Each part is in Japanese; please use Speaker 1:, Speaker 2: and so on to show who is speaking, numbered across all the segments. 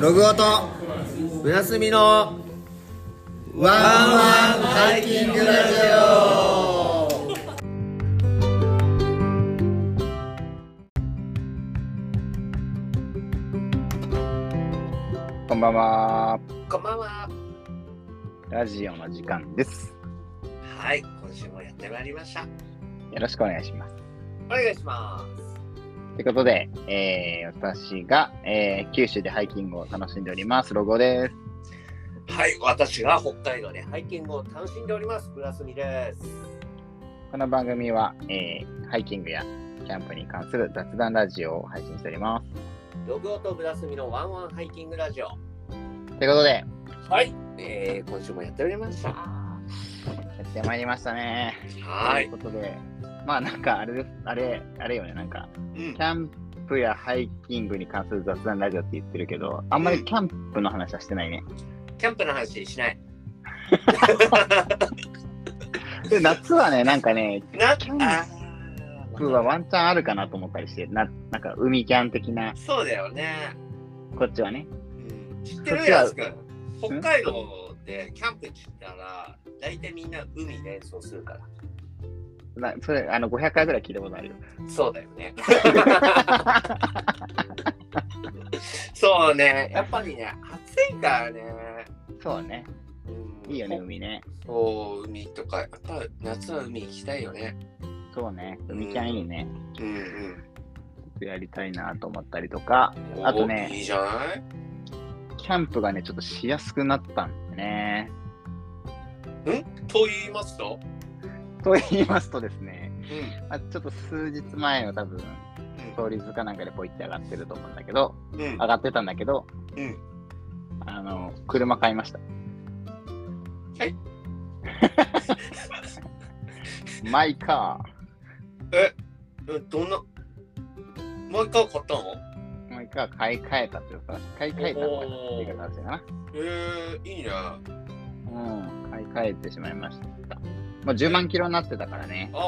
Speaker 1: ログオとブラスミのワンワンハイキングラジ
Speaker 2: こんばんは。
Speaker 3: こんばんは。
Speaker 2: ラジオの時間です。
Speaker 3: はい、今週もやってまいりました。
Speaker 2: よろしくお願いします。
Speaker 3: お願いします。
Speaker 2: ということで、えー私が、えー九州でハイキングを楽しんでおります。ロゴです。
Speaker 3: はい、私が北海道でハイキングを楽しんでおります。ブラスミです。
Speaker 2: この番組は、えーハイキングやキャンプに関する雑談ラジオを配信しておりま
Speaker 3: ログオとブラスミのワンワンハイキングラジオ。
Speaker 2: す。ということで、や
Speaker 3: はい、えー、今週もやっておりました。は
Speaker 2: ってまいりましたね。
Speaker 3: い。
Speaker 2: ということで、まあなんかあれです、あれ、あれよね、なんか、
Speaker 3: うん
Speaker 2: キャンプやハイキングに関する雑談ラジオって言ってるけど、あんまりキャンプの話はしてないね。
Speaker 3: キャンプの話しない。
Speaker 2: で、夏はね、なんかね、
Speaker 3: な
Speaker 2: キャン
Speaker 3: あ
Speaker 2: キャンプは
Speaker 3: ー
Speaker 2: ワンチャンあるかなと思ったりして、ななんか海キャン的な、
Speaker 3: そうだよね。
Speaker 2: こっちはね。
Speaker 3: うん知ってる
Speaker 2: そっちは
Speaker 3: やつくん。北海道でキャンプしたら、大体みんな海連想するから。
Speaker 2: なそれ、あの、500回ぐらい聞いたことあるよ。
Speaker 3: そうだよ ね。そうね、やっぱりね、暑いからね。
Speaker 2: そうね。
Speaker 3: うん
Speaker 2: いいよね、。海ね。
Speaker 3: そう、海とか、やっぱ夏は海行きたいよね。
Speaker 2: そうね。海キャンいいね。
Speaker 3: うん
Speaker 2: やりたいなと思ったりとか、
Speaker 3: うん。
Speaker 2: あとね
Speaker 3: おいいじゃない
Speaker 2: キャンプがね、ちょっとしやすくなったんでね。
Speaker 3: と言いますと、
Speaker 2: と言いますとですね、
Speaker 3: うん。
Speaker 2: まあ、ちょっと数日前の多分、ストーリーズかなんかでポイって上がってると思うんだけど、
Speaker 3: うん。
Speaker 2: 上がってたんだけど、
Speaker 3: うん
Speaker 2: あの、車買いました。
Speaker 3: はい。
Speaker 2: マイカ
Speaker 3: うん。どんな、もう一回買ったの
Speaker 2: ー。マイカー買い替えたっていうか、買い替えたのかなっていう形だな。
Speaker 3: えー、いいね。あ
Speaker 2: うん、買い替えてしまいました。もう10万キロになってたからね。
Speaker 3: あ。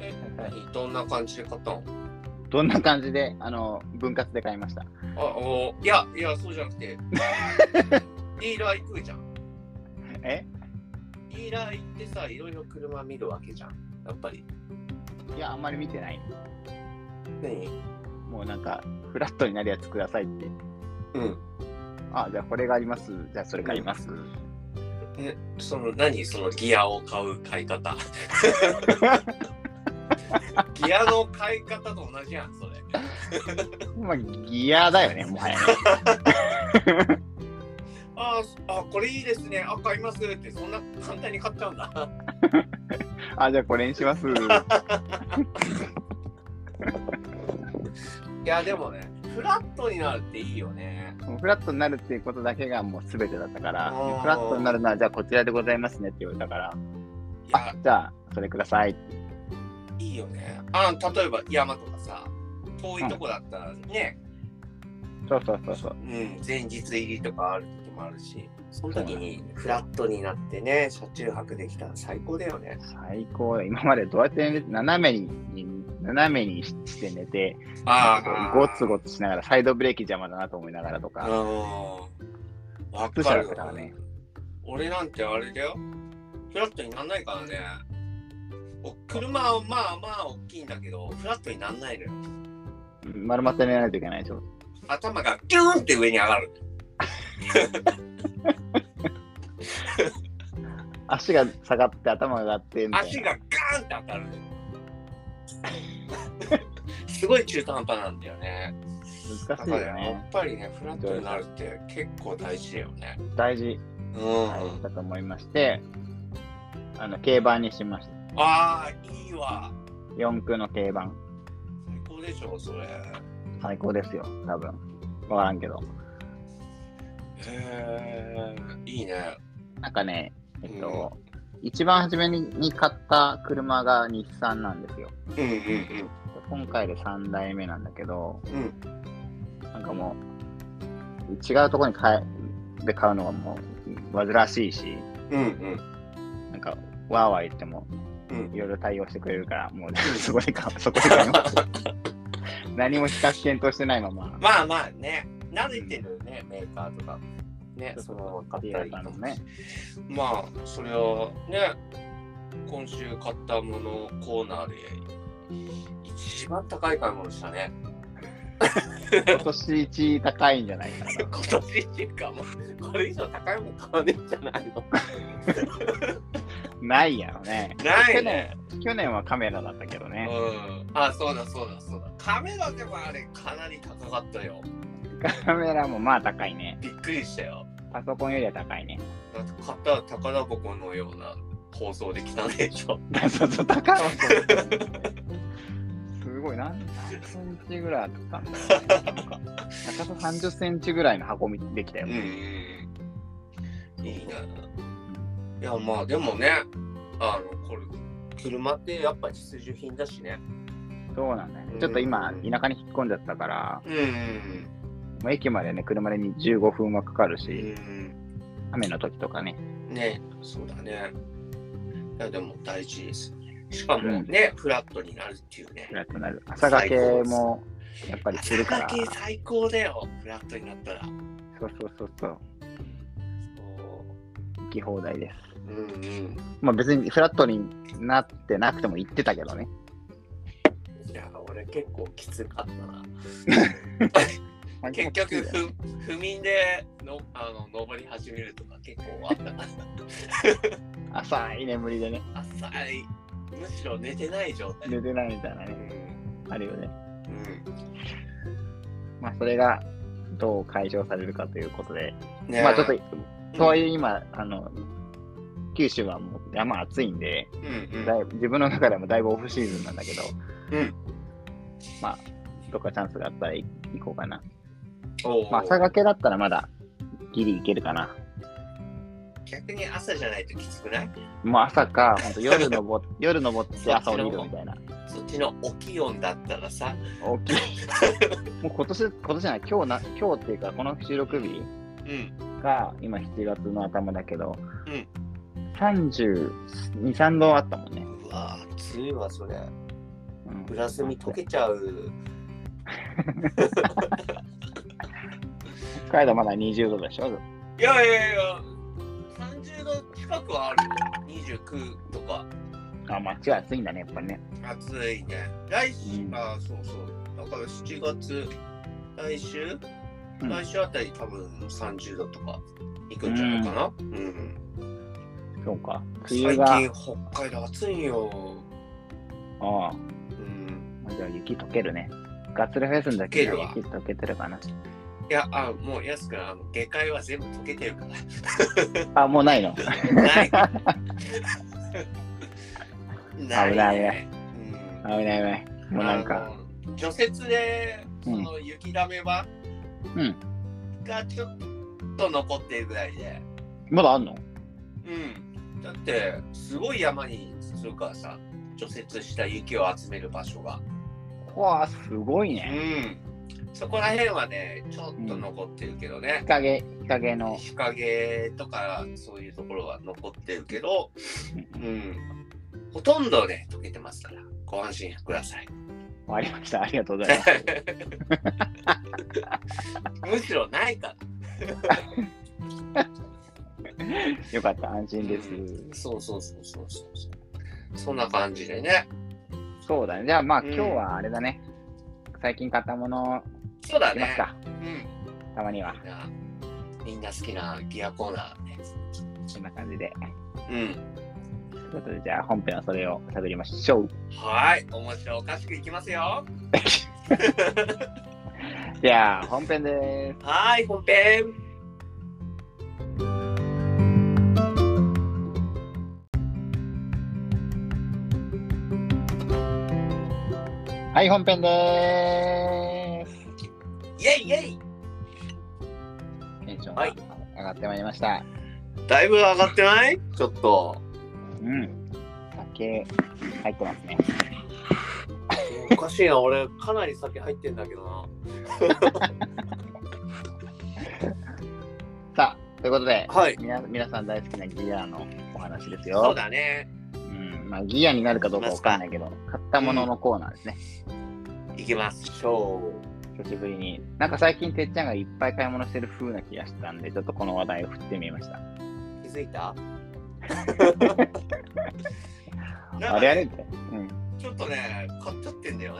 Speaker 3: え、何どんな感じで買ったの
Speaker 2: どんな感じで、あの、分割で買いました。
Speaker 3: あおいやいやそうじゃな くてディーラー行くじゃん
Speaker 2: え
Speaker 3: ディーラー行ってさいろいろ車見るわけじゃんやっぱり
Speaker 2: いや、あんまり見てない。
Speaker 3: 何
Speaker 2: もうなんか、フラットになるやつくださいって。
Speaker 3: うん
Speaker 2: あ、じゃあこれがあります。じゃあそれ買います。
Speaker 3: その何そのギアを買う買い 方ギアの買い方と同じやんそれ
Speaker 2: まあ、ギアだよね、もはやね。
Speaker 3: あーそあこれいいですねあ買いますってそんな簡単に買っちゃうんだ
Speaker 2: あ、じゃあこれにします。
Speaker 3: いやでもねフラットになるっていいよね
Speaker 2: もうフラットになるっていうことだけがもう全てだったから、
Speaker 3: あー
Speaker 2: フラットになるのは、じゃあこちらでございますねって言われたから、
Speaker 3: い
Speaker 2: あ
Speaker 3: や
Speaker 2: じゃあそれくださいって。
Speaker 3: いいよねあ例えば山とかさ遠いとこだったらね、
Speaker 2: そうそうそうそう。
Speaker 3: うん、前日入りとかある時もあるし、その時にフラットになってね、車中泊できたら最高だよね。
Speaker 2: 最高だ。今までどうやって寝て斜めに、斜めにして寝て、ゴツゴツしながら、サイドブレーキ邪魔だなと思いながらと
Speaker 3: あ
Speaker 2: か、
Speaker 3: のー、わ
Speaker 2: 普通
Speaker 3: か
Speaker 2: 車だ
Speaker 3: る
Speaker 2: ったからね。
Speaker 3: 俺なんてあれだよ。フラットになんないからね。お車はまあまあ大きいんだけど、フラットになんないのよ。
Speaker 2: 丸まって寝ないといけないでしょ。
Speaker 3: 頭がキューンって上に上がる。
Speaker 2: 足が下がって、頭が上がってみたいな、
Speaker 3: 足がガーンって当たるのよ。 すごい中途半端なんだよね。だ
Speaker 2: 難しい
Speaker 3: から
Speaker 2: よ
Speaker 3: や
Speaker 2: ね。
Speaker 3: っぱりね、フラットになるって結構大事だよね。
Speaker 2: 大事
Speaker 3: うん。
Speaker 2: だと思いまして、あの、競馬にしました。
Speaker 3: ああ、いいわ。
Speaker 2: 四駆の競馬。
Speaker 3: 最高でしょ、それ。
Speaker 2: 最高ですよ、多分。わからんけど。
Speaker 3: へえ、いいね。
Speaker 2: なんかね、えっと、一番初めに買った車が日産なんですよ。
Speaker 3: うんうん
Speaker 2: 今回で3代目なんだけど、
Speaker 3: うん。うん。
Speaker 2: なんかもう、違うところに買え、で買うのはもう、煩わしいし、
Speaker 3: うん
Speaker 2: なんか、わーわー言っても、
Speaker 3: うん
Speaker 2: いろいろ対応してくれるから、もう、 そ こで買う、そこで買います。何も比較検討してないまま、
Speaker 3: まあまあね。慣れてるよね、メーカーとか。ね、その買ったりとか
Speaker 2: のね。
Speaker 3: まあ、それをね、今週買ったものコーナーで、一番高い買い物した ね。
Speaker 2: 今年一高いんじゃないかな。
Speaker 3: 今年っていうか、もうこれ以上高いもん買わねえんじゃないの。
Speaker 2: ないやろね。
Speaker 3: ないね。
Speaker 2: 去年はカメラだったけど
Speaker 3: う
Speaker 2: ね。
Speaker 3: ん。あ、そうだそうだそうだ。カメラでもあれ、かなり高かったよ。
Speaker 2: カメラもまあ高いね。
Speaker 3: びっくりしたよ。
Speaker 2: パソコンよりは高いね。
Speaker 3: だって買ったら宝箱のような放送できた でしょ。
Speaker 2: そうそう、高い。すごい、何センチぐらいあったんだろうね。なんか高さ30センチぐらいの箱見できたよ
Speaker 3: う
Speaker 2: ね。
Speaker 3: ん。いいな。いや、まあでもね、あの、これ、車ってやっぱ必需品だしね。
Speaker 2: そうなんだよね。ちょっと今、田舎に引っ込んじゃったから、
Speaker 3: うんうん
Speaker 2: もう駅までね、車で15分はかかる
Speaker 3: うん。
Speaker 2: し、
Speaker 3: うん
Speaker 2: 雨の時とかね。
Speaker 3: ね、そうだね。いや、でも大事です。しかもね、フラットになるっていうね。
Speaker 2: 暗くなる朝がけもやっぱりするから。
Speaker 3: 朝掛け最高だよ、フラットになったら。
Speaker 2: そうそうそうそう。
Speaker 3: そ
Speaker 2: 行き放題です。
Speaker 3: ううんうん。
Speaker 2: まあ別にフラットになってなくても行ってたけどね。
Speaker 3: いや、俺結構きつかったな。
Speaker 2: 結
Speaker 3: 結局不不眠でのあの登り始めるとか結構あった か
Speaker 2: 浅い眠りでね、
Speaker 3: ら浅いむしろ寝てない状態
Speaker 2: 寝てないみたいな
Speaker 3: う
Speaker 2: ね、
Speaker 3: ん
Speaker 2: あるよね。
Speaker 3: う
Speaker 2: まあそれがどう解消されるかということで、
Speaker 3: んねえ
Speaker 2: まあちょっと、とはいいえ今、あの、九州はもう山暑いんで、
Speaker 3: うんうん
Speaker 2: だいぶ自分の中でもだいぶオフシーズンなんだけど、
Speaker 3: うん
Speaker 2: まあ、どっかチャンスがあったら行こうかな。
Speaker 3: おう
Speaker 2: まあ朝がけだったらまだギリ行けるかな。
Speaker 3: 逆に朝じゃないときつくない
Speaker 2: もう朝か、ほんと夜 登っ夜登って朝降りるみたいな。
Speaker 3: そっちの起き音だったらさ
Speaker 2: 大 きい。もう今年、今年じゃない、今日な、今日っていうか、この収録日
Speaker 3: うん
Speaker 2: が、今7月の頭だけど、
Speaker 3: うん
Speaker 2: 32、3度あったもんね。
Speaker 3: うわ暑いわそれ
Speaker 2: うん
Speaker 3: 裏墨溶けちゃう
Speaker 2: 北海道まだ20度でしょ
Speaker 3: いやいやいや30度近くはあるよ29とか
Speaker 2: あ、街は暑いんだね、やっぱりね。
Speaker 3: 暑いね。来週、
Speaker 2: うん
Speaker 3: あそうそう。だから7月、来週、
Speaker 2: うん
Speaker 3: 来週あたり多分30度とかいくんじゃないかな。うん。
Speaker 2: そうか。梅雨
Speaker 3: 最
Speaker 2: が、あ
Speaker 3: 近北海道暑いよ。
Speaker 2: あ、
Speaker 3: うん。
Speaker 2: じゃあ雪溶けるね。ガッツリフェスの時には
Speaker 3: 溶け
Speaker 2: 雪溶けてるかな。
Speaker 3: いや、あもうやすくん、あの下界は全部溶けてるか
Speaker 2: あ、もうないの。
Speaker 3: ら。ない。ない、
Speaker 2: 危ないね。
Speaker 3: うん
Speaker 2: 危ない危ない。もうなんか、
Speaker 3: あの除雪でそ
Speaker 2: うん
Speaker 3: の雪だめ場、
Speaker 2: うん
Speaker 3: がちょっと残ってるぐらいで、
Speaker 2: まだあんの
Speaker 3: うん、だってすごい山にするからさ除雪した雪を集める場所が、
Speaker 2: わあ、すごいうね。
Speaker 3: ん、そこら辺はねちょっと残ってるけどね
Speaker 2: 日、陰、日陰の。
Speaker 3: 日陰とかそういうところは残ってるけど、うん、ほとんどね溶けてますからご安心ください
Speaker 2: 終わりました。ありがとうございます。
Speaker 3: むしろないから
Speaker 2: よかった、安心です。
Speaker 3: そうそうそうそうそうそう。そんな感じでね。
Speaker 2: そうだね。じゃあ、まあ、
Speaker 3: うん
Speaker 2: 今日はあれだね。最近買ったもの
Speaker 3: そうだ
Speaker 2: いきます
Speaker 3: ね。
Speaker 2: か、
Speaker 3: うん。みん
Speaker 2: たまには。
Speaker 3: な、みんな好きなギアコーナーね。
Speaker 2: そんな感じで。
Speaker 3: うん。
Speaker 2: ということで、じゃあ、本編はそれを喋りましょう。
Speaker 3: はーい。面白おかしくいきますよ。
Speaker 2: じゃあ、本編で
Speaker 3: はーい、本編。
Speaker 2: す。はい、本編でーす。
Speaker 3: イェイイェイ
Speaker 2: テンション
Speaker 3: はい
Speaker 2: が上がってまいりました。
Speaker 3: だいぶ上がってないちょっと。
Speaker 2: うん。酒、入ってますね。
Speaker 3: おかしいな。俺、かなり酒入ってんだけどな。
Speaker 2: さあ、ということで、
Speaker 3: はい。
Speaker 2: みな皆さん大好きなギアのお話ですよ。
Speaker 3: そうだね。
Speaker 2: うん。まあ、ギアになるかどうかわかんないけど、買ったもののコーナーですね。
Speaker 3: いきましょう。
Speaker 2: 久しぶりに。なんか最近、てっちゃんがいっぱい買い物してる風な気がしたんで、ちょっとこの話題を振ってみました。
Speaker 3: 気づい たなんか
Speaker 2: あれあ
Speaker 3: ね
Speaker 2: れみたいな。うん。
Speaker 3: ちょっとね、買っちゃってんだよね。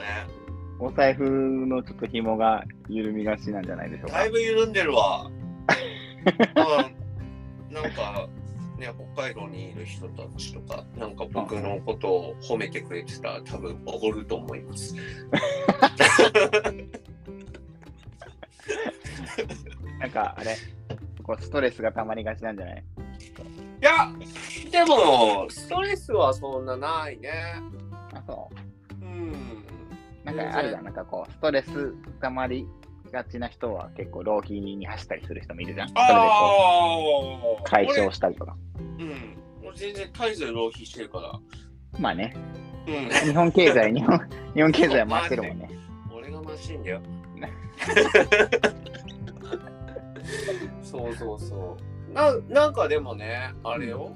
Speaker 2: お財布のちょっと紐が緩みがちなんじゃないでしょうか
Speaker 3: だい。ぶ緩んでるわ。うんなんか、ね、北海道にいる人たちとか、なんか僕のことを褒めてくれてたら、多分おごると思います。
Speaker 2: なんか、あれ、こうストレスが溜まりがちなんじゃな
Speaker 3: い
Speaker 2: い
Speaker 3: や、でも、ストレスはそんなないね。
Speaker 2: あ、そう。
Speaker 3: うん。
Speaker 2: なんかあるじゃん、なんかこう、ストレス溜まりがちな人は結構、浪費に走ったりする人もいるじゃん。それでこ
Speaker 3: ああ
Speaker 2: う、解消したりとか。
Speaker 3: 俺うん。俺全然絶えず浪費してるから。
Speaker 2: まあね、
Speaker 3: うん。
Speaker 2: 日本経済、日本、日本経済回してるもんね。
Speaker 3: 俺がマシンだよ。 そうそうそう。ななんかでもね、あれよ、う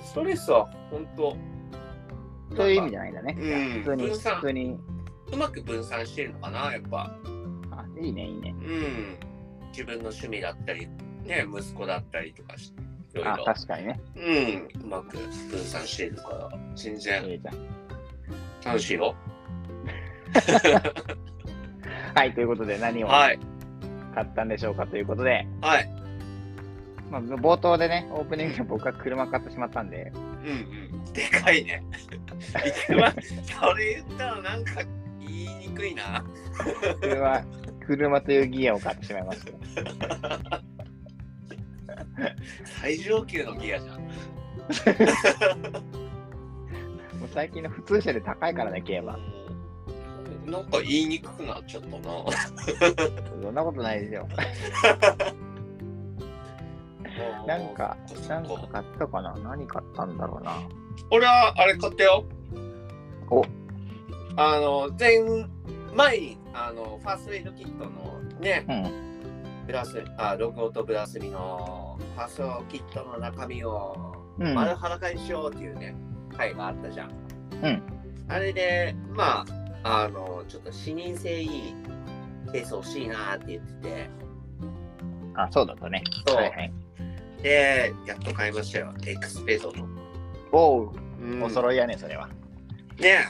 Speaker 3: ん、ストレスは本当
Speaker 2: そういう意味じ
Speaker 3: ゃ
Speaker 2: ゃないんだね。
Speaker 3: うん
Speaker 2: 普通に、
Speaker 3: 分散
Speaker 2: 普通に、
Speaker 3: うまく分散してるのかな、やっぱ。
Speaker 2: あ、いいね、いい
Speaker 3: う。
Speaker 2: ね
Speaker 3: ん。自分の趣味だったり、ね、息子だったりとかして。いろい
Speaker 2: あ、
Speaker 3: ろ
Speaker 2: 確かにね。
Speaker 3: うん、うまく分散してるから全然
Speaker 2: いいじゃん。
Speaker 3: 楽しいよ。
Speaker 2: はい、ということで、何を買
Speaker 3: はい
Speaker 2: ったんでしょうかということで、
Speaker 3: はい。
Speaker 2: まあ、冒頭でね、オープニングで僕は車買ってしまったんで、
Speaker 3: うんうん。でかいね。一番それ言ったらなんか言いにくいな。
Speaker 2: 車、車というギアを買ってしまいました。
Speaker 3: 最上級のギアじゃん。
Speaker 2: もう最近の普通車で高いからね、競馬。
Speaker 3: うんなんか言いにくくなっちゃったな。もう
Speaker 2: そんなことないですよ。なんか、なんか買ったかな何買ったんだろうな。
Speaker 3: 俺はあれ買ったよ。
Speaker 2: お
Speaker 3: あの、前、前に、あの、ファーストエイドキットのね、
Speaker 2: うん。
Speaker 3: ブラス、あ、ロゴとブラスミのファーストキットの中身を
Speaker 2: うん。
Speaker 3: 丸裸にしようっていうね、会があったじゃん。
Speaker 2: うん。
Speaker 3: あれで、まあ、あの、ちょっと視認性いいケース欲しいなって言ってて、
Speaker 2: あ、そうだったね。
Speaker 3: そう
Speaker 2: はいはい。
Speaker 3: で、やっと買いましたよ。エクスペドの。
Speaker 2: おう、
Speaker 3: うん
Speaker 2: お揃いやね、それは。
Speaker 3: ね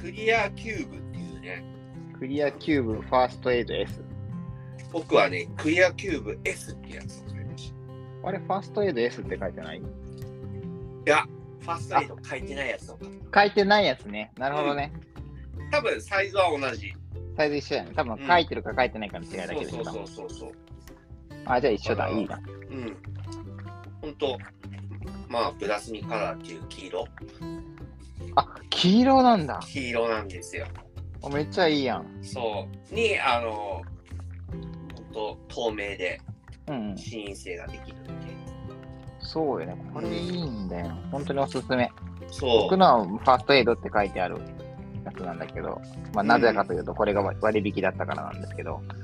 Speaker 3: クリアキューブっていうね、
Speaker 2: クリアキューブファーストエイド S。
Speaker 3: 僕はね、クリアキューブ S ってやつを買いました。
Speaker 2: あれ、ファーストエイド S って書いてない
Speaker 3: いや、ファーストエイド書いてないやつを買った。
Speaker 2: 書いてないやつね。なるほどね。
Speaker 3: 多分サイズは同じ。
Speaker 2: サイズ一緒やね。多分
Speaker 3: うん
Speaker 2: 書いてるか書いてないかの違いだけでし
Speaker 3: そ
Speaker 2: ょ
Speaker 3: う。そうそうそうそう。
Speaker 2: あ、じゃあ一緒だ。
Speaker 3: うん
Speaker 2: いいな。
Speaker 3: うん。ほんと、まあ、ブラスミカラーっていう黄色。
Speaker 2: あ、黄色なんだ。
Speaker 3: 黄色なんですよ。
Speaker 2: おめっちゃいいやん。
Speaker 3: そう。に、あの、本当透明で、
Speaker 2: うんうん。
Speaker 3: 視認性ができるんで。
Speaker 2: そうよね。これいいんだよ。本当におすすめ。
Speaker 3: そ
Speaker 2: 僕のはファーストエイドって書いてあるやつなんだけど、まあ、なぜかというと、これが割割引だったからなんですけど、
Speaker 3: う。お ー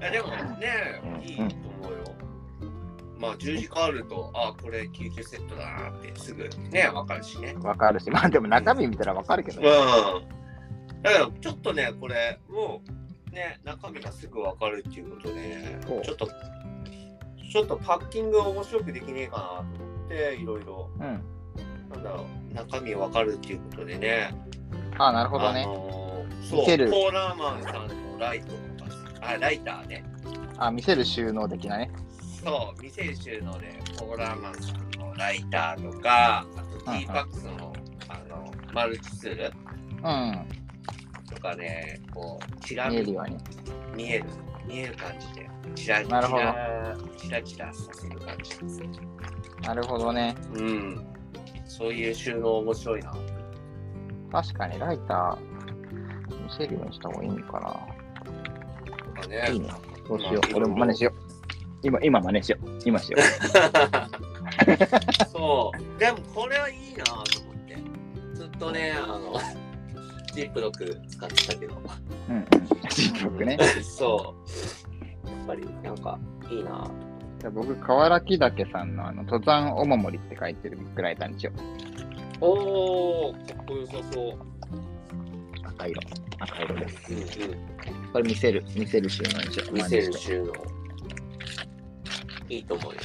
Speaker 3: えでもね
Speaker 2: うん、
Speaker 3: いいと思うよ。まあ、十字架あると、あ、これ救急セットだなってすぐね、わかるしね。
Speaker 2: わかるし、まあでも中身見たらわかるけ
Speaker 3: う
Speaker 2: ど
Speaker 3: ん
Speaker 2: ね、。
Speaker 3: だから、ちょっとね、これ、もう、ね、中身がすぐわかるっていうことで、ね
Speaker 2: そう、
Speaker 3: ちょっと、ちょっとパッキング面白くできねえかなと思って、いろいろ。
Speaker 2: うん。
Speaker 3: なんだろう中身わかるっていうことでね。
Speaker 2: あなるほど
Speaker 3: あ
Speaker 2: ね。
Speaker 3: のーそう、
Speaker 2: 見
Speaker 3: コ
Speaker 2: せる
Speaker 3: ーラーマンさんのライトとか、あ、ライターね。
Speaker 2: あ、見せる収納的なね。
Speaker 3: そう、未成州のね、コーラーマンさんのライターとか、あと T パックスの、あの、マルチツール
Speaker 2: う
Speaker 3: とかね、こう、ちら
Speaker 2: ん。見える
Speaker 3: 見
Speaker 2: ように。
Speaker 3: 見える、見える感じで、ちらち
Speaker 2: なるほど
Speaker 3: ら、ちらちらさせる感じです。
Speaker 2: なるほどね。
Speaker 3: うん。そういう収納面白いな。
Speaker 2: 確かにライター、見せるようにした方がいいのか
Speaker 3: とか
Speaker 2: な。いい
Speaker 3: ね。
Speaker 2: な。どうしよう。俺も真似しよう。今、今真似しよう。今しよう。
Speaker 3: そう。でもこれはいいなぁと思って。ずっとね、あの、ジップロック使ってたけど。
Speaker 2: うんうん。ジップロックね。。
Speaker 3: そう。やっぱりなんかいいなぁ
Speaker 2: じゃあ僕、河原木岳さんのあの登山お守りって書いてるビッグライターにしよう。
Speaker 3: おー、かっこよさそう。
Speaker 2: 赤色。赤色です。
Speaker 3: うんうん
Speaker 2: これ見せる、見せる収納にしよう。
Speaker 3: 見せる収納。いいと思うよ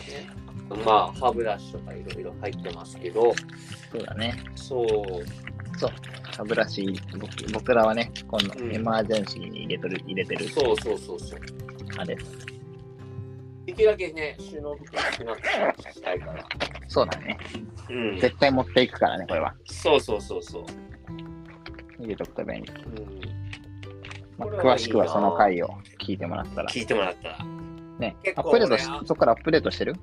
Speaker 3: ね。まあ、歯ブラシとかいろいろ入ってますけど、
Speaker 2: そうだね。
Speaker 3: そう、
Speaker 2: 歯ブラシ、僕僕らはね、この
Speaker 3: うん
Speaker 2: エマージェンシーに入れてる、入れてる
Speaker 3: そうそうそうそう。
Speaker 2: 歯です。
Speaker 3: できるだけね、収納袋少なくしたいから。
Speaker 2: そうだね。
Speaker 3: うん。
Speaker 2: 絶対持っていくからね、これは。
Speaker 3: そうそうそうそう。
Speaker 2: 入れとくと便利。
Speaker 3: うん、
Speaker 2: ま
Speaker 3: こ
Speaker 2: あ、
Speaker 3: れはいいな
Speaker 2: 詳しくはその回を聞いてもらったら。
Speaker 3: 聞いてもらったら。
Speaker 2: ね、
Speaker 3: 結
Speaker 2: ア
Speaker 3: 構
Speaker 2: ップデート
Speaker 3: 俺は
Speaker 2: し、そこからアップデートしてる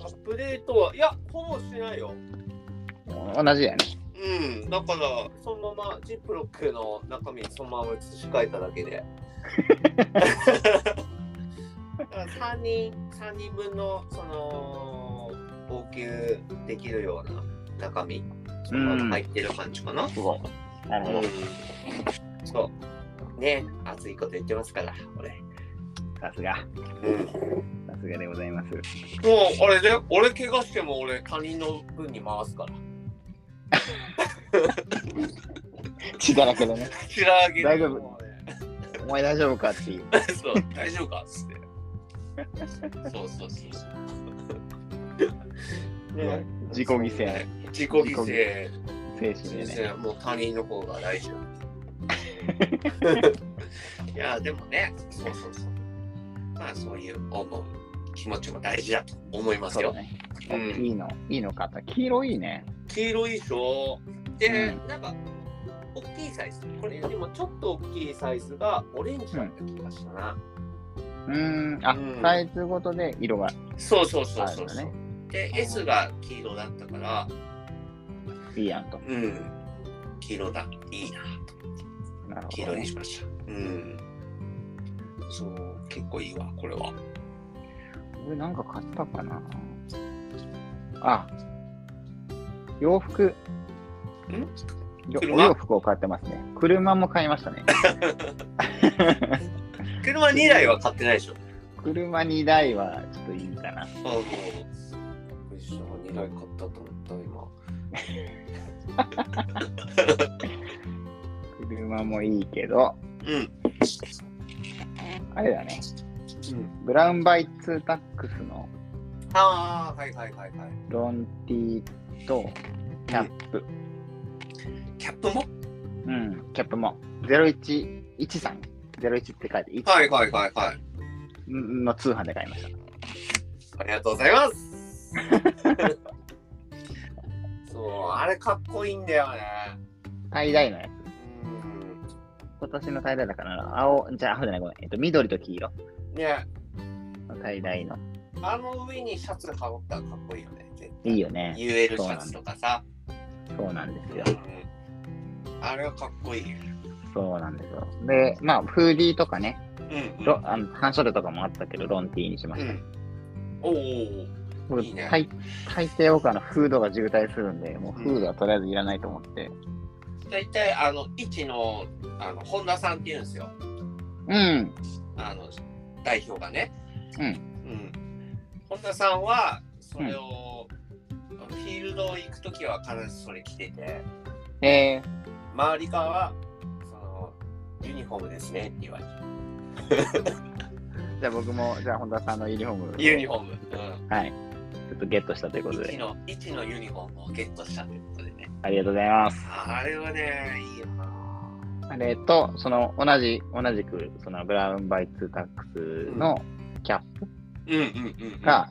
Speaker 3: アップデートは、いや、ほぼしてないよ。
Speaker 2: 同じだよね。
Speaker 3: うん、だから、そのまま、ジップロックの中身そのまま移し替えただけで。だから3人、三人分の、その、応給できるような中身、そのまま入ってる感じかな。
Speaker 2: すごい。なるほど。
Speaker 3: うんそう。ね、熱いこと言ってますから、俺。
Speaker 2: さすが。
Speaker 3: うん
Speaker 2: さすがでございます。
Speaker 3: もうあれで俺怪我しても俺他人の分に回すから。
Speaker 2: 血だらけでね。
Speaker 3: 白らげ
Speaker 2: 大丈夫お前大丈夫かっていう。
Speaker 3: そう大丈夫かっつって。そうそうそう そう。ね
Speaker 2: 自己犠牲。
Speaker 3: 自己犠牲。
Speaker 2: 精
Speaker 3: そう
Speaker 2: 神
Speaker 3: で
Speaker 2: ですね。
Speaker 3: ね、もう他人の方が大 丈夫。いやでもね、そうそうそう。まあそういう思う気持ちも大事だと思います
Speaker 2: そう
Speaker 3: よ
Speaker 2: だ。ね。
Speaker 3: うん
Speaker 2: いいの、いいのかった。黄色いいね。
Speaker 3: 黄色いでしょで、
Speaker 2: う
Speaker 3: なんか大きいサイズこれよりもちょっと大きいサイズがオレンジだった気がしたな、
Speaker 2: うーん。あ、
Speaker 3: うん
Speaker 2: サイズごとで色が
Speaker 3: そうそうそうそう
Speaker 2: あ
Speaker 3: そ
Speaker 2: る
Speaker 3: う、
Speaker 2: よね
Speaker 3: で S が黄色だったから
Speaker 2: いいやんと。
Speaker 3: うん黄色だいいな
Speaker 2: なる
Speaker 3: 黄
Speaker 2: ほど
Speaker 3: 色に
Speaker 2: ね。
Speaker 3: しましたうんそう結構いいわこれは
Speaker 2: 俺なんか買ったかな。あ、洋服。よお
Speaker 3: 車
Speaker 2: 洋服を買ってますね。車も買いましたね。
Speaker 3: 車2台は買ってないでしょ
Speaker 2: 車2台はちょっといいかな。
Speaker 3: あもう一緒に2台買ったと思
Speaker 2: 車もいいけど、
Speaker 3: った今うん
Speaker 2: あれだね。
Speaker 3: うん
Speaker 2: ブラウンバイツータックスの
Speaker 3: ああはいはいはいはい
Speaker 2: ロンティーとキャップ。
Speaker 3: キャップも
Speaker 2: うん、キャップも。0113。01って書いて、1
Speaker 3: はいはいはいはい
Speaker 2: の通販で買いました。
Speaker 3: ありがとうございます。 そう、あれかっこいいんだよね。
Speaker 2: 最大のやつ。
Speaker 3: うん。
Speaker 2: 今年の最大だからな、青、じゃあ青じゃない、ごめん。えっと、緑と黄色
Speaker 3: ね
Speaker 2: の最大の。
Speaker 3: あの上にシャツ羽織ったらかっこいいよね。絶
Speaker 2: いいよ
Speaker 3: 対
Speaker 2: ね。
Speaker 3: UL シャツとかさ。
Speaker 2: そうなんですよ
Speaker 3: う。ん。あれはかっこいい。
Speaker 2: そうなんですよ。で、まあ、フーディーとかね、
Speaker 3: うん。
Speaker 2: ロあの半袖とかもあったけど、ロンティーにしま
Speaker 3: う
Speaker 2: した。
Speaker 3: ん。おお。
Speaker 2: これ
Speaker 3: いいね
Speaker 2: 大大抵僕あのフードが渋滞するんで、もうフードはとりあえずいらないと思って。
Speaker 3: 大体、あの、一の、あの、本田さんって言うんですよ。
Speaker 2: うん。
Speaker 3: あの、代表がね。
Speaker 2: うん
Speaker 3: うん。本田さんは、それを、あのフィールド行くときは必ずそれ着てて。
Speaker 2: え
Speaker 3: 周りからはそのユニフォームですねって言われて
Speaker 2: ー、じゃあ僕も、じゃあ本田さんのユニフォームを。
Speaker 3: ユニフォーム、う
Speaker 2: はい。ちょっとゲットしたというこ
Speaker 3: ん、
Speaker 2: と
Speaker 3: 1
Speaker 2: で、
Speaker 3: の一のユニフォームをゲットしたということでね
Speaker 2: ありがとうございます。
Speaker 3: あれはねいいよな
Speaker 2: あれと、その同じ、同じく、そのブラウンバイツータックスのキャッ
Speaker 3: うんうんうんうん
Speaker 2: プ
Speaker 3: あ
Speaker 2: が、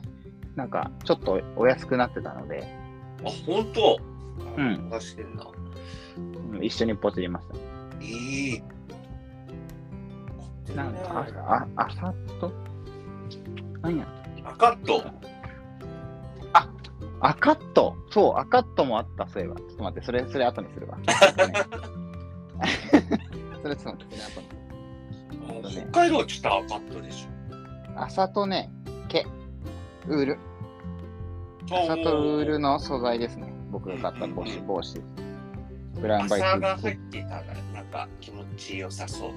Speaker 2: なんかちょっとお安くなってたので、
Speaker 3: 本当
Speaker 2: うん
Speaker 3: 出してんな
Speaker 2: うん一緒にポチりました。
Speaker 3: いい
Speaker 2: なんか、あ、ああさっと、なんや
Speaker 3: 赤っと
Speaker 2: アカットそう、アカットもあった、そういえば。ちょっと待って、それ、それ後にするわ。 ねそれちょっと待って、それ後に。
Speaker 3: 北海道はちょっと赤っとでし
Speaker 2: 朝とね、毛、ウール。
Speaker 3: ょ
Speaker 2: 朝とウールの素材ですね。僕が買った帽
Speaker 3: うんうん
Speaker 2: 子、
Speaker 3: うん
Speaker 2: 帽子。ブラウンバイ
Speaker 3: 朝が
Speaker 2: ツ
Speaker 3: 入ってたらなんか気持ちよさそう、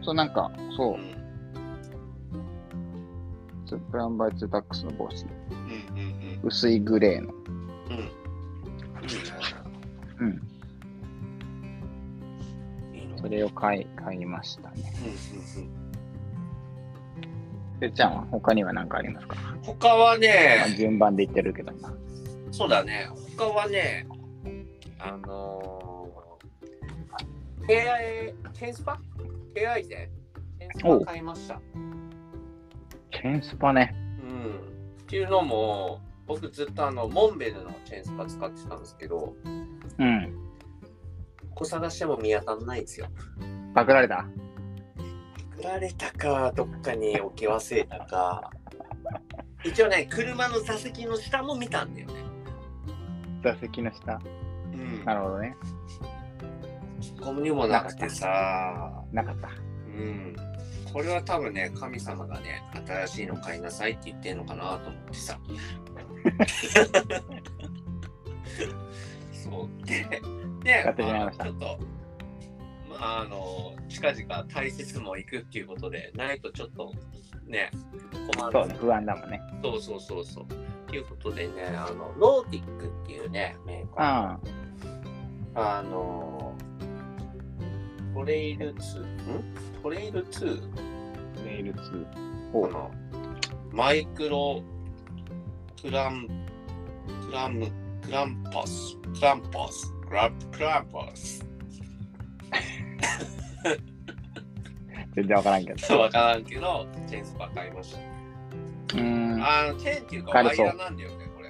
Speaker 2: そう、なんか、そうう、
Speaker 3: ん、
Speaker 2: そうブラウンバイツタックスの帽
Speaker 3: う
Speaker 2: 子。
Speaker 3: んうん
Speaker 2: 薄いグレーの。
Speaker 3: うんうんいいな
Speaker 2: うん。それを買い、買いましたね。
Speaker 3: うんうん
Speaker 2: てっちゃんは他には何かありますか、
Speaker 3: うん他は
Speaker 2: まあ
Speaker 3: ね、
Speaker 2: 順番で言ってるけどな。
Speaker 3: そうだね、他はね、あのー、AI、ケンスパ ?AI で、ケンス
Speaker 2: お
Speaker 3: パ
Speaker 2: う
Speaker 3: 買いました。
Speaker 2: チェーンスパね。
Speaker 3: うん。っていうのも、僕ずっとあの、モンベルのチェーンスパ使ってたんですけど、
Speaker 2: うん。
Speaker 3: ここ探しても見当たらないんですよ。
Speaker 2: パクられた。
Speaker 3: 売られたか、どっかに置き忘れたか。一応ね、車の座席の下も見たんだよね。
Speaker 2: 座席の下。
Speaker 3: うん
Speaker 2: なるほどね。
Speaker 3: ゴムにもなくてさ、
Speaker 2: なかった。
Speaker 3: うん。これは多分ね、神様がね、新しいの買いなさいって言ってんのかなと思って さ。そう。で、で
Speaker 2: 買ってしまいました
Speaker 3: あのちょっと、まあ、あの、近々大切も行くっていうことで、ないとちょっとね、困
Speaker 2: そう
Speaker 3: る
Speaker 2: ね、。不安だもんね。
Speaker 3: そうそうそうそう。ということでね、あの、ローティックっていうね、メーカー。
Speaker 2: あ
Speaker 3: あのー、トレイル2、んトレイル 2?
Speaker 2: あ。レール2。
Speaker 3: こ
Speaker 2: おう
Speaker 3: のマイクロクラン、クラム、クランパス、クランパス、クラン、クランパス。
Speaker 2: 全然わからんけど。
Speaker 3: わからんけど、チェーンスパー買いました。
Speaker 2: うーん。あ
Speaker 3: あの、チェーンっていうかワ
Speaker 2: 軽
Speaker 3: イ
Speaker 2: そう
Speaker 3: ヤーなんだよね、これ。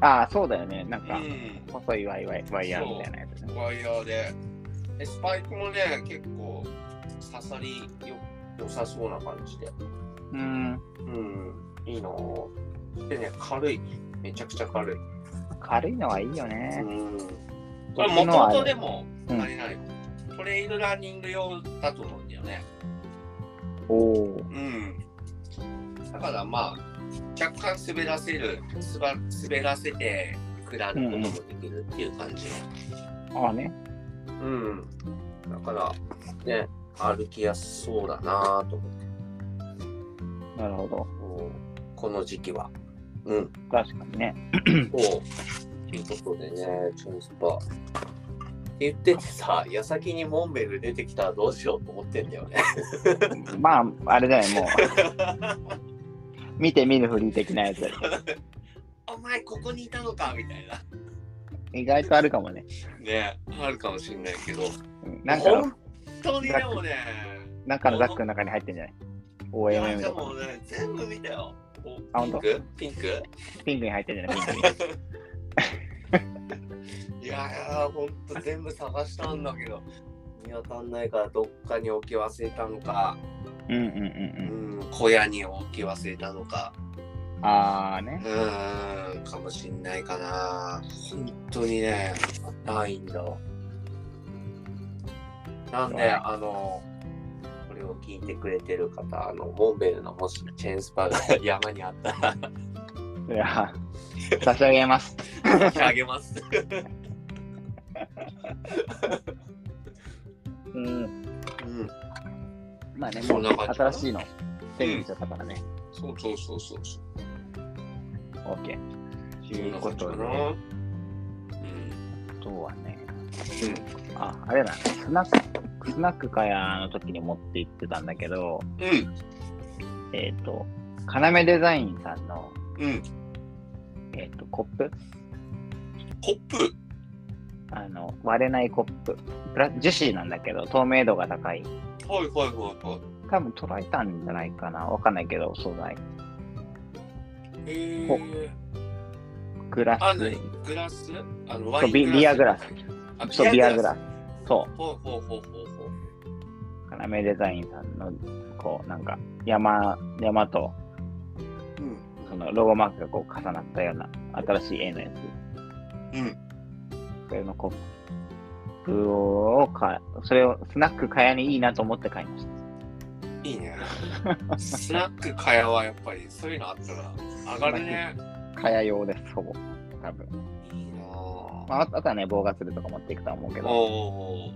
Speaker 2: あ、そうだよね。なんか、
Speaker 3: う
Speaker 2: 細いワイワイワイヤーみたいなやつね
Speaker 3: ん。。ワイヤーで。でスパイクもね、結構刺さりよ良さそうな感じで。
Speaker 2: うーん。
Speaker 3: うん、いいなぁでね、軽い。めちゃくちゃ軽い。
Speaker 2: 軽いのはいいよね。
Speaker 3: うん。こ
Speaker 2: こっ
Speaker 3: れ、
Speaker 2: ち
Speaker 3: も
Speaker 2: の
Speaker 3: と
Speaker 2: は
Speaker 3: も
Speaker 2: あ
Speaker 3: とで
Speaker 2: れ
Speaker 3: も、
Speaker 2: うん
Speaker 3: あれなのよトレイルランニング用だと思うんだよね。
Speaker 2: おお
Speaker 3: う
Speaker 2: ー。
Speaker 3: ん。だからまあ、若干滑らせる、すば滑らせて下ることもできるっていう感じ
Speaker 2: ああね。
Speaker 3: の。うん。だから、ね、歩きやすそうだなぁと思って
Speaker 2: なるほど。
Speaker 3: こう、この時期は。うん。
Speaker 2: 確かにね。
Speaker 3: そう。ということでね、チョイスパ。って言っててさ、矢先にモンベル出てきたらどうしようと思ってんだよね。
Speaker 2: まあ、あれだよね、 もう。見て見ぬふり的なやつだよ。
Speaker 3: お前ここにいたのかみたいな。
Speaker 2: 意外とあるかもね。
Speaker 3: ねあるかもしれないけど。
Speaker 2: うんなんかの、
Speaker 3: 本当にでもね、
Speaker 2: なんかのザックの中に入ってんじゃない
Speaker 3: いや
Speaker 2: ?OMM
Speaker 3: で
Speaker 2: とか
Speaker 3: もね、全部見たよ。お
Speaker 2: あ
Speaker 3: ピン
Speaker 2: 本当
Speaker 3: クピンク
Speaker 2: ピンクに入ってん じゃないピンクに。
Speaker 3: いやー、ほんと全部探したんだけど、見当たんないからどっかに置き忘れたのか、
Speaker 2: うんうん
Speaker 3: う
Speaker 2: うん
Speaker 3: ん、小屋に置き忘れたのか。
Speaker 2: うん。ああね。
Speaker 3: うーん、かもしんないかな。本当にね、ないんだわ。なんで、あの、これを聞いてくれてる方、あの、モンベルのもしチェーンスパが 山にあったら、
Speaker 2: いや、 差し上げます。
Speaker 3: 差し上げます。
Speaker 2: うん。
Speaker 3: うん、
Speaker 2: まあね、
Speaker 3: そ
Speaker 2: も
Speaker 3: ん
Speaker 2: う
Speaker 3: な感じ
Speaker 2: 新しいの手に入れちゃったからね。
Speaker 3: そうそうそうそうそう。
Speaker 2: オッケー。というこ
Speaker 3: 感じ
Speaker 2: と
Speaker 3: か
Speaker 2: で、
Speaker 3: な。
Speaker 2: あ
Speaker 3: うん。
Speaker 2: とはね、あ、あれだ、スナック、スナックかやの時に持って行ってたんだけど、
Speaker 3: うん。
Speaker 2: えっ、と、要デザインさんの、
Speaker 3: うん。
Speaker 2: えっ、と、コップ
Speaker 3: コップ。
Speaker 2: あの、割れないコップ。プラ樹脂なんだけど、透明度が高い。
Speaker 3: はいはいはいはい。
Speaker 2: 多分捉えたんじゃないかな。わかんないけど、素材。
Speaker 3: え
Speaker 2: ほ
Speaker 3: ー、
Speaker 2: グラ
Speaker 3: あの
Speaker 2: ス。、
Speaker 3: グラスあの、
Speaker 2: そうビビアグラス
Speaker 3: あ。
Speaker 2: そう、ビアグラス。そう。
Speaker 3: ほうほうほうほうほう。
Speaker 2: 要デザインさんの、こう、なんか、山、山と、
Speaker 3: うん。
Speaker 2: そのロゴマークがこう重なったような、新しい絵のや
Speaker 3: うん。
Speaker 2: つ。それのコップを買い、それをスナックかやにいいなと思って買いました。
Speaker 3: いい ね。スナックかやはやっぱりそういうのあったら上がる ね。
Speaker 2: かや用です、ほぼ。多分。
Speaker 3: いいなぁ。
Speaker 2: まあ、あとあとはね、棒ガツルとか持っていくとは思うけど、
Speaker 3: お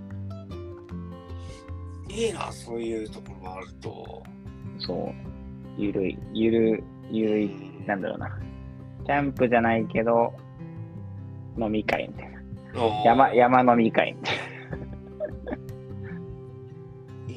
Speaker 3: ーいいな、そういうところがあると。
Speaker 2: そう。ゆるい、ゆる、ゆるいなんだろうな。キャンプじゃないけど、飲み会みたいな。
Speaker 3: おー
Speaker 2: 山、山飲み会みたい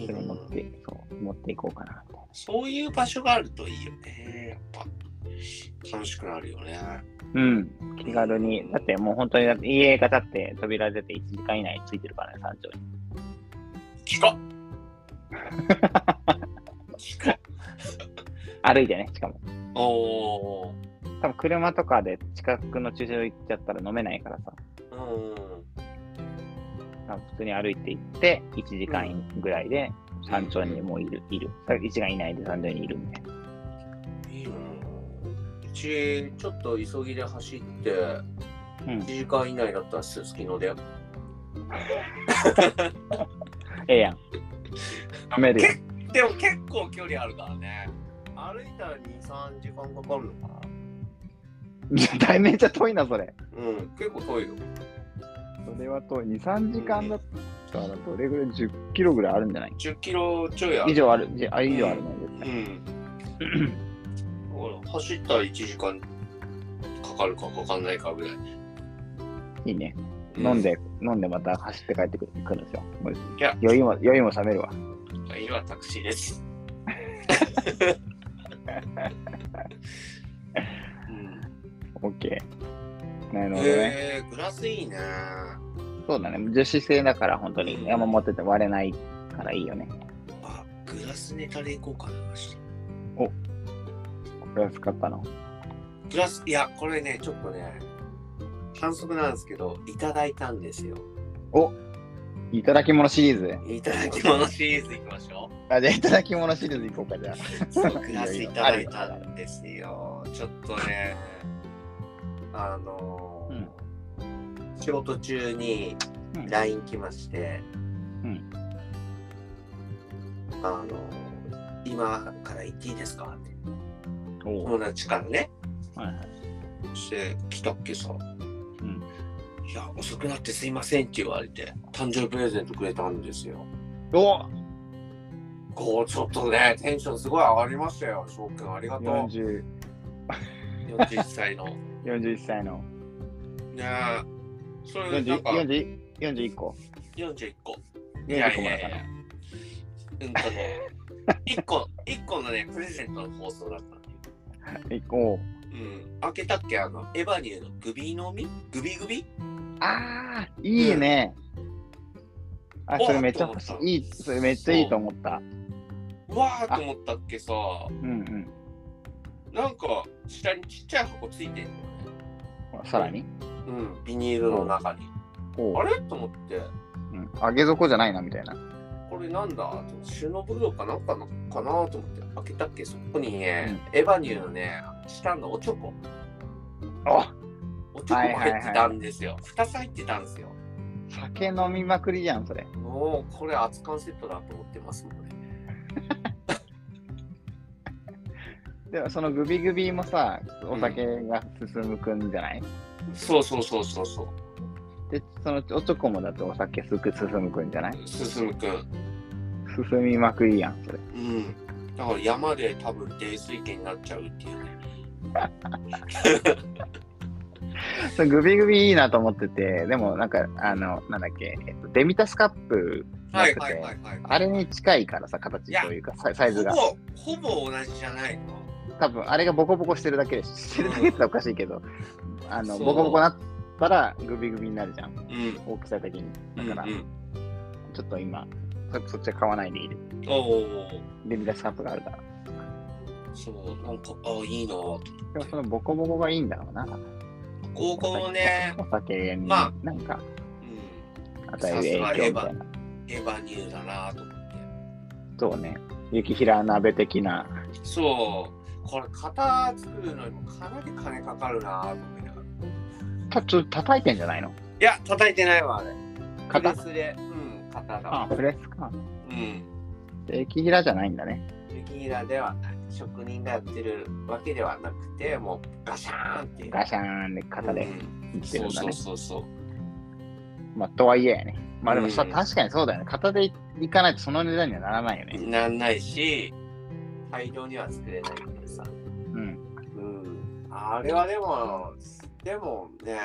Speaker 2: 持っていこうかなみたい
Speaker 3: そういう場所があるといいよね。やっぱ楽しくなるよね。
Speaker 2: な。うん。気軽に。だってもう本当にだって家が建って扉出て1時間以内についてるからね、山頂に。
Speaker 3: 聞こ 聞こ
Speaker 2: 歩いてね、しかも。
Speaker 3: おお。
Speaker 2: 多分車とかで近くの駐車場行っちゃったら飲めないからさ。
Speaker 3: うん。
Speaker 2: 多分普通に歩いて行って、1時間ぐらいで山頂にもういる、いる。1時間以内で山頂にいるみたいな。
Speaker 3: いいよな。うち、ちょっと急ぎで走って、
Speaker 2: うん
Speaker 3: 1時間以内だったらすすきので。
Speaker 2: ええやん。飲めるよ。
Speaker 3: でも結構距離あるからね。歩いたら2、3時間かかるのかな。
Speaker 2: 対面じゃ遠いな、それ。
Speaker 3: うん、結構遠いよ。
Speaker 2: それは遠い。2、3時間だったらどれぐらい ?10 キロぐらいあるんじゃない
Speaker 3: 10キロちょいある。
Speaker 2: 以上ある、じあ以上あるの絶
Speaker 3: う
Speaker 2: 対。
Speaker 3: ん。 ほら、走ったら1時間かかるかかかんないかぐらい。
Speaker 2: いいね。飲んで、飲んでまた走って帰ってくる来るんですよ。もう
Speaker 3: いや
Speaker 2: 酔いも、酔いも冷めるわ。
Speaker 3: うん。今はタクシーです。うん
Speaker 2: オッケー。なるほどね。
Speaker 3: へえグラスいいね。
Speaker 2: そうだね。女子性だから本当に山持ってて割れないからいいよね。
Speaker 3: あ、グラスネタでいこうかな。
Speaker 2: これは使ったの。
Speaker 3: グラス、いや、これね、ちょっとね、反則なんですけど、いただいたんですよ。
Speaker 2: いただき物シリーズ。
Speaker 3: いただき物シリーズいきましょう。
Speaker 2: あ、じゃあいただき物シリーズいこうか、じゃあ。
Speaker 3: そうグラスいただいたんですよ。ちょっとね、あのー仕事中に
Speaker 2: うん
Speaker 3: LINE 来まして、
Speaker 2: うん
Speaker 3: あのー今から行っていいですかって、
Speaker 2: おう
Speaker 3: 友達からね、
Speaker 2: はいはい。
Speaker 3: して来たっけさ、
Speaker 2: ん
Speaker 3: いや、遅くなってすいませんって言われて、誕生日プレゼントくれたんですよ。
Speaker 2: お
Speaker 3: こう、ちょっとね、テンションすごい上がりましたよ、翔くん、ありがとう。
Speaker 2: !40、
Speaker 3: 40歳の。
Speaker 2: 41歳の。
Speaker 3: ねえ。それなん
Speaker 2: 40
Speaker 3: か
Speaker 2: 40 41個。
Speaker 3: 41個。いや
Speaker 2: 41個
Speaker 3: い
Speaker 2: も
Speaker 3: や
Speaker 2: だ
Speaker 3: い
Speaker 2: か
Speaker 3: や
Speaker 2: ら。。
Speaker 3: うんとね、1個、一個のね、プレゼントの放送だったんだよ。
Speaker 2: 1個。
Speaker 3: うん。開けたっけあの、エヴァニューのグビの実グビグビ
Speaker 2: あー、いいね。あ、それめっちゃ欲し
Speaker 3: おーと思った
Speaker 2: い。いい、それめっちゃいいと思った。
Speaker 3: うわーと思ったっけさ、
Speaker 2: うん
Speaker 3: なんか、下にちっちゃい箱ついてんだよね。
Speaker 2: うん。さらに
Speaker 3: うん。ビニールの中に。
Speaker 2: お
Speaker 3: あ
Speaker 2: う、
Speaker 3: れと思って、
Speaker 2: うん、上げ底じゃないなみたいな。
Speaker 3: これなんだと思ってシュノブルーかなんかなかなと思って開けたっけそこにね、エヴァニューのね下のおちょこ
Speaker 2: あ
Speaker 3: おちょこも入ってたんですよ、二つ入ってたんですよ
Speaker 2: 酒飲みまくりじゃん、それ。
Speaker 3: もうこれ熱燗セットだと思ってますもんね
Speaker 2: でもそのグビグビもさ、お酒が進むくんじゃない、
Speaker 3: そうそうそうそうそう
Speaker 2: で、そのおちょこもだってお酒すく進むくんじゃない
Speaker 3: 進むくん
Speaker 2: 進みまくりやん、それ。
Speaker 3: うんだから山で多分泥酔家になっちゃうっていうね
Speaker 2: そのグビグビいいなと思ってて、でもなんか、あの、なんだっけ、えっと、デミタスカップなくて、
Speaker 3: いはい
Speaker 2: あれに近いからさ、形
Speaker 3: いや
Speaker 2: というか、サイサイズが。
Speaker 3: ほぼほぼ同じじゃないの
Speaker 2: 多分あれがボコボコしてるだけでしてるだけって言ったらおかしいけど、あの
Speaker 3: そう
Speaker 2: ボコボコなったらグビグビになるじゃん
Speaker 3: うん
Speaker 2: 大きさ的にだから、
Speaker 3: うんうん
Speaker 2: ちょっと今そそっちは買わないでいる
Speaker 3: おお
Speaker 2: デミダスカップがあるから
Speaker 3: そうなんかあいいなと思って
Speaker 2: でもそのボコボコがいいんだろうな
Speaker 3: 高校もね
Speaker 2: お酒に
Speaker 3: まあ
Speaker 2: なんか
Speaker 3: うん
Speaker 2: 与える影響みたいな、
Speaker 3: エヴァニューだなと思っ
Speaker 2: そうね雪平鍋的な
Speaker 3: てそうこれ型作るのにもかなり金かかるなと思いながらい
Speaker 2: たちょっと叩いてんじゃないの
Speaker 3: や叩いてないわあれプレ
Speaker 2: 型
Speaker 3: スでうん型だ
Speaker 2: あプレスか
Speaker 3: うん
Speaker 2: で雪平じゃないんだね
Speaker 3: 雪ギラではない職人がやってるわけではなくてもうガシャーンっていう
Speaker 2: ガシャーンで型で
Speaker 3: うん
Speaker 2: いって
Speaker 3: そ
Speaker 2: るん
Speaker 3: う
Speaker 2: だね、
Speaker 3: そうそうそう
Speaker 2: まあ、とはいえやね。まあでもさ、
Speaker 3: うん
Speaker 2: 確かにそうだよね。片手いかないとその値段にはならないよね。
Speaker 3: なんないし大量には作れないからさ
Speaker 2: うん。
Speaker 3: うんあれはでも、でもね、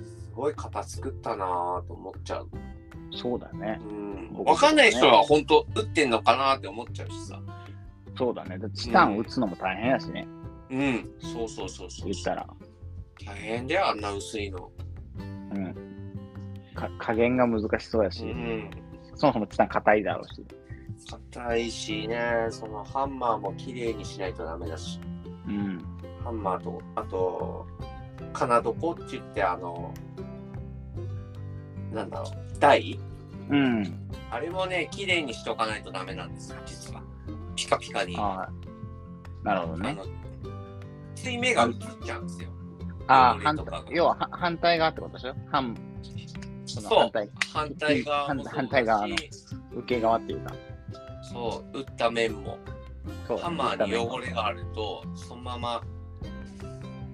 Speaker 3: すごい型作ったなぁと思っちゃう。
Speaker 2: そうだね。
Speaker 3: うん、わかんない人は本当打ってんのかなって思っちゃうしさ。
Speaker 2: そうだね。だってチタン打つのも大変やしね。
Speaker 3: うん、そうそうそうそう。
Speaker 2: 言ったら。
Speaker 3: 大変だよ、あんな薄いの。
Speaker 2: うん。か加減が難しそうや
Speaker 3: う
Speaker 2: し、
Speaker 3: ん。
Speaker 2: そもそもチタン硬いだろうし。
Speaker 3: 硬いしね、そのハンマーも綺麗にしないとダメだし。
Speaker 2: うん。
Speaker 3: ハンマーと、あと、金床って言って、あの、なんだろう、台
Speaker 2: うん。
Speaker 3: あれもね、綺麗にしとかないとダメなんですよ、実は。ピカピカに。
Speaker 2: ああ。なるほど
Speaker 3: あ
Speaker 2: ね。
Speaker 3: の、水面が映っちゃうんですよ。
Speaker 2: ああ、
Speaker 3: 汚れ
Speaker 2: 反
Speaker 3: とかが
Speaker 2: 要はは反対側ってことでしょ反、その
Speaker 3: そう
Speaker 2: 反対、
Speaker 3: 反対側もそうだし
Speaker 2: 反対側の受け側っていうか。
Speaker 3: そう、打った面も。
Speaker 2: そう
Speaker 3: ハンマーに汚れがあると、そのまま、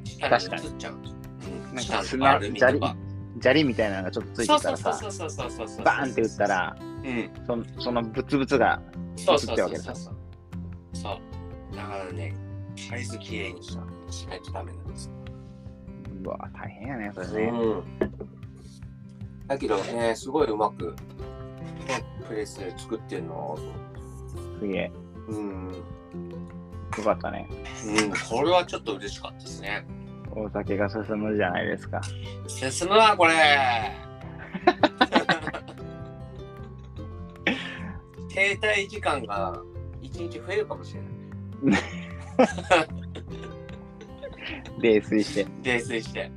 Speaker 3: 下に移っちゃう。うん、
Speaker 2: なんか
Speaker 3: 下のアルミとか。
Speaker 2: 砂利みたいなのがちょっとつい
Speaker 3: そう
Speaker 2: て
Speaker 3: そ
Speaker 2: た
Speaker 3: う
Speaker 2: ら
Speaker 3: そう
Speaker 2: さ
Speaker 3: そ、うそうそうそうそう。
Speaker 2: バーンって打った。ら、
Speaker 3: うん。
Speaker 2: そのそのブツブツが、
Speaker 3: そうそう
Speaker 2: 移って
Speaker 3: そ
Speaker 2: わ
Speaker 3: う
Speaker 2: け
Speaker 3: そ
Speaker 2: だ
Speaker 3: う。そう。だからね、サイズ綺麗にしたしないとダメなんですよ。
Speaker 2: うわ、大変やね、それで。
Speaker 3: うん。だけどね、すごいうまく、うまくプレスで作ってるの。
Speaker 2: すげえ、
Speaker 3: うん。うん、
Speaker 2: よかったね。
Speaker 3: これはちょっと嬉しかったですね。
Speaker 2: お酒が進むじゃないですか。
Speaker 3: 進む わ、これ停滞時間が1日増えるかもしれない。
Speaker 2: 泥酔して。
Speaker 3: 泥酔して、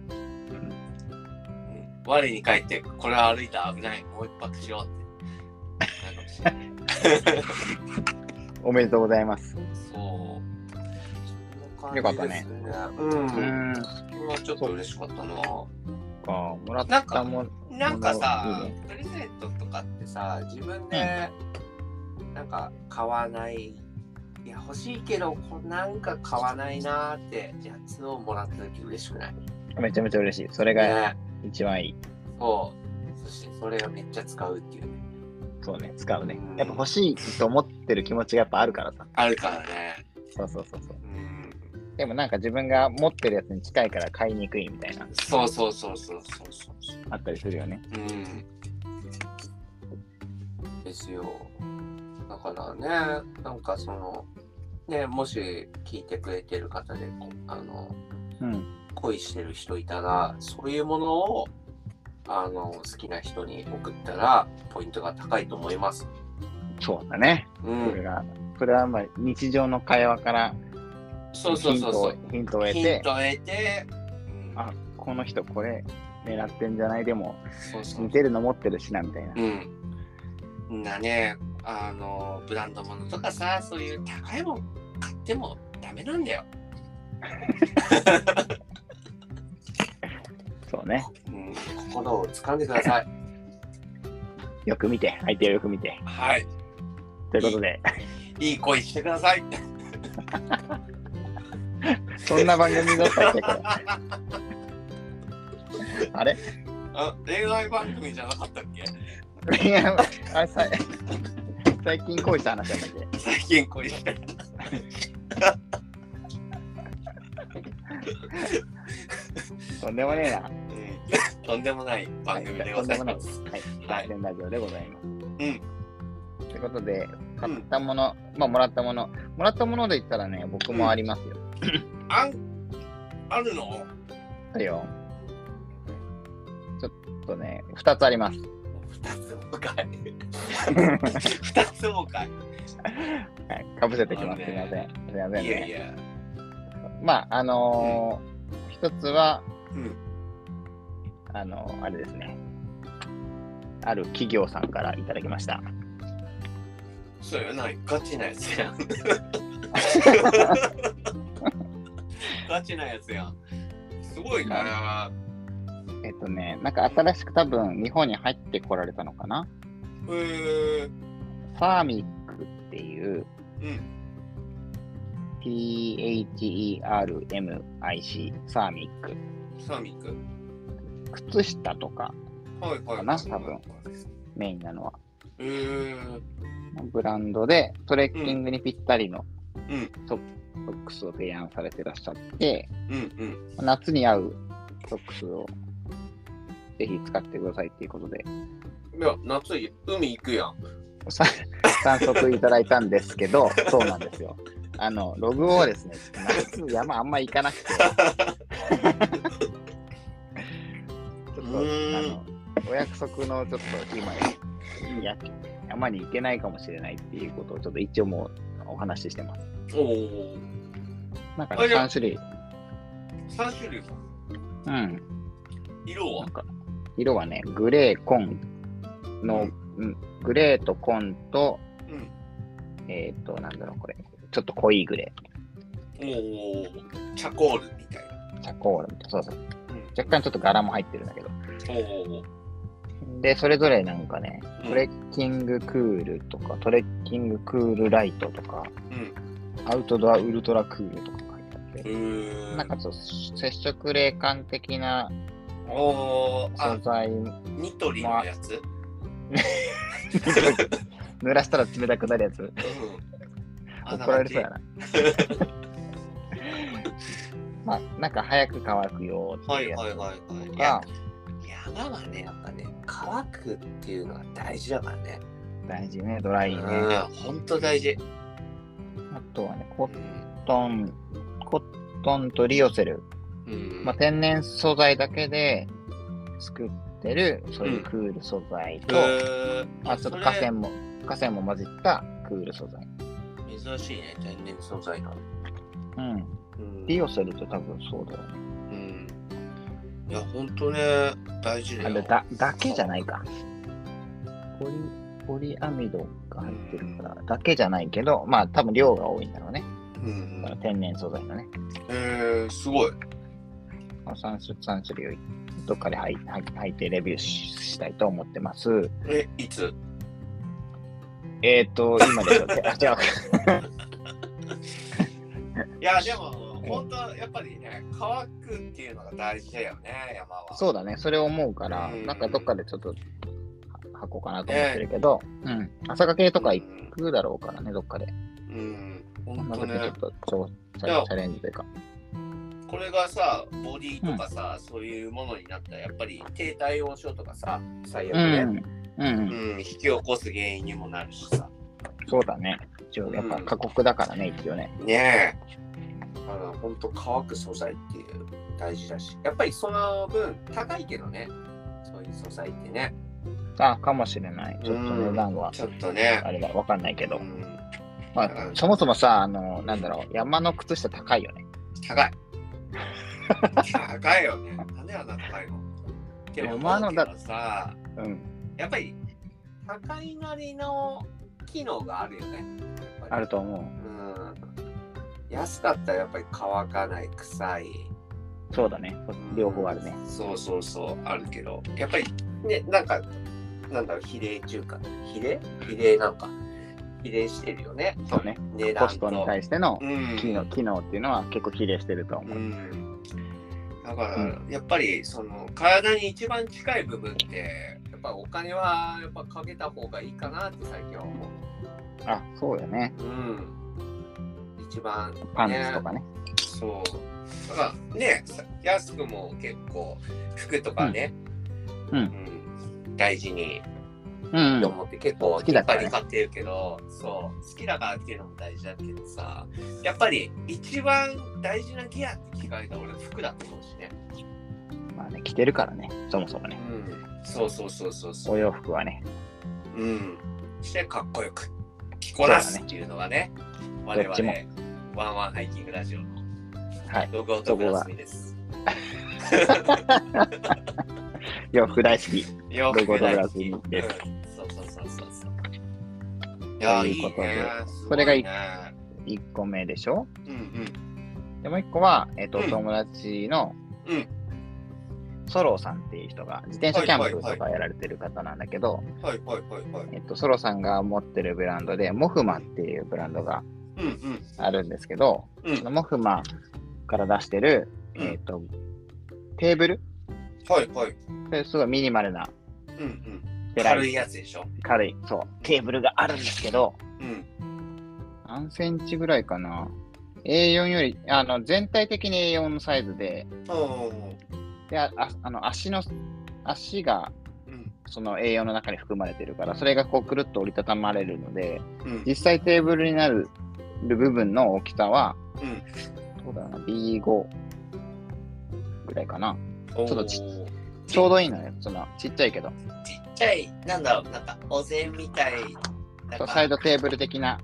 Speaker 3: 我に返ってこれは歩いたら危ないもう一泊しようってなるかもしれない
Speaker 2: おめでとうございます。
Speaker 3: そう
Speaker 2: よかったね
Speaker 3: うん、
Speaker 2: う
Speaker 3: こ
Speaker 2: ん。
Speaker 3: れはちょっと嬉しかったな
Speaker 2: か、もらったもん。
Speaker 3: なんかさ
Speaker 2: うん
Speaker 3: プレゼントとかってさ自分でなんか買わないいや欲しいけどこなんか買わないなーってやつをもらった時嬉しくない
Speaker 2: めちゃめちゃ嬉しい。それが
Speaker 3: ね
Speaker 2: 一番いい。
Speaker 3: そうそしてそれをめっちゃ使うっていうね
Speaker 2: そうね、使うね。やっぱ欲しいと思ってる気持ちがやっぱあるからさ。
Speaker 3: あるからね
Speaker 2: そうそうそうそう。
Speaker 3: うん
Speaker 2: でもなんか自分が持ってるやつに近いから買いにくいみたいな、
Speaker 3: そうそうそうそうそうそうそう。
Speaker 2: あったりするよね。
Speaker 3: うん。ですよ。だからね、なんかその、ね、もし聞いてくれてる方で、こあの、
Speaker 2: うん。
Speaker 3: 恋してる人いたら、そういうものを、あの、好きな人に送ったら、ポイントが高いと思います。
Speaker 2: そうだね。
Speaker 3: う
Speaker 2: それ
Speaker 3: ん。
Speaker 2: が、それはまあ日常の会話から
Speaker 3: そうそ
Speaker 2: ヒ
Speaker 3: う
Speaker 2: ン
Speaker 3: そう
Speaker 2: ト
Speaker 3: そ
Speaker 2: を
Speaker 3: う。
Speaker 2: ヒントを得
Speaker 3: ヒン
Speaker 2: て、
Speaker 3: トを得て、うん、
Speaker 2: あ、この人これ狙ってんじゃないでも、
Speaker 3: そうそう
Speaker 2: 似。てるの持ってるしな、みたいな。
Speaker 3: うん。んなね、あの、ブランド物とかさ、そういう高いもん買ってもダメなんだよ。
Speaker 2: そうね。
Speaker 3: うん、心を掴んでください。
Speaker 2: よく見て、相手をよく見て。
Speaker 3: はい。
Speaker 2: ということで、
Speaker 3: いい恋してください。
Speaker 2: そんな番組だったっけ、これ。 あれ
Speaker 3: あ恋愛番組じゃなかったっけ
Speaker 2: いや、あれさい、最近恋した話なんだっけ
Speaker 3: 最近恋して。
Speaker 2: とんでもねえな。
Speaker 3: うん、とんでもない番組でございます。
Speaker 2: はい、
Speaker 3: は
Speaker 2: はいい、ラジオでございます。
Speaker 3: うん。
Speaker 2: ということで、買ったもの、まあ、もらったもの、もらったもので言ったらね、僕もありますよ。
Speaker 3: あん、あるの
Speaker 2: あるよ。ちょっとね、2つあ ります。
Speaker 3: 二つもか い。二つもかい。
Speaker 2: はい、かぶせてきます。
Speaker 3: あ
Speaker 2: す
Speaker 3: る
Speaker 2: い
Speaker 3: ね
Speaker 2: ません。すいません、ね。
Speaker 3: いやいや。
Speaker 2: まあ、あのー一つは、
Speaker 3: うん。
Speaker 2: あのーあれですね。ある企業さんからいただきました。
Speaker 3: そうよな、ガチなやつ やん。ガチなやつやん。すごいね。
Speaker 2: えっとね、なんか新しく多分日本に入ってこられたのかな
Speaker 3: へえ。
Speaker 2: ファーミックっていう、
Speaker 3: うん。
Speaker 2: T-H-E-R-M-I-C、サーミック。
Speaker 3: サーミック。
Speaker 2: 靴下とか
Speaker 3: はいはい。
Speaker 2: かな多分。メインなのは。
Speaker 3: へえ。
Speaker 2: ブランドでトレッキングにぴったりの
Speaker 3: うん
Speaker 2: ソックスを提案されてらっしゃって、
Speaker 3: うんうん。
Speaker 2: 夏に合うソックスをぜひ使ってくださいっていうことで、
Speaker 3: いや、夏い、海行くやん。
Speaker 2: さ 早速いただいたんですけど、そうなんですよ。あの、ログをですね、夏山あんま行か なくて、ちょっと、あの、お約束のちょっと今、いや山に行けないかもしれないっていうことをちょっと一応もうお話ししてます。
Speaker 3: おお。
Speaker 2: なんか、
Speaker 3: あ
Speaker 2: ね、
Speaker 3: いや
Speaker 2: 3種類。
Speaker 3: 三種類か。
Speaker 2: うん。
Speaker 3: 色
Speaker 2: な
Speaker 3: は
Speaker 2: んか色はね、グレー、コンの、うんグレーとコンと、
Speaker 3: うん。
Speaker 2: えっ、ー、と、なんだろう、これ。ちょっと濃いグレ
Speaker 3: おお。チャコールみたいな。
Speaker 2: ー。チャコールみたいな。そうそう。
Speaker 3: うん
Speaker 2: 若干ちょっと柄も入ってるんだけど。
Speaker 3: おお。
Speaker 2: で、それぞれなんかね、
Speaker 3: うん
Speaker 2: トレッキングクールとか、トレッキングクールライトとか、
Speaker 3: うん。
Speaker 2: アウトドアウルトラクールとか書いてあって、
Speaker 3: う
Speaker 2: なんかちょっと接触冷感的な
Speaker 3: おお。あ
Speaker 2: 素、材、
Speaker 3: ニトリのやつ。うん。
Speaker 2: 濡らしたら冷たくなるやつ、
Speaker 3: あ
Speaker 2: 怒られそうや。な。 まあ、なんか早く乾くよって
Speaker 3: はいいう
Speaker 2: や
Speaker 3: はい
Speaker 2: つ
Speaker 3: はいはい。
Speaker 2: と
Speaker 3: い
Speaker 2: か
Speaker 3: や、山はね、やっぱね、乾くっていうのは大事だからね。
Speaker 2: 大事ね、ドライね。
Speaker 3: うん、本当大事。
Speaker 2: あとはね、コッ
Speaker 3: う
Speaker 2: トン、コットンとリオセル。
Speaker 3: ん。
Speaker 2: まあ、天然素材だけで作ってる、そういうクール素材と、
Speaker 3: へー
Speaker 2: まあ、ちょっと
Speaker 3: それ
Speaker 2: 河川も、河川も混じったクール素材。
Speaker 3: 珍しいね、天然素材の。
Speaker 2: うん。
Speaker 3: うん
Speaker 2: リオセルって多分そうだよね。
Speaker 3: うん。いや、ほんとね、大事
Speaker 2: あ
Speaker 3: だ
Speaker 2: れ
Speaker 3: よ。
Speaker 2: だ、だけじゃないか。ポリ、ポリアミドが入ってるから、だけじゃないけど、まあ多分量が多いんだろうね。
Speaker 3: うん
Speaker 2: だから天然素材のね。
Speaker 3: えー、すごい。
Speaker 2: まあ、3, 種三種類をどっかで入入入ってレビューししたいと思ってます。
Speaker 3: え、いつ
Speaker 2: えっ、ー、と、今でしょ。 あ、違う。
Speaker 3: いや、でも、ほんと、やっぱりね、乾くっていうのが大事だよね、山は。
Speaker 2: そうだね。それを思うから、
Speaker 3: うん
Speaker 2: なんかどっかでちょっとは箱かなと思ってるけど、うん。朝掛けとか行
Speaker 3: うん
Speaker 2: くだろうからね、どっかで。
Speaker 3: うん、ほ
Speaker 2: なんの
Speaker 3: と
Speaker 2: でちょ
Speaker 3: ね
Speaker 2: っ。と挑チ
Speaker 3: いや
Speaker 2: ャチャレンジというか。
Speaker 3: これがさ、ボディとかさ、そういうものになったら、やっぱり低体温症とかさ、最
Speaker 2: う
Speaker 3: 悪ね、
Speaker 2: ん。うん、
Speaker 3: うん、引き起こす原因にもなるしさ。
Speaker 2: そうだね。一応、やっぱ過酷だからね、一応ね。
Speaker 3: ねえ。あの、本当乾く素材っていう大事だし、やっぱりその分高いけどね、そういう素材ってね。
Speaker 2: あ、かもしれない。ちょっと値段は、
Speaker 3: ちょっとね。
Speaker 2: あれだ、わかんないけ
Speaker 3: う
Speaker 2: ど。
Speaker 3: ん、
Speaker 2: まあ
Speaker 3: う、ん
Speaker 2: そもそもさ、あの、なんだろう、山の靴下高いよね。
Speaker 3: 高い。高いよね。なんであんな高いのでも、
Speaker 2: まあ
Speaker 3: ま
Speaker 2: あの
Speaker 3: あ、だけどさ、
Speaker 2: うん。
Speaker 3: やっぱり高いなりの機能があるよね。やっぱり
Speaker 2: あると思う。
Speaker 3: うん。安かったらやっぱり乾かない、臭い。
Speaker 2: そうだね。両方あるね。
Speaker 3: そうそうそうあるけどやっぱりねなんかなんだろう比例中か比例比例なんか比例してるよね
Speaker 2: そうね。
Speaker 3: 値
Speaker 2: コ
Speaker 3: 段
Speaker 2: ス
Speaker 3: と
Speaker 2: トに対しての
Speaker 3: うん
Speaker 2: 機能,、機能っていうのは結構比例してると思
Speaker 3: う
Speaker 2: う。
Speaker 3: んだから、
Speaker 2: う
Speaker 3: やっぱりその体に一番近い部分ってやっぱお金はやっぱかけた方がいいかなって最近は思
Speaker 2: あ、そうよね。
Speaker 3: ううん一番
Speaker 2: パンツとかね。
Speaker 3: そう。だからね、さ安くも結構服とかね、
Speaker 2: うん
Speaker 3: うん大事に
Speaker 2: うん
Speaker 3: と。思って結構
Speaker 2: 好き
Speaker 3: い
Speaker 2: だ
Speaker 3: っ
Speaker 2: か
Speaker 3: ぱ
Speaker 2: らね
Speaker 3: い買ってるけど、そう好きだからっていうのも大事だけどさ、やっぱり一番大事なギアって聞かれたら俺服だと思うしね。
Speaker 2: まあね、着てるからね。そもそもね。
Speaker 3: うん。そうそうそうそうそ
Speaker 2: お洋服はね、
Speaker 3: う。うん。してかっこよく着こなすっていうのがね、我
Speaker 2: どっちも
Speaker 3: 々ワンワンハイキングラジオの
Speaker 2: はい。
Speaker 3: ログアウトブラスミです。
Speaker 2: 洋服大好き。
Speaker 3: 洋
Speaker 2: 服大好
Speaker 3: き
Speaker 2: きです
Speaker 3: そうそうそうそうそう。い
Speaker 2: や
Speaker 3: や、
Speaker 2: ー
Speaker 3: い
Speaker 2: いい
Speaker 3: い
Speaker 2: ねという
Speaker 3: ね
Speaker 2: ことで。それがいい1個目でしょ
Speaker 3: うん
Speaker 2: で、もう1個は、えっ、と、
Speaker 3: うん
Speaker 2: お友達の、
Speaker 3: うん
Speaker 2: ソロさんっていう人が、自転車キャンプとかやられてる方なんだけど、
Speaker 3: うん。はいはいはいはい。
Speaker 2: えっと、ソロさんが持ってるブランドで、モフマっていうブランドが
Speaker 3: うん
Speaker 2: あるんですけど、
Speaker 3: うん。う
Speaker 2: そ
Speaker 3: ん。
Speaker 2: のモフマから出してる、
Speaker 3: うん
Speaker 2: えっ、と、テーブル
Speaker 3: はいはい。
Speaker 2: で、すごいミニマルな、
Speaker 3: うんうん。
Speaker 2: で
Speaker 3: 軽いやつでしょ。
Speaker 2: 軽い、そう、テーブルがあるんですけど、
Speaker 3: うん。
Speaker 2: 何センチぐらいかな ?A4 より、あの、全体的に A4 のサイズで、
Speaker 3: うん。
Speaker 2: で、あああの、足の、足が
Speaker 3: うん
Speaker 2: その栄養の中に含まれてるから、それがこうくるっと折りたたまれるので、
Speaker 3: うん
Speaker 2: 実際テーブルになる部分の大きさは、
Speaker 3: うん
Speaker 2: どうだろうな、B5 ぐらいかな。
Speaker 3: ちょ
Speaker 2: っとちちょうどいいのよ、そのちっちゃいけど、
Speaker 4: ちっちゃい、なんだろう、なんか、お膳みたい。なん
Speaker 2: サ
Speaker 4: か、
Speaker 2: イドテーブル的な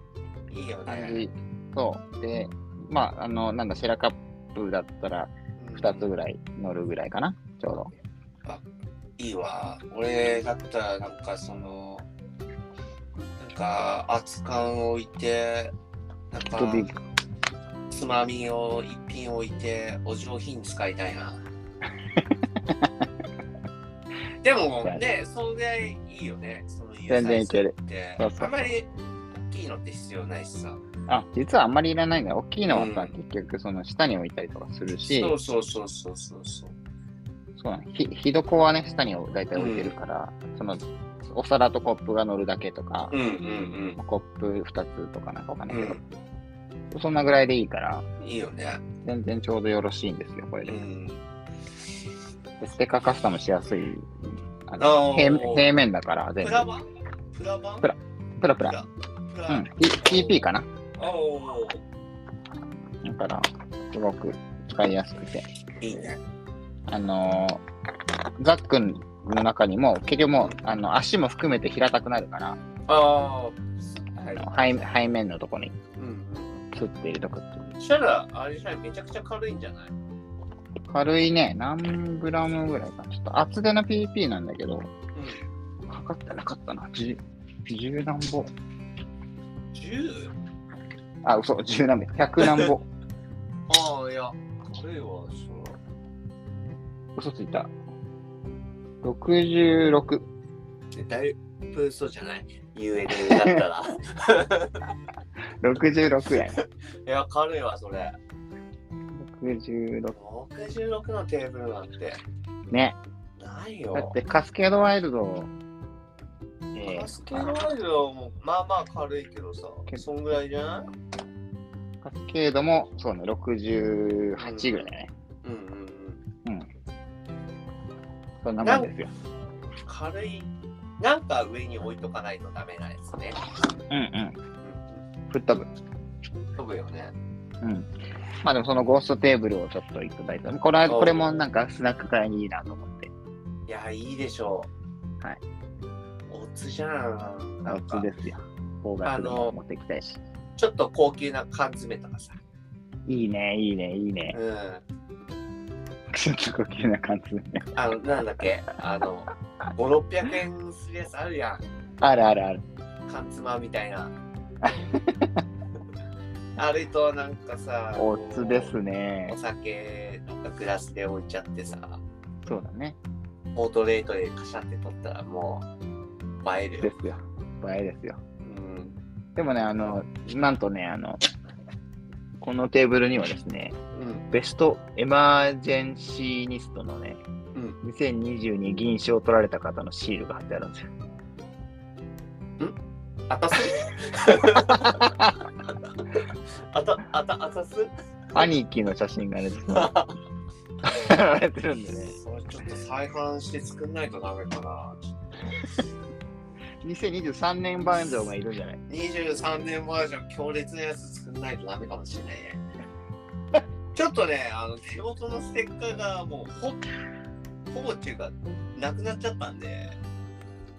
Speaker 2: い
Speaker 4: いよ
Speaker 2: 感
Speaker 4: ね。
Speaker 2: じ。そう。で、まあ、あの、なんだ、シェラカップだったら2つぐらい乗るぐらいかな、ちょうど。
Speaker 4: い
Speaker 3: い
Speaker 4: い
Speaker 3: い
Speaker 4: わ。
Speaker 3: わ俺だったらなんかそのなんか熱燗を置いてなんか
Speaker 2: ちょっとビッ
Speaker 3: つまみを一品置いてお上品に使いたいな でもねそれでいいよねその
Speaker 2: 全然いける
Speaker 3: って
Speaker 2: そうそうそう
Speaker 3: あんまり大きいのって必要ないしさ
Speaker 2: あ、実はあんまりいらないんだよ。大きいのはさ、
Speaker 3: うん
Speaker 2: 結局、その下に置いたりとかするし、
Speaker 3: そうそうそうそうそうそう
Speaker 2: そうなのひひどこはね、下に大体置いてるから、その、お皿とコップが乗るだけとか、
Speaker 3: うんうん
Speaker 2: コップ2つとかなんかわかんな
Speaker 3: う
Speaker 2: いけど
Speaker 3: ん、
Speaker 2: そんなぐらいでいいから、
Speaker 3: うんいいよね
Speaker 2: 全然ちょうどよろしいんですよ、これ
Speaker 3: う
Speaker 2: で。
Speaker 3: ん
Speaker 2: でステッカーカスタムしやすい、あ
Speaker 3: あー
Speaker 2: の平平面だから、全
Speaker 4: プ
Speaker 2: 部。
Speaker 4: ラバンプラバン
Speaker 2: ププラプラ。
Speaker 4: プ
Speaker 2: う
Speaker 4: ラ
Speaker 2: ん、T- TP かな。
Speaker 4: おお
Speaker 2: だから、すごく使いやすくて。
Speaker 3: いいね
Speaker 2: あのーザックンの中にも、結局もう、あの足も含めて平たくなるから、
Speaker 3: ああ
Speaker 2: あの背背面のとこに
Speaker 3: うん
Speaker 2: スッて入れとくっていう
Speaker 3: そしたら、あれじゃない、めちゃくちゃ軽いんじゃない
Speaker 2: 軽いね、何グラムぐらいかな。ちょっと厚手の PP なんだけど、
Speaker 3: う
Speaker 2: かかってなかったな。十、十何ぼ。
Speaker 3: ん。10?
Speaker 2: あ、嘘、十何ぼ。百何ぼ。
Speaker 3: ああ、いや、軽いわ、そ
Speaker 2: 嘘ついた。66。
Speaker 3: う。だいぶ嘘じゃない ?UNL だったら。
Speaker 2: 66や な。
Speaker 3: いや、軽いわ、それ。
Speaker 2: 66。
Speaker 3: 66のテーブルなんて、
Speaker 2: ね。
Speaker 3: ない
Speaker 2: だ
Speaker 3: よ
Speaker 2: っ。てカスケードワイルド。え
Speaker 3: カ
Speaker 2: ー
Speaker 3: スケードワイルドも、まあまあ軽いけどさ、
Speaker 2: け
Speaker 3: そんぐらいじゃない
Speaker 2: カスケードも、そうね、68ぐらいだね。
Speaker 3: うんうんうん。
Speaker 2: そんなもんですよ。
Speaker 3: 軽い。なんか上に置いとかないとダメなやつね。
Speaker 2: うんうん。
Speaker 3: うん
Speaker 2: 吹っ飛ぶ。
Speaker 3: うん。飛ぶよね。
Speaker 2: うん。まあでもそのゴーストテーブルをちょっといただいた。これは、これもなんかスナック会にいいなと思って。
Speaker 3: いや、いいでしょう。
Speaker 2: はい。
Speaker 3: おつじゃん。な
Speaker 2: お
Speaker 3: んか
Speaker 2: つですよ。方角でも持っていきたいし。
Speaker 3: ちょっと高級な缶詰とかさ。
Speaker 2: いいね、いいね、いいね。
Speaker 3: うん。
Speaker 2: ちょっと高級な感じね。
Speaker 3: あの、なんだっけ、あの、5、600円するやつあるやん。
Speaker 2: あるあるある。
Speaker 3: 缶つまみたいな。あれとなんかさ、
Speaker 2: おつです
Speaker 3: こう
Speaker 2: ね
Speaker 3: お。酒、なんかグラスで置いちゃってさ、
Speaker 2: そうだね。
Speaker 3: ポートレートでカシャって撮ったらもう、映える
Speaker 2: で
Speaker 3: よ。
Speaker 2: すよ。映えですよ。
Speaker 3: うん。
Speaker 2: でもね、あの、なんとね、あの、このテーブルにはですね、
Speaker 3: うん。
Speaker 2: ベストエマージェンシーニストのね、
Speaker 3: うん
Speaker 2: 2022銀賞を取られた方のシールが貼ってあるんですよ。
Speaker 3: あたすあた、あた、あたす
Speaker 2: 兄貴の写真がね、実は貼られてるんでね、
Speaker 3: それちょっと再販して作んないとダメかな。
Speaker 2: 2023年バージョンがいるんじゃない
Speaker 3: 23年バージョン強烈なやつ作んないとダメかもしれないね。ちょっとね、あの手元のステッカーがもうほほぼっていうかなくなっちゃったんで、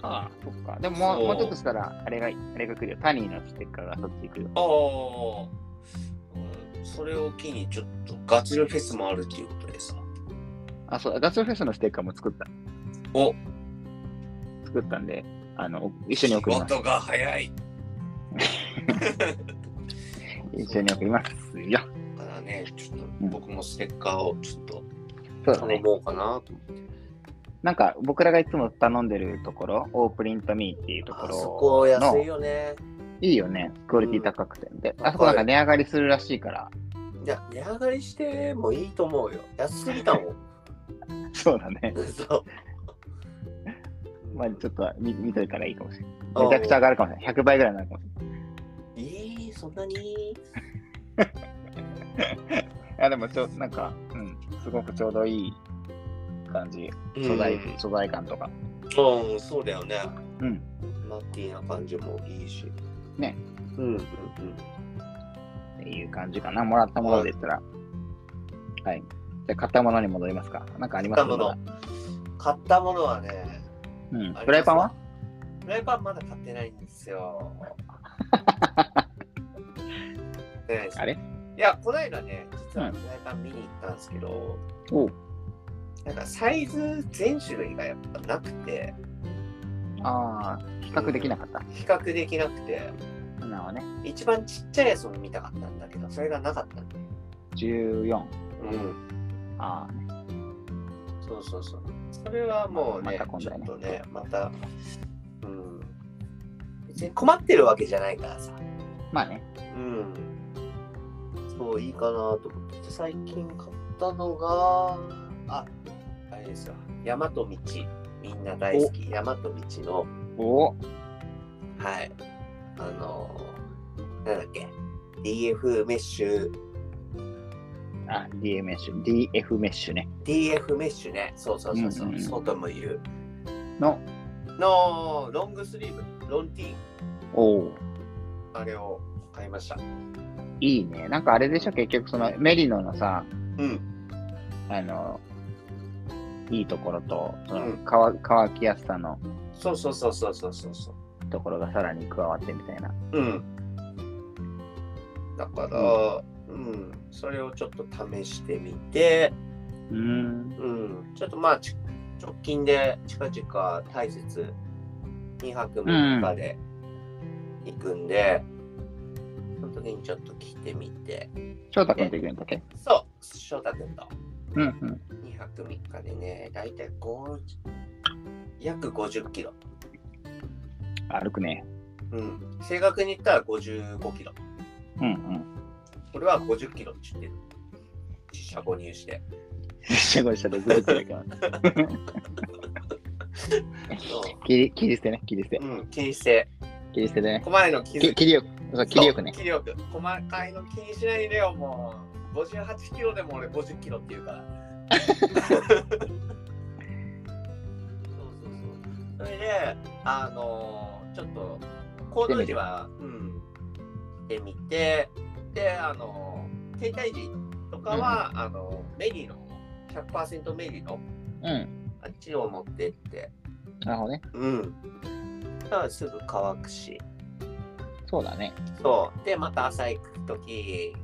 Speaker 2: ああ、そっか。でもも
Speaker 3: そうう
Speaker 2: もうちょっとしたら、あれが、あれが来るよ。タニーのステッカーがそっち行くよ。
Speaker 3: ああ、うんそれを機にちょっとガチルフェスもあるっていうことでさ。
Speaker 2: あ、そう、ガチョフェスのステッカーも作った。
Speaker 3: お
Speaker 2: 作ったんで、あの、一緒に送ります。
Speaker 3: 仕事が早い。
Speaker 2: 一緒に送りますよ。
Speaker 3: だからね、ちょっと僕もステッカーをちょっと
Speaker 2: そうだ
Speaker 3: 頼
Speaker 2: ね。
Speaker 3: もうかなと思って。
Speaker 2: なんか、僕らがいつも頼んでるところ、オープリントミーっていうとこ
Speaker 3: あ
Speaker 2: ろの、
Speaker 3: そこ安いよね。
Speaker 2: いいよね。クオリティ高くて。で、あそこ
Speaker 3: 高
Speaker 2: ないんか値上がりするらしいから。
Speaker 3: いや、値上がりしてもいいと思うよ。安すぎた もん。
Speaker 2: そうだね。
Speaker 3: そう。
Speaker 2: まあちょっと見見といたらいいかもしれ
Speaker 3: う
Speaker 2: ない。
Speaker 3: ん
Speaker 2: めちゃくちゃ上がるかもしれない。100倍ぐらいになるかもしれ
Speaker 3: えー、そんなに
Speaker 2: ない。いや、でもちょ、なんか、うん、すごくちょうどいい感じ、
Speaker 3: うん
Speaker 2: 素材、素材感とか。
Speaker 3: うん、そうだよね。
Speaker 2: うん。
Speaker 3: マッティーな感じもいいし。
Speaker 2: ね。
Speaker 3: うんうん
Speaker 2: っていう感じかな。もらったもので言ったら。はい。じゃあ買ったものに戻りますか。なんかあります
Speaker 3: 買ったもの
Speaker 2: ま
Speaker 3: う
Speaker 2: だ
Speaker 3: ん。買ったものはね、
Speaker 2: うん。
Speaker 3: ます
Speaker 2: フライパンは
Speaker 3: フライパンまだ買ってないんですよ。 ね
Speaker 2: あれ
Speaker 3: いや、こないだね、実はフライパン見に行ったんですけど、
Speaker 2: おう
Speaker 3: なんかサイズ全種類がやっぱなくて、
Speaker 2: ああ、比較できなかった。
Speaker 3: 比較できなくて、
Speaker 2: なおね。
Speaker 3: 一番ちっちゃいやつも見たかったんだけど、それがなかったんだよ。
Speaker 2: 14。
Speaker 3: うん。
Speaker 2: ああ、ね、
Speaker 3: そうそうそう。それはもうね、
Speaker 2: また今
Speaker 3: ちょ
Speaker 2: 度や
Speaker 3: っ
Speaker 2: ね
Speaker 3: とね、また、うん。別に困ってるわけじゃないからさ。
Speaker 2: まあね。
Speaker 3: うん。そう、いいかなと思って。最近買ったのが、あ、あれですよ。大和道。みんな大好き。大和道の、
Speaker 2: おお、
Speaker 3: はい。あのー、なんだっけ。DF メッシュ、
Speaker 2: あ、D メッシュ、DF メッシュね。
Speaker 3: DF メッシュね。そうそうそうそう。
Speaker 2: うんうんうん
Speaker 3: 外も言う。
Speaker 2: の、
Speaker 3: の、ロングスリーブ、ロンティー。
Speaker 2: おお、
Speaker 3: あれを買いました。
Speaker 2: いいね。なんかあれでしょ、結局そのメリノのさ、
Speaker 3: うん。
Speaker 2: あの、いいところと、そうの
Speaker 3: ん
Speaker 2: 乾乾きやすさの
Speaker 3: そうそうそうそうそうそうそ
Speaker 2: ところがさらに加わってみたいな。
Speaker 3: う。うん。だから、うん、それをちょっと試してみて、
Speaker 2: うーん。
Speaker 3: うん、ちょっとまあ、ち直近で近々大切2泊3日で行くんで、その時にちょっと着てみて、
Speaker 2: 翔太君と行くんだっけ
Speaker 3: そう、翔太君と
Speaker 2: うんうん。
Speaker 3: 2泊3日でね、だいたい5、約50キロ。
Speaker 2: 歩くね。
Speaker 3: うん、正確に言ったら55キロ。
Speaker 2: うん うん。
Speaker 3: これは50キロって言ってる。自社購入して。
Speaker 2: すごいしたでずっと行くから切り切り捨てね、切り捨て。
Speaker 3: うん、切り捨て。
Speaker 2: 切り捨てでね。
Speaker 3: 狛江の切
Speaker 2: き
Speaker 3: り
Speaker 2: 切りよく、そう切りよくね。
Speaker 3: 切りよく。狛江の気にしないでよ、もう。58キロでも俺50キロって言うから。そうそうそう。それで、あのーちょっと、行動時は、うん、で見て、で、あのー停滞時とかは、あのーメリの、100%メリの、
Speaker 2: うん。
Speaker 3: あっちを持ってって、
Speaker 2: なるほどね。
Speaker 3: うん。だからすぐ乾くし。
Speaker 2: そうだね。
Speaker 3: そう。で、また朝行くとき、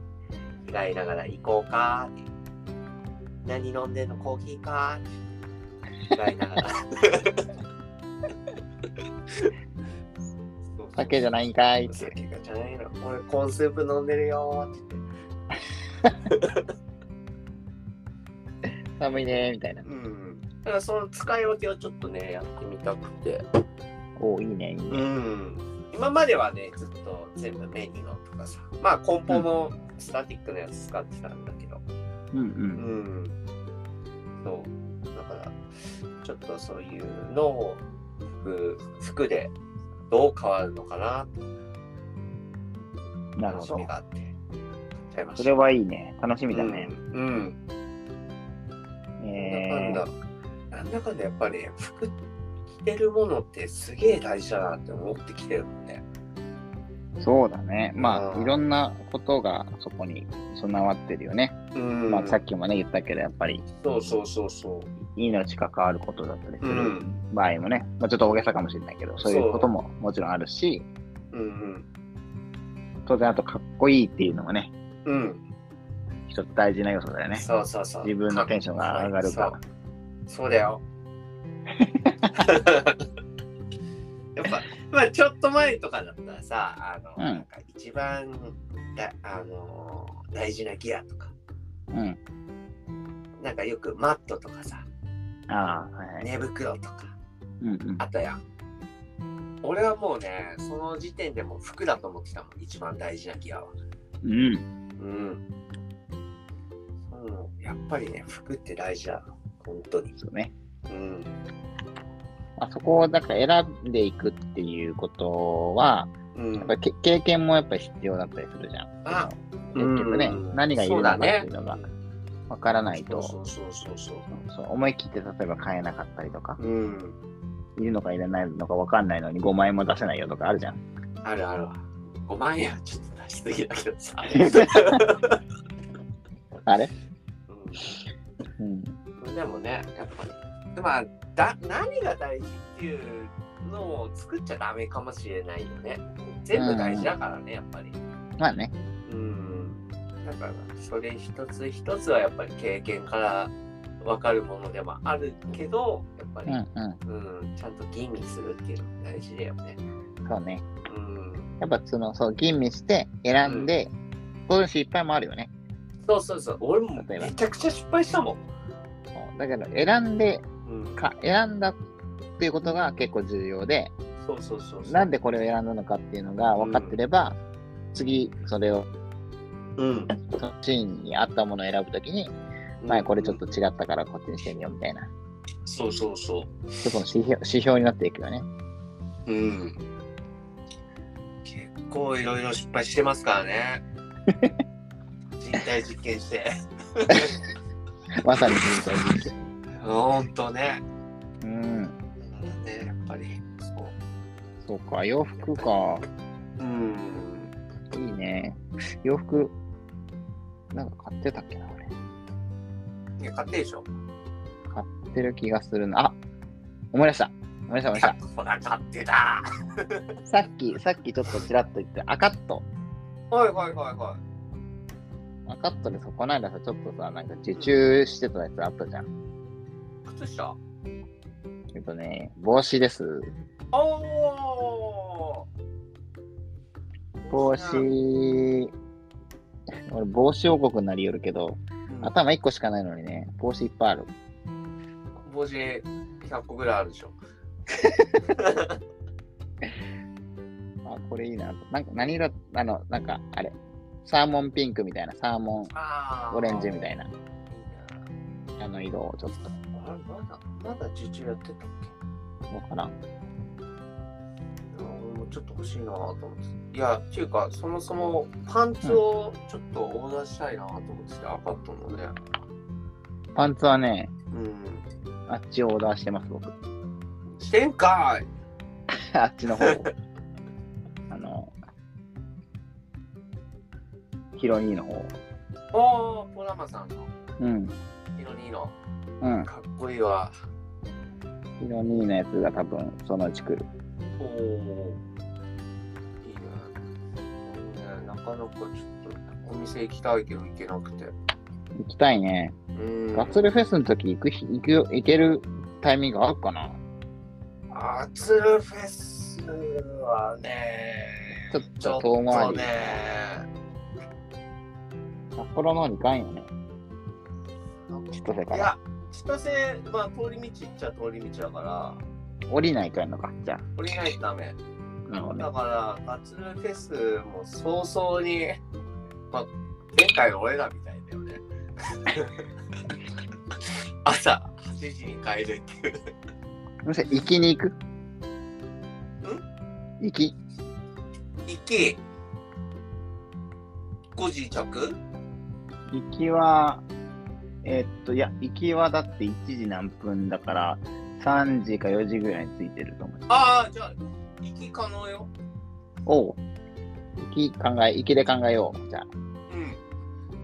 Speaker 3: 着替えながら行こうかって。何飲んでんのコーヒーかって。着替えながら。
Speaker 2: 酒じゃないんかいって。
Speaker 3: 酒がじゃないの。俺、コーンスープ飲んでるよーって
Speaker 2: 寒いねみたいな。
Speaker 3: 言って。うん。だからその使い分けをちょっとね、やってみたくて。
Speaker 2: おお、いいね、いいね。
Speaker 3: うん。今まではね、ずっと全部メニューのとかさ。まあ、梱包もスタティックのやつ使ってたんだけど。
Speaker 2: うん
Speaker 3: う
Speaker 2: う。
Speaker 3: んん。そう。だから、ちょっとそういうのを服服でどう変わるのかなって
Speaker 2: なる
Speaker 3: 楽
Speaker 2: ほ
Speaker 3: し
Speaker 2: ど
Speaker 3: み。があって、買っちゃいました。
Speaker 2: それはいいね。楽しみだね。
Speaker 3: うん。うん。
Speaker 2: え
Speaker 3: なんだかんだ、なんだかんだやっぱり、服着てるものってすげえ大事だなって思ってきてるもんね。
Speaker 2: ー、そうだね。ま
Speaker 3: う
Speaker 2: あ、
Speaker 3: ん
Speaker 2: いろんなことがそこに備わってるよね。
Speaker 3: うん
Speaker 2: まあ、さっきもね、言ったけど、やっぱり
Speaker 3: そうそうそうそう。
Speaker 2: 命が変わることだったりす
Speaker 3: う
Speaker 2: る
Speaker 3: ん
Speaker 2: 場合もね、まあ、ちょっと大げさかもしれないけど、そういうことももちろんあるし、
Speaker 3: うん
Speaker 2: 当然、あと、かっこいいっていうのもね、
Speaker 3: うん。うん。
Speaker 2: 一つ大事な要素だよね。
Speaker 3: そうそうそう。
Speaker 2: 自分のテンションが上がるから。
Speaker 3: そうだ よ。やっぱ、まあ、ちょっと前とかだったらさ、あの、
Speaker 2: うん
Speaker 3: なんか一番だあのー大事なギアとか、
Speaker 2: うん。
Speaker 3: なんかよくマットとかさ、
Speaker 2: ああ、はいはい。
Speaker 3: 寝袋とか
Speaker 2: うんうん
Speaker 3: あ。ったやん。俺はもうね、その時点でもう服だと思ってたもん、一番大事なギアは。
Speaker 2: うん。
Speaker 3: うん。そうやっぱりね、服って大事だな、本当に。
Speaker 2: そうね。
Speaker 3: うん。
Speaker 2: まあ、そこをなんか選んでいくっていうことは、
Speaker 3: うん
Speaker 2: やっぱりけ経験もやっぱり必要だったりするじゃん。
Speaker 3: あ
Speaker 2: 結局ね、何がいるのかっていうのが
Speaker 3: そうだね
Speaker 2: わからないと、
Speaker 3: そうそうそうそう
Speaker 2: そう思い切って例えば買えなかったりとか、
Speaker 3: そう。うん。
Speaker 2: いるのかいらないのかわかんないのに5万円も出せないよとかあるじゃん。
Speaker 3: あるあるわ。5万円はちょっと出しすぎだけどさ。
Speaker 2: あれ
Speaker 3: うん
Speaker 2: うん。
Speaker 3: でもね、やっぱり。まあ、だ何が大事っていうのを作っちゃダメかもしれないよね。全部大事だからね、やっぱり。
Speaker 2: まあね。
Speaker 3: うん。だから、それ一つ一つはやっぱり経験から分かるものでもあるけど、やっぱ
Speaker 2: う
Speaker 3: り、
Speaker 2: んう
Speaker 3: うん、ちゃんと吟味するっていうのも大事だよね。
Speaker 2: ん。そうね。
Speaker 3: うん。
Speaker 2: やっぱその、そう、吟味して選んで、こういう失敗もあるよね。
Speaker 3: そうそうそう。俺も
Speaker 2: 例えば
Speaker 3: めちゃくちゃ失敗したもん。
Speaker 2: そうだけど、選んで
Speaker 3: うん。
Speaker 2: か、選んだっていうことが結構重要で、
Speaker 3: そうそうそうそう。
Speaker 2: なんでこれを選んだのかっていうのが分かってれば、次、それを、
Speaker 3: うん。
Speaker 2: そのシーンに合ったものを選ぶときに、前これちょっと違ったからこっちにしてみようみたいな、
Speaker 3: そうそうそう。
Speaker 2: 一つの指標指標になっていくよね。
Speaker 3: うん。結構いろいろ失敗してますから ね。人体実験して。
Speaker 2: まさに人体実験。
Speaker 3: ほんとね。
Speaker 2: うん、
Speaker 3: ね、やっぱり。そう。
Speaker 2: そうか、洋服か。
Speaker 3: うん。
Speaker 2: いいね。洋服、なんか買ってたっけな、俺。
Speaker 3: いや、勝手でしょ。
Speaker 2: 買ってる気がするな。あ思い出した。思い出した、思い出し
Speaker 3: ほら、勝手だ。
Speaker 2: た。さっき、さっきちょっとちらっと言って、赤っと。
Speaker 3: はいはいはいは
Speaker 2: 赤っとでさ、こないださ、ちょっとさ、なんか受注してたやつあったじゃん。
Speaker 3: い。靴下
Speaker 2: えっとね、帽子です。
Speaker 3: おー
Speaker 2: 帽子、
Speaker 3: うん
Speaker 2: 俺帽子王国になりよるけど、頭1個しかないのにね、帽子いっぱいある。
Speaker 3: 帽子100個ぐらいあるでしょ。
Speaker 2: あ、これいいな。なんか何色、あの、なんかあれ、サーモンピンクみたいな、サーモン
Speaker 3: あー
Speaker 2: オレンジみたいな、
Speaker 3: いいな
Speaker 2: あの色をちょっと、
Speaker 3: あれまだまだ受注やってたっけ
Speaker 2: どうかな。
Speaker 3: うん俺もちょっと欲しいなと思っていやっていうかそもそもパンツをちょっとオーダーしたいなと思ってて赤っとのね
Speaker 2: パンツはね、
Speaker 3: う
Speaker 2: あっちをオーダーしてます、僕。
Speaker 3: んしてんかい
Speaker 2: あっちの方を。あの、ヒロニーの方。
Speaker 3: おおポラマさんの
Speaker 2: うん、
Speaker 3: ヒロニーの
Speaker 2: うん。
Speaker 3: かっこいいわ
Speaker 2: ヒロニーのやつが多分、そのうち来る。
Speaker 3: おおいいねうんねなかなかちょっとお店行きたいけど行けなくて
Speaker 2: 行きたいね。
Speaker 3: うん
Speaker 2: ガッツルフェスの時行く日、行くよ、行けるタイミングあるかな
Speaker 3: アツルフェスはね
Speaker 2: ちょっと遠回
Speaker 3: ちょっと
Speaker 2: り
Speaker 3: ね
Speaker 2: 札幌の方に行かんよね。千歳か
Speaker 3: い
Speaker 2: ら。
Speaker 3: や、千歳、まあ、通り道っちゃ通り道だから、
Speaker 2: 降りないとやんのか、じゃ
Speaker 3: 降りないとダメ。
Speaker 2: あ。なるほどね
Speaker 3: だ。から、ガッツルフェスも早々に、まあ、前回の俺らみたいだよね。 朝8時に帰るっていう。
Speaker 2: むしろ行きに行く行き
Speaker 3: 行き、5時着
Speaker 2: 行きは、えーっと、いや、行きはだって1時何分だから、3時か4時ぐらいに着いてると思う。
Speaker 3: ああ、じゃあ、行き可能よ。
Speaker 2: おう。行き考え、行きで考えよう。じゃあ、
Speaker 3: うん。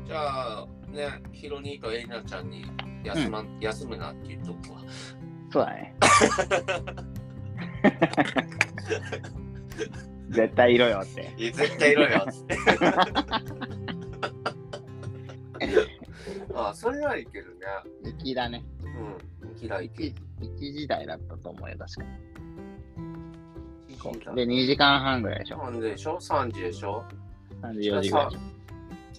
Speaker 3: じゃあ、ね、ヒロニーとエリナちゃんに休,、ま休むなって言っとくわ。
Speaker 2: そうだ ね。絶対いろよって。
Speaker 3: いや絶対いろよっつって あそれならいけるね
Speaker 2: 行きだね。
Speaker 3: うん嫌いいけ
Speaker 2: 1
Speaker 3: る
Speaker 2: 時台だったと思うよ、確か
Speaker 3: 嫌
Speaker 2: に。で、
Speaker 3: い
Speaker 2: 2時間半ぐらいでしょ。
Speaker 3: 3時でしょ3時でしょ
Speaker 2: 3時、4時ぐらいでし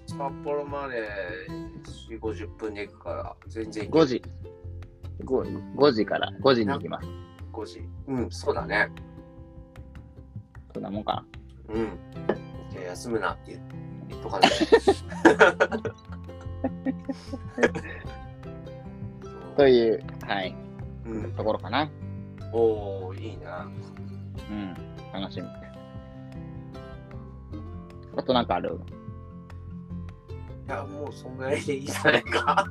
Speaker 3: 札幌まで4 5 0分で行くから全然
Speaker 2: ょ。5時。5, 5時から5時に行きます。
Speaker 3: 5時うんそうだね
Speaker 2: そんなもんか。
Speaker 3: うんじゃあ休むなって言言っとかない
Speaker 2: という、はい、
Speaker 3: う、うん、
Speaker 2: ところかな。
Speaker 3: おおいいな
Speaker 2: うん、楽しみ。あとなんかある
Speaker 3: や、もうそんぐらいでいいじゃないか。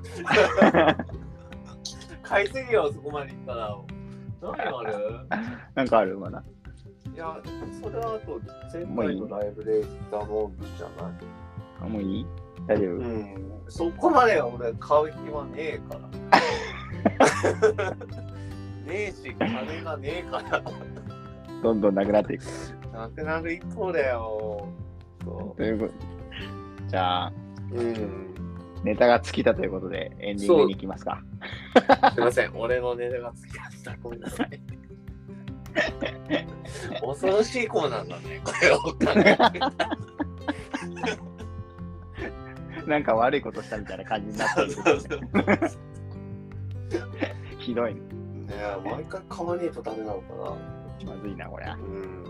Speaker 3: 買いすぎよ、そこまでいったら。何がある
Speaker 2: なんかあるまだ。
Speaker 3: いや、それはあと、前回のライブで言ったもんじゃない。
Speaker 2: あもういい大丈夫、
Speaker 3: うん、そこまでは俺買う気はねえから。 ねえし、金がねえから。
Speaker 2: どんどんなくなっていく。
Speaker 3: なくなる一方だよ。そ
Speaker 2: ということじゃあ、
Speaker 3: ううん。
Speaker 2: ネタが尽きたということで、エンディングに行きますか。
Speaker 3: すいません、俺のネタがつきました。ごめんなさ い。恐ろしい子なんだね、これを考えて。
Speaker 2: なんか悪いことしたみたいな感じになってる。ひどいね。
Speaker 3: ねえ、毎回買わねえとダメなのか
Speaker 2: まずいな、これは
Speaker 3: な。。うん。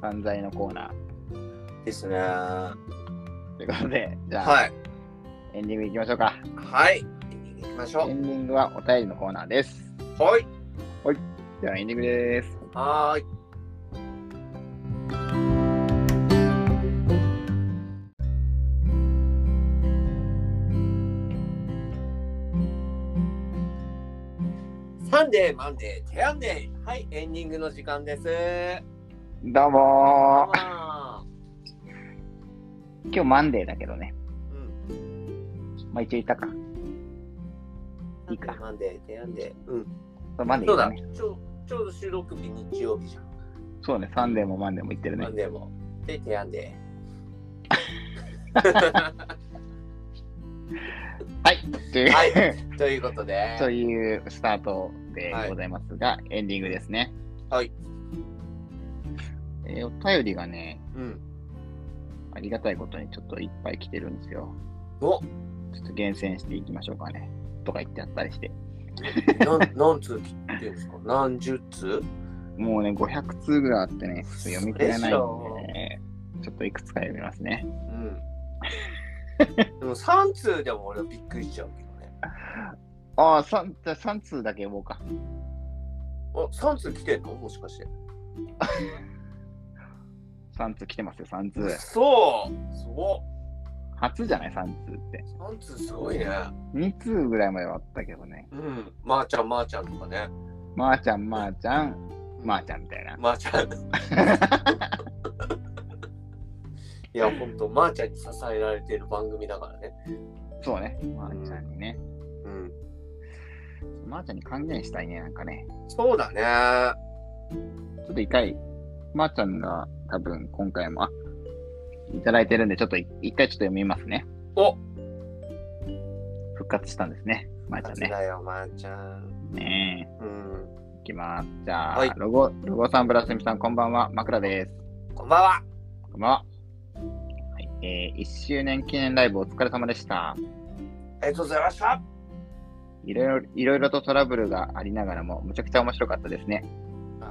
Speaker 2: 散財のコーナ
Speaker 3: ですね。は
Speaker 2: ー。ということで、じ
Speaker 3: い。
Speaker 2: ゃあ、
Speaker 3: はい。
Speaker 2: エンディング行きましょうか。
Speaker 3: 行きましょ
Speaker 2: エ
Speaker 3: う。
Speaker 2: ンディングはお便りのコーナーです。
Speaker 3: はい。
Speaker 2: では、エンディングです。
Speaker 3: はーい。サンデー、マンデー、テアンデー。はい、エンディングの時間です。
Speaker 2: どうもー。
Speaker 3: あ
Speaker 2: 今日マンデーだけどね。
Speaker 3: うん。
Speaker 2: まあ、一応言ったか。いいか
Speaker 3: サンデー、マンデー、テアンデー。うん。
Speaker 2: そうマンデー
Speaker 3: そう
Speaker 2: 行った
Speaker 3: だ
Speaker 2: ね。。
Speaker 3: ちょちょうど収録日日曜日じゃん。
Speaker 2: そうね、サンデーもマンデーも行ってるね
Speaker 3: マン。デーも。で、テアンデー。
Speaker 2: はい。という、
Speaker 3: はいということで。
Speaker 2: というスタートでございますが、エンディングですね。
Speaker 3: はい。
Speaker 2: えーお便りがね、
Speaker 3: うん。
Speaker 2: ありがたいことにちょっといっぱい来てるんですよ。
Speaker 3: お
Speaker 2: ちょっと厳選していきましょうかね。とか言ってあったりして。
Speaker 3: なん何通切ってるんですか何十通
Speaker 2: もうね、500通ぐらいあってね、ちょっと読み切れないんで、ね、ちょっといくつか読みますね。
Speaker 3: う ん。でも3通でも俺はびっくりしちゃうけどね。
Speaker 2: ああ、3, 3通だけ読もうか。
Speaker 3: あ、3通来てんのもしかして。
Speaker 2: 3通来てますよ、3
Speaker 3: う
Speaker 2: 通。
Speaker 3: そうすご
Speaker 2: 初じゃない、3通って。
Speaker 3: っ !3 通すごいね。
Speaker 2: 2通ぐらいまではあったけどね。
Speaker 3: うん。まー、ちゃん、まー、ちゃんとかね。
Speaker 2: まー、ちゃん、まー、ちゃん、まー、ちゃんみたいな。
Speaker 3: まー、ちゃ ん。いや、ほんと、まー、ちゃんに支えられてる番組だからね。
Speaker 2: そうね、まー、ちゃんにね。
Speaker 3: うん。
Speaker 2: まー、ちゃんに還元したいね、なんかね。
Speaker 3: そうだね。
Speaker 2: ちょっと一回、まー、ちゃんが多分今回も、あいただいてるんで、ちょっとい一回ちょっと読みますね。
Speaker 3: お
Speaker 2: 復活したんですね、まー、ちゃん
Speaker 3: 夏
Speaker 2: ね。
Speaker 3: だよ、まー、ちゃん。
Speaker 2: ねえ
Speaker 3: うん。
Speaker 2: いきます。じゃあ、
Speaker 3: はい
Speaker 2: ロゴ、ロゴさん、ブラスミさん、こんばんは。枕です。
Speaker 3: こんばんは。
Speaker 2: こんばんは。はい、えー、1周年記念ライブお疲れ様でした。
Speaker 3: ありがとうございました。
Speaker 2: いろいろ、いろいろとトラブルがありながらも、むちゃくちゃ面白かったですね。
Speaker 3: あ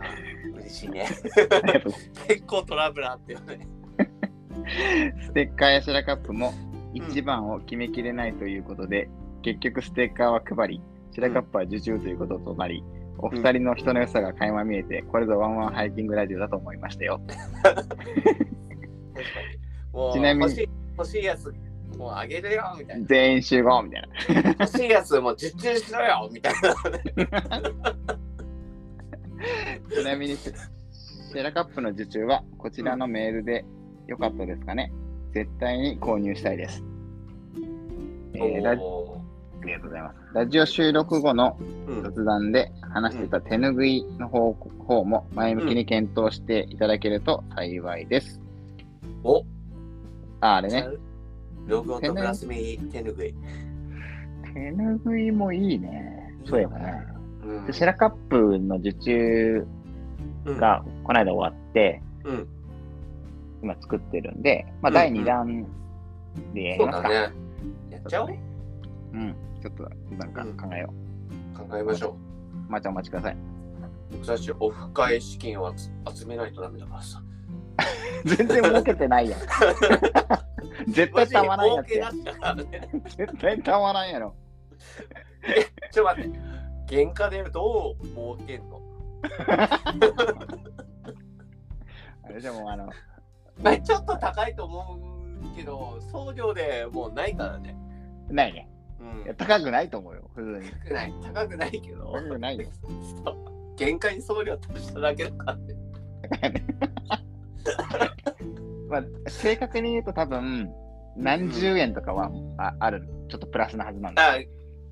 Speaker 3: ー嬉しいね。
Speaker 2: ありがとうござい
Speaker 3: 結構トラブルあったよね。
Speaker 2: ます。ステッカーやシェラカップも、1番を決めきれないということで、結局ステッカーは配り、シェラカップは受注ということとなり、お二人の人の良さが垣間見えて、これぞワンワンハイキングラジオだと思いましたよ。
Speaker 3: 確かに。もう
Speaker 2: ちなみ
Speaker 3: 欲
Speaker 2: に
Speaker 3: しい欲しいやつもうあげるよみたいな。
Speaker 2: 全員集合みたいな。
Speaker 3: 欲しいやつもう受注しろよみたいな。
Speaker 2: ちなみに、シェラカップの受注はこちらのメールでよかったですかね。絶対に購入したいです。えーラジ
Speaker 3: お
Speaker 2: ありがとうございます。ラジオ収録後の
Speaker 3: ーうん
Speaker 2: 雑談で話してた手拭いの方方も前向きに検討していただけると幸いです。
Speaker 3: お
Speaker 2: あ、あれ
Speaker 3: ちゃ
Speaker 2: ね。
Speaker 3: うログオンとプラスミ手ぬぐい。
Speaker 2: 手拭いもいいね。そういえばね。
Speaker 3: うん
Speaker 2: でシェラカップの受注がこの間終わって、
Speaker 3: うん
Speaker 2: 今作ってるんで、まあ、
Speaker 3: うん
Speaker 2: 第2弾でやり
Speaker 3: そう
Speaker 2: ます
Speaker 3: だ
Speaker 2: か。
Speaker 3: ね。やっちゃおう。
Speaker 2: うん、ちょっとなんか考えよ
Speaker 3: 考えましょ
Speaker 2: う。まーちゃんお待ちください。
Speaker 3: う。僕たちオフ会資金を集集めないとダメだからさ。
Speaker 2: 全然儲けてない やん。絶対たまらん
Speaker 3: 儲
Speaker 2: やつ
Speaker 3: け出
Speaker 2: や。
Speaker 3: したからね。
Speaker 2: 絶対たまらんやろ。
Speaker 3: ちょっと待って。原価でどう儲けんの
Speaker 2: あれでもあの、
Speaker 3: まあちょっと高いと思うけど、送料でもうないからね。
Speaker 2: ないね。
Speaker 3: うん
Speaker 2: いや高くないと思うよ、普通に。
Speaker 3: 高くない、高くないけど。
Speaker 2: 高くないよ。
Speaker 3: そう限界に送料足しただけだからね。
Speaker 2: まあ、正確に言うと多分、何十円とかは、あある、ちょっとプラスなはずなんだ。
Speaker 4: あ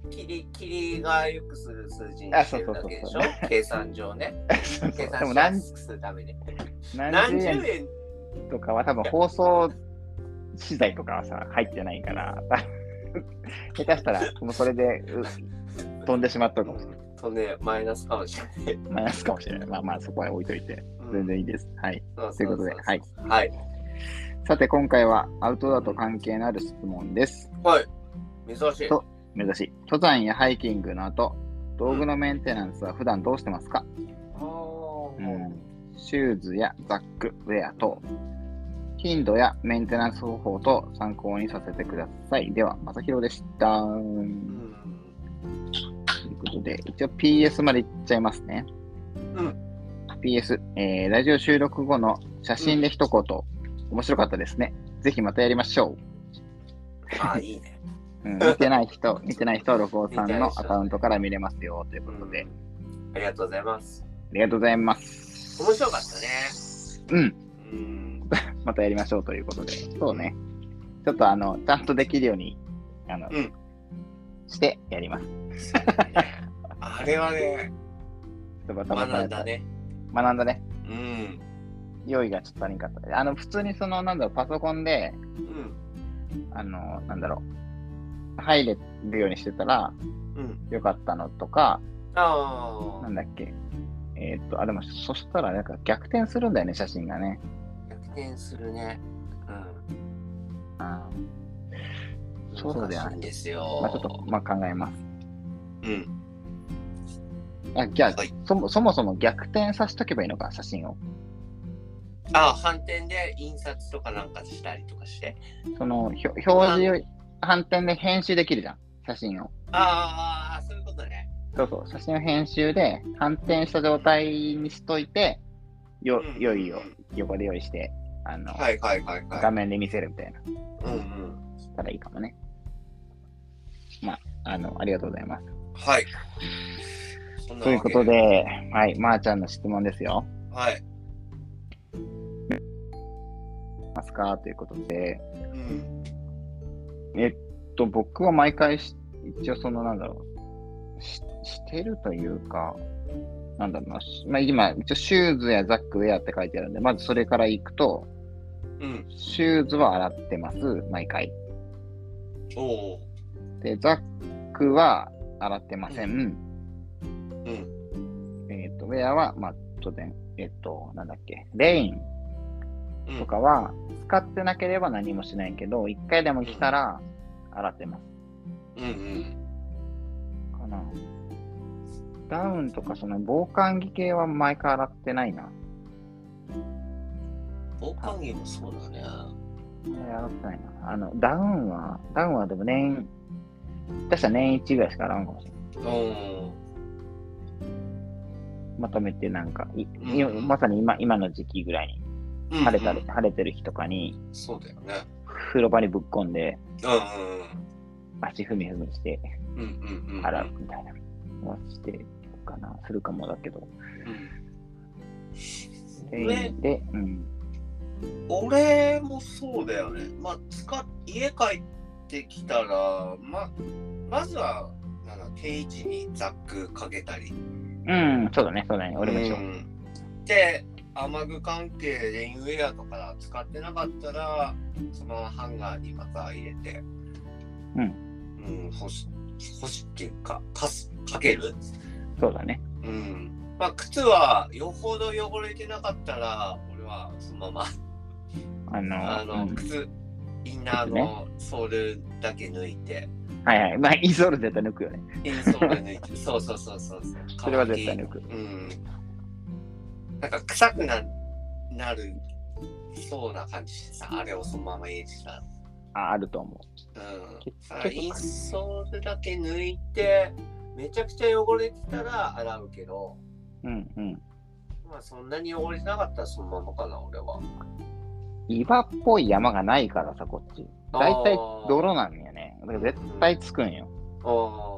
Speaker 4: キリキリがよくする数字にしてるだけでしょ
Speaker 2: あそうそう
Speaker 4: 計算上ね。
Speaker 2: そうそ
Speaker 4: 計
Speaker 2: うで
Speaker 4: 算し
Speaker 2: も
Speaker 4: や
Speaker 2: 何
Speaker 4: すくするために。
Speaker 2: 何
Speaker 4: 何
Speaker 2: 十
Speaker 4: 十
Speaker 2: 円
Speaker 4: 円
Speaker 2: とかは多分放送資材とかはさ、入ってないから、下手したら、もうそれでう飛んでしまったかもしれない。
Speaker 3: とね、マイナスかもしれない。
Speaker 2: マイナスかもしれない。まあまあ、そこは置いといて、
Speaker 3: うん
Speaker 2: 全然いいです。はい。
Speaker 3: そう
Speaker 2: とい
Speaker 3: そううそ
Speaker 2: こ
Speaker 3: う
Speaker 2: とで、はい。
Speaker 3: はい。
Speaker 2: さて、今回はアウトドアと関係のある質問です。
Speaker 3: はい。珍しい。
Speaker 2: と目指し、登山やハイキングの後、道具のメンテナンスは普段どうしてますか、うんシューズやザック、ウェア等。頻度やメンテナンス方法と参考にさせてください。では、まさひろでした。
Speaker 3: うん
Speaker 2: ということで、一応 PS までいっちゃいますね。
Speaker 3: うん。
Speaker 2: PS、えーラジオ収録後の写真で一言、面白かったですね。ぜひまたやりましょ
Speaker 4: あいい ね。
Speaker 2: う。うん、見てない人、見てない人は録音さんのアカウントから見れますよ。ということで、あ
Speaker 4: ありがとうございます。
Speaker 2: りがとうございます。
Speaker 4: 面白かったね。
Speaker 2: うん、
Speaker 4: うん。
Speaker 2: またやりましょうということで。そうね。ちょっとあの、ちゃんとできるように、あの、
Speaker 3: うん
Speaker 2: してやります。ちょ
Speaker 3: あれは ね、
Speaker 2: っとバタバタ
Speaker 3: 学
Speaker 2: や
Speaker 3: ん
Speaker 2: った
Speaker 3: だ。ね。
Speaker 2: 学んだね。
Speaker 3: うん。
Speaker 2: 用意がちょっと足りんかった。あの、普通にその、なんだろう、パソコンで、
Speaker 3: うん。
Speaker 2: あの、なんだろう、入れるようにしてたら、
Speaker 3: うん。
Speaker 2: よかったのとか、
Speaker 3: あ
Speaker 2: な
Speaker 3: あ。
Speaker 2: んだっけ、えーっと、あ、でも、そしたら、なんか逆転するんだよね、写真がね。
Speaker 4: 逆転するね。うん。
Speaker 2: あーそうだよ
Speaker 4: 難しい
Speaker 2: ね
Speaker 4: ん。です
Speaker 2: まあ、ちょ
Speaker 4: よ。
Speaker 2: っと、まあ、考えます。
Speaker 3: うん。
Speaker 2: あ、じゃあ、
Speaker 4: はい
Speaker 2: そもそもそも逆転させとけばいいのか、写真を。
Speaker 4: あ反転で印刷とかなんかしたりとかして。
Speaker 2: その、ひょ表示を、反転で編集できるじゃん、写真を。
Speaker 4: あーあーあー、そういうことね。
Speaker 2: そうそう、写真を編集で、反転した状態にしといて、よ、
Speaker 3: うん
Speaker 2: 用意を横で用意して、あの、
Speaker 3: はいはいはいは
Speaker 2: 画面で見せるみたいな。
Speaker 3: い。うんうん。
Speaker 2: したらいいかもね。まあ、あの、ありがとうございます。
Speaker 3: はい。そんな
Speaker 2: という
Speaker 3: わ
Speaker 2: こ
Speaker 3: け
Speaker 2: とで、はい、まー、ちゃんの質問ですよ。
Speaker 3: はい。
Speaker 2: ますかということで、
Speaker 3: うん。
Speaker 2: えっと、僕は毎回し、一応その、なんだろう、ししてるというか、なんだろうな、しまあ、今、一応シューズやザックウェアって書いてあるんで、まずそれから行くと、
Speaker 3: うん。
Speaker 2: シューズは洗ってます、毎回。
Speaker 3: おお。
Speaker 2: で、ザックは洗ってません。
Speaker 3: うん。
Speaker 2: えっ、と、ウェアは、まあ、当然、えっ、と、なんだっけ、レイン
Speaker 3: うん
Speaker 2: とかは、使ってなければ何もしないけど、一回でも来たら、洗ってます。
Speaker 3: うんうん。
Speaker 2: かな。ダウンとか、その防寒着系は毎回洗ってないな。
Speaker 4: 防寒着もそうだね。
Speaker 2: 洗ってないな。あの、ダウンは、ダウンはでも年、確か年1ぐらいしか洗わんかもしれない。
Speaker 3: お
Speaker 2: まとめてなんか、い
Speaker 3: ん
Speaker 2: いまさに今今の時期ぐらい
Speaker 3: ー
Speaker 2: に、晴れたり、
Speaker 3: うん
Speaker 2: 晴れてる日とかに、
Speaker 3: うんそうだよね。
Speaker 2: 風呂場にぶっ込んで、
Speaker 3: うん
Speaker 2: 足踏み踏みして、
Speaker 3: うんうん。うんうんうん。
Speaker 2: 洗うみたいなのはしてるかな、するかもだけど。
Speaker 3: うん。
Speaker 2: で、でうん、
Speaker 3: 俺もそうだよね。まあ、使っ家帰ってきたら、ま、まずは、なんだ、定位置にザックかけたり。
Speaker 2: うん、そうだね、そうだね、俺も一緒。
Speaker 3: うんで、雨具関係、レインウェアとか使ってなかったら、そのままハンガーにまた入れて、
Speaker 2: うん
Speaker 3: うん、干し、干しっていうか、かす、かける。
Speaker 2: そうだね。
Speaker 3: うん。まあ、靴は、よほど汚れてなかったら、俺はそのまま、
Speaker 2: あの、
Speaker 3: あの、
Speaker 2: うん
Speaker 3: 靴、インナーのソールだけ抜いて、
Speaker 2: はいはい。まあ、イソール絶対抜くよね。
Speaker 3: インソール抜い て、そうそうそうそうそう。
Speaker 2: それは絶対抜く。
Speaker 3: うん。なんか臭くななるそうな感じしてさ、あれをそのまま入れてた。
Speaker 2: あ、あると思
Speaker 3: うん
Speaker 2: 結
Speaker 3: だから。
Speaker 2: 局
Speaker 3: インソールだけ抜いて、めちゃくちゃ汚れてたら洗うけど、
Speaker 2: う。うんうん。
Speaker 3: まあそんなに汚れてなかったらそのままかな、俺は。
Speaker 2: 岩っぽい山がないからさ、こっち。大体泥なんよね。だから絶対つくんよ。
Speaker 4: ああ。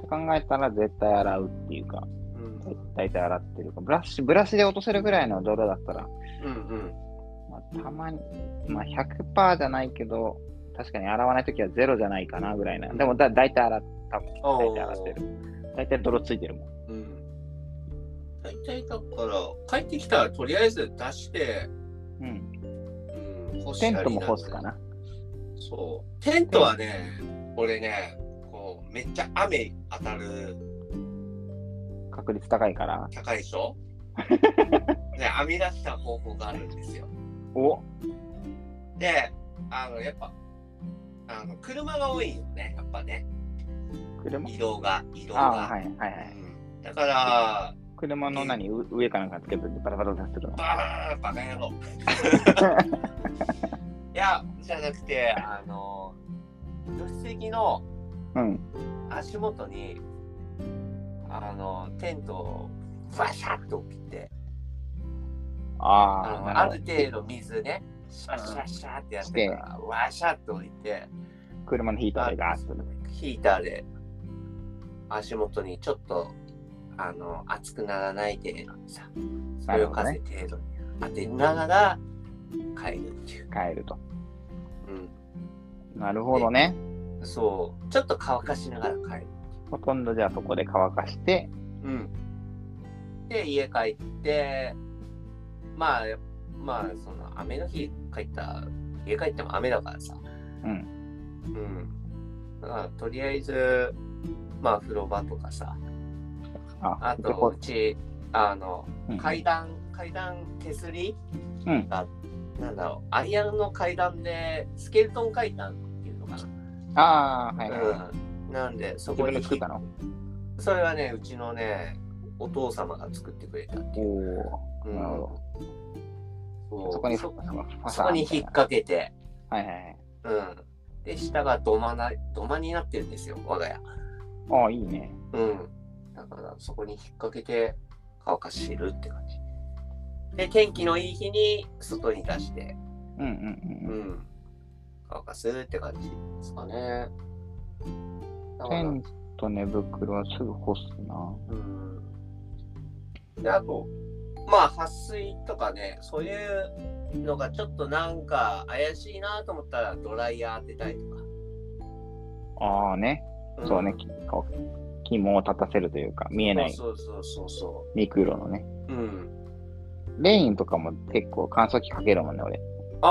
Speaker 2: って考えたら絶対洗うっていうか、
Speaker 4: うん。
Speaker 2: 絶対洗ってるか。ブラシ、ブラシで落とせるぐらいの泥だったら、
Speaker 4: うんうん。
Speaker 2: まあ、たまに、まあ、100%じゃないけど、確かに洗わないときはゼロじゃないかなぐらいな。でもだ、大体洗っ、多分
Speaker 4: ああ
Speaker 2: 大体洗ってる。大体泥ついてるもん。
Speaker 4: うん。
Speaker 3: 大体だから、帰ってきたらとりあえず出して、
Speaker 2: うん。
Speaker 3: うん、干した
Speaker 2: テ
Speaker 3: りな
Speaker 2: ン
Speaker 3: ん
Speaker 2: ト
Speaker 3: か
Speaker 2: も干すかな。
Speaker 3: そう。テントはね、俺ね、こう、めっちゃ雨当たる
Speaker 2: 確率高いから。
Speaker 3: 高いでし ょで、編み出した方法があるんですよ。
Speaker 2: お
Speaker 3: で、あの、やっぱ、あの、車が多いよね、やっぱね。
Speaker 2: 車
Speaker 3: 移動が、移動が。
Speaker 2: ああ、はいはいはい。
Speaker 3: うんだから、
Speaker 2: 車の何、う上かなんかつけてバタバタバタするの。
Speaker 3: バーバカ 野郎。いや、じゃなくて、あの、助手席の
Speaker 2: うん。
Speaker 3: 足元に、あの、テントを、ファシャッと置いて、あ
Speaker 2: ああ、
Speaker 3: の
Speaker 2: な
Speaker 3: あ
Speaker 2: るほ
Speaker 3: る程度水ね、シャシャシャってやってから、ワシャッと置いて、
Speaker 2: ど。車のヒーターでガーッとね。
Speaker 3: ヒーターで足元にちょっとあの熱くならない程度にさ、そ
Speaker 2: な
Speaker 3: れ
Speaker 2: る
Speaker 3: を
Speaker 2: ほど
Speaker 3: 風
Speaker 2: ね。
Speaker 3: 程度に当てながら帰るっていう。
Speaker 2: 帰ると。
Speaker 3: う
Speaker 2: なるほどね。
Speaker 3: ん、そう、ちょっと乾かしながら帰る。
Speaker 2: ほとんどじゃあそこで乾かして、
Speaker 3: うん、で、家帰って、まあ、まあ、その雨の日帰った、家帰っても雨だからさ、
Speaker 2: うん。
Speaker 3: うん。だからとりあえず、まあ、風呂場とかさ、
Speaker 2: あ、
Speaker 3: あ
Speaker 2: で
Speaker 3: と
Speaker 2: こ
Speaker 3: うちあの
Speaker 2: うん
Speaker 3: 階段、階段手すり
Speaker 2: うん
Speaker 3: が、なんだろうアイアンの階段でスケルトン階段っていうのか
Speaker 2: ああ、はい
Speaker 3: な、
Speaker 2: はいはい。
Speaker 3: うん、なんでそこ
Speaker 2: 自分
Speaker 3: に
Speaker 2: で作ったの
Speaker 3: それはねうちのねお父様が作ってくれたって
Speaker 2: お
Speaker 3: いう、
Speaker 2: お
Speaker 3: う
Speaker 2: ー、
Speaker 3: ん
Speaker 2: なるほ
Speaker 3: そ
Speaker 2: ど。
Speaker 3: う
Speaker 2: そこに、
Speaker 3: そ
Speaker 2: ファ
Speaker 3: そこに引っ掛けて、
Speaker 2: はいはいはい。
Speaker 3: うん、で下が土間な土間になってるんですよ我が家
Speaker 2: ああ、いいね。
Speaker 3: うん。だからそこに引っ掛けて乾かしてるって感じ。で、天気のいい日に外に出して、
Speaker 2: うんうん
Speaker 3: う
Speaker 2: うん
Speaker 3: ん。乾かすって感じですかね。だ
Speaker 2: うん。
Speaker 3: か
Speaker 2: テ
Speaker 3: ら、
Speaker 2: ント、寝袋はすぐ干すな。
Speaker 3: うん。で、あと、まあ、撥水とかね、そういうのがちょっとなんか怪しいなと思ったらドライヤー当てたりとか。
Speaker 2: ああね。
Speaker 3: ん
Speaker 2: そうね。きこう肝を立たせるというか、見えない
Speaker 3: そうそうそうそ
Speaker 2: ミクロのね。
Speaker 3: う。うん。
Speaker 2: レインとかも結構乾燥機かけるもんね、俺。
Speaker 3: ああ。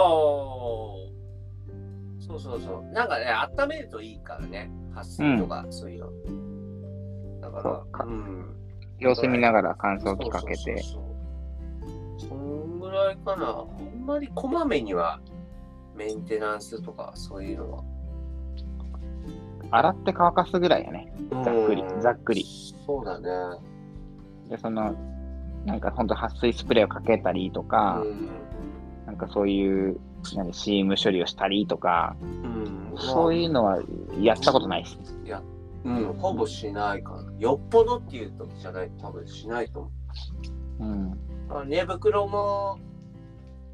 Speaker 3: そうそうそう。なんかね、温めるといいからね。発水とか、そういうの。だか
Speaker 2: そう
Speaker 3: ら、
Speaker 2: か
Speaker 3: ん。
Speaker 2: 様子見ながら乾燥
Speaker 3: そう
Speaker 2: 機かけて。
Speaker 3: そうそうそう。そんぐらいかな。あんまりこまめには、メンテナンスとか、そういうのは。
Speaker 2: 洗って乾かすぐらいやね。ざっくり
Speaker 3: うん
Speaker 2: ざっくり。
Speaker 3: そうだね。
Speaker 2: で、その、なんかほんと撥水スプレーをかけたりとか、
Speaker 3: う
Speaker 2: なんかそういう、何、CM 処理をしたりとか、
Speaker 3: ん。うん。
Speaker 2: そういうのはやったことないし。
Speaker 3: うん、ほぼしないかな。よっぽどっていう時じゃないと多分しないと思う。
Speaker 2: うん。
Speaker 3: あ寝袋も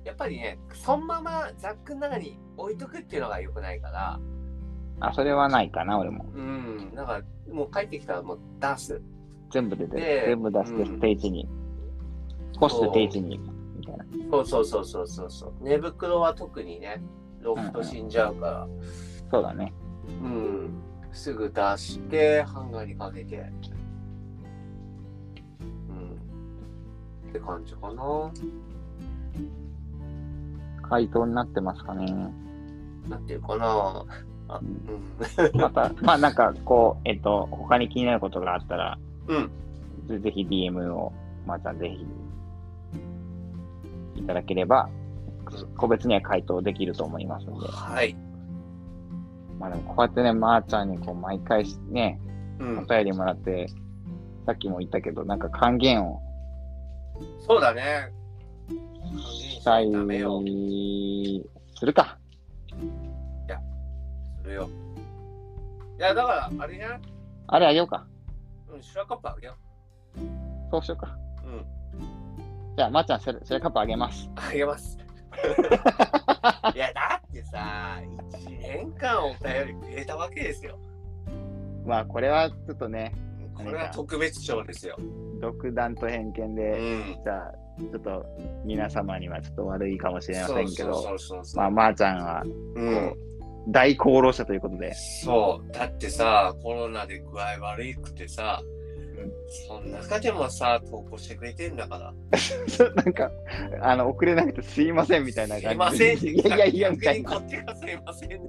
Speaker 3: やっぱりねそのままザックの中に置いとくっていうのが良くないから
Speaker 2: あ、それはないかな、俺も。
Speaker 3: うんだからもう帰ってきたらもう出す
Speaker 2: 全部出て
Speaker 3: で
Speaker 2: る、全部出して、
Speaker 3: うん
Speaker 2: ステージに。干して定置に、みたいな。
Speaker 3: そうそうそうそうそうそう寝袋は特にねロフト死んじゃうから
Speaker 2: そうだね。
Speaker 3: うん、すぐ出してハンガーにかけてうんって感じかな
Speaker 2: 回答になってますかね。
Speaker 3: なってるかなあ
Speaker 2: う
Speaker 3: うんん
Speaker 2: また、まあなんか、こう、えっと、他に気になることがあったら、
Speaker 3: うん
Speaker 2: ぜぜひ DM を、またぜひ、いただければ、個別には回答できると思いますので。
Speaker 3: はい
Speaker 2: まあでも、こうやってね、まー、ちゃんにこう、毎回ね、
Speaker 3: うん
Speaker 2: お便りもらって、さっきも言ったけど、なんか還元を
Speaker 3: そうだね
Speaker 2: したい
Speaker 3: ダメよ、
Speaker 2: するか。
Speaker 3: するよ。いや、だから、あれじゃない
Speaker 2: あれあげようか。
Speaker 3: うん、白カップあげよ
Speaker 2: そうしようか。
Speaker 3: う。うん、
Speaker 2: じゃあ、まー、ちゃん、それ、それカップあげます。
Speaker 3: あげます。 いや、だってさ、1年間お便りくれたわけですよ。
Speaker 2: まあ、これはちょっとね、
Speaker 3: これは特別賞ですよ。
Speaker 2: 独断と偏見
Speaker 3: う
Speaker 2: で、
Speaker 3: ん。
Speaker 2: じゃあ、ちょっと皆様にはちょっと悪いかもしれま
Speaker 3: そ
Speaker 2: せ
Speaker 3: うん
Speaker 2: け
Speaker 3: そ
Speaker 2: ど、
Speaker 3: うそうそう。
Speaker 2: まあ、まーちゃんは
Speaker 3: うん。
Speaker 2: 大功労者ということで、
Speaker 3: そう。だってさ、コロナで具合悪くてさ、その中でもさ、投稿してくれてんだから。
Speaker 2: なんか、あの、遅れなくてすいませんみたいな
Speaker 3: すい
Speaker 2: 感
Speaker 3: ま
Speaker 2: じ
Speaker 3: せ
Speaker 2: で。
Speaker 3: んって
Speaker 2: いやいやいや、み
Speaker 3: 逆
Speaker 2: たい
Speaker 3: にこ
Speaker 2: な。
Speaker 3: っちがすいませんだよ。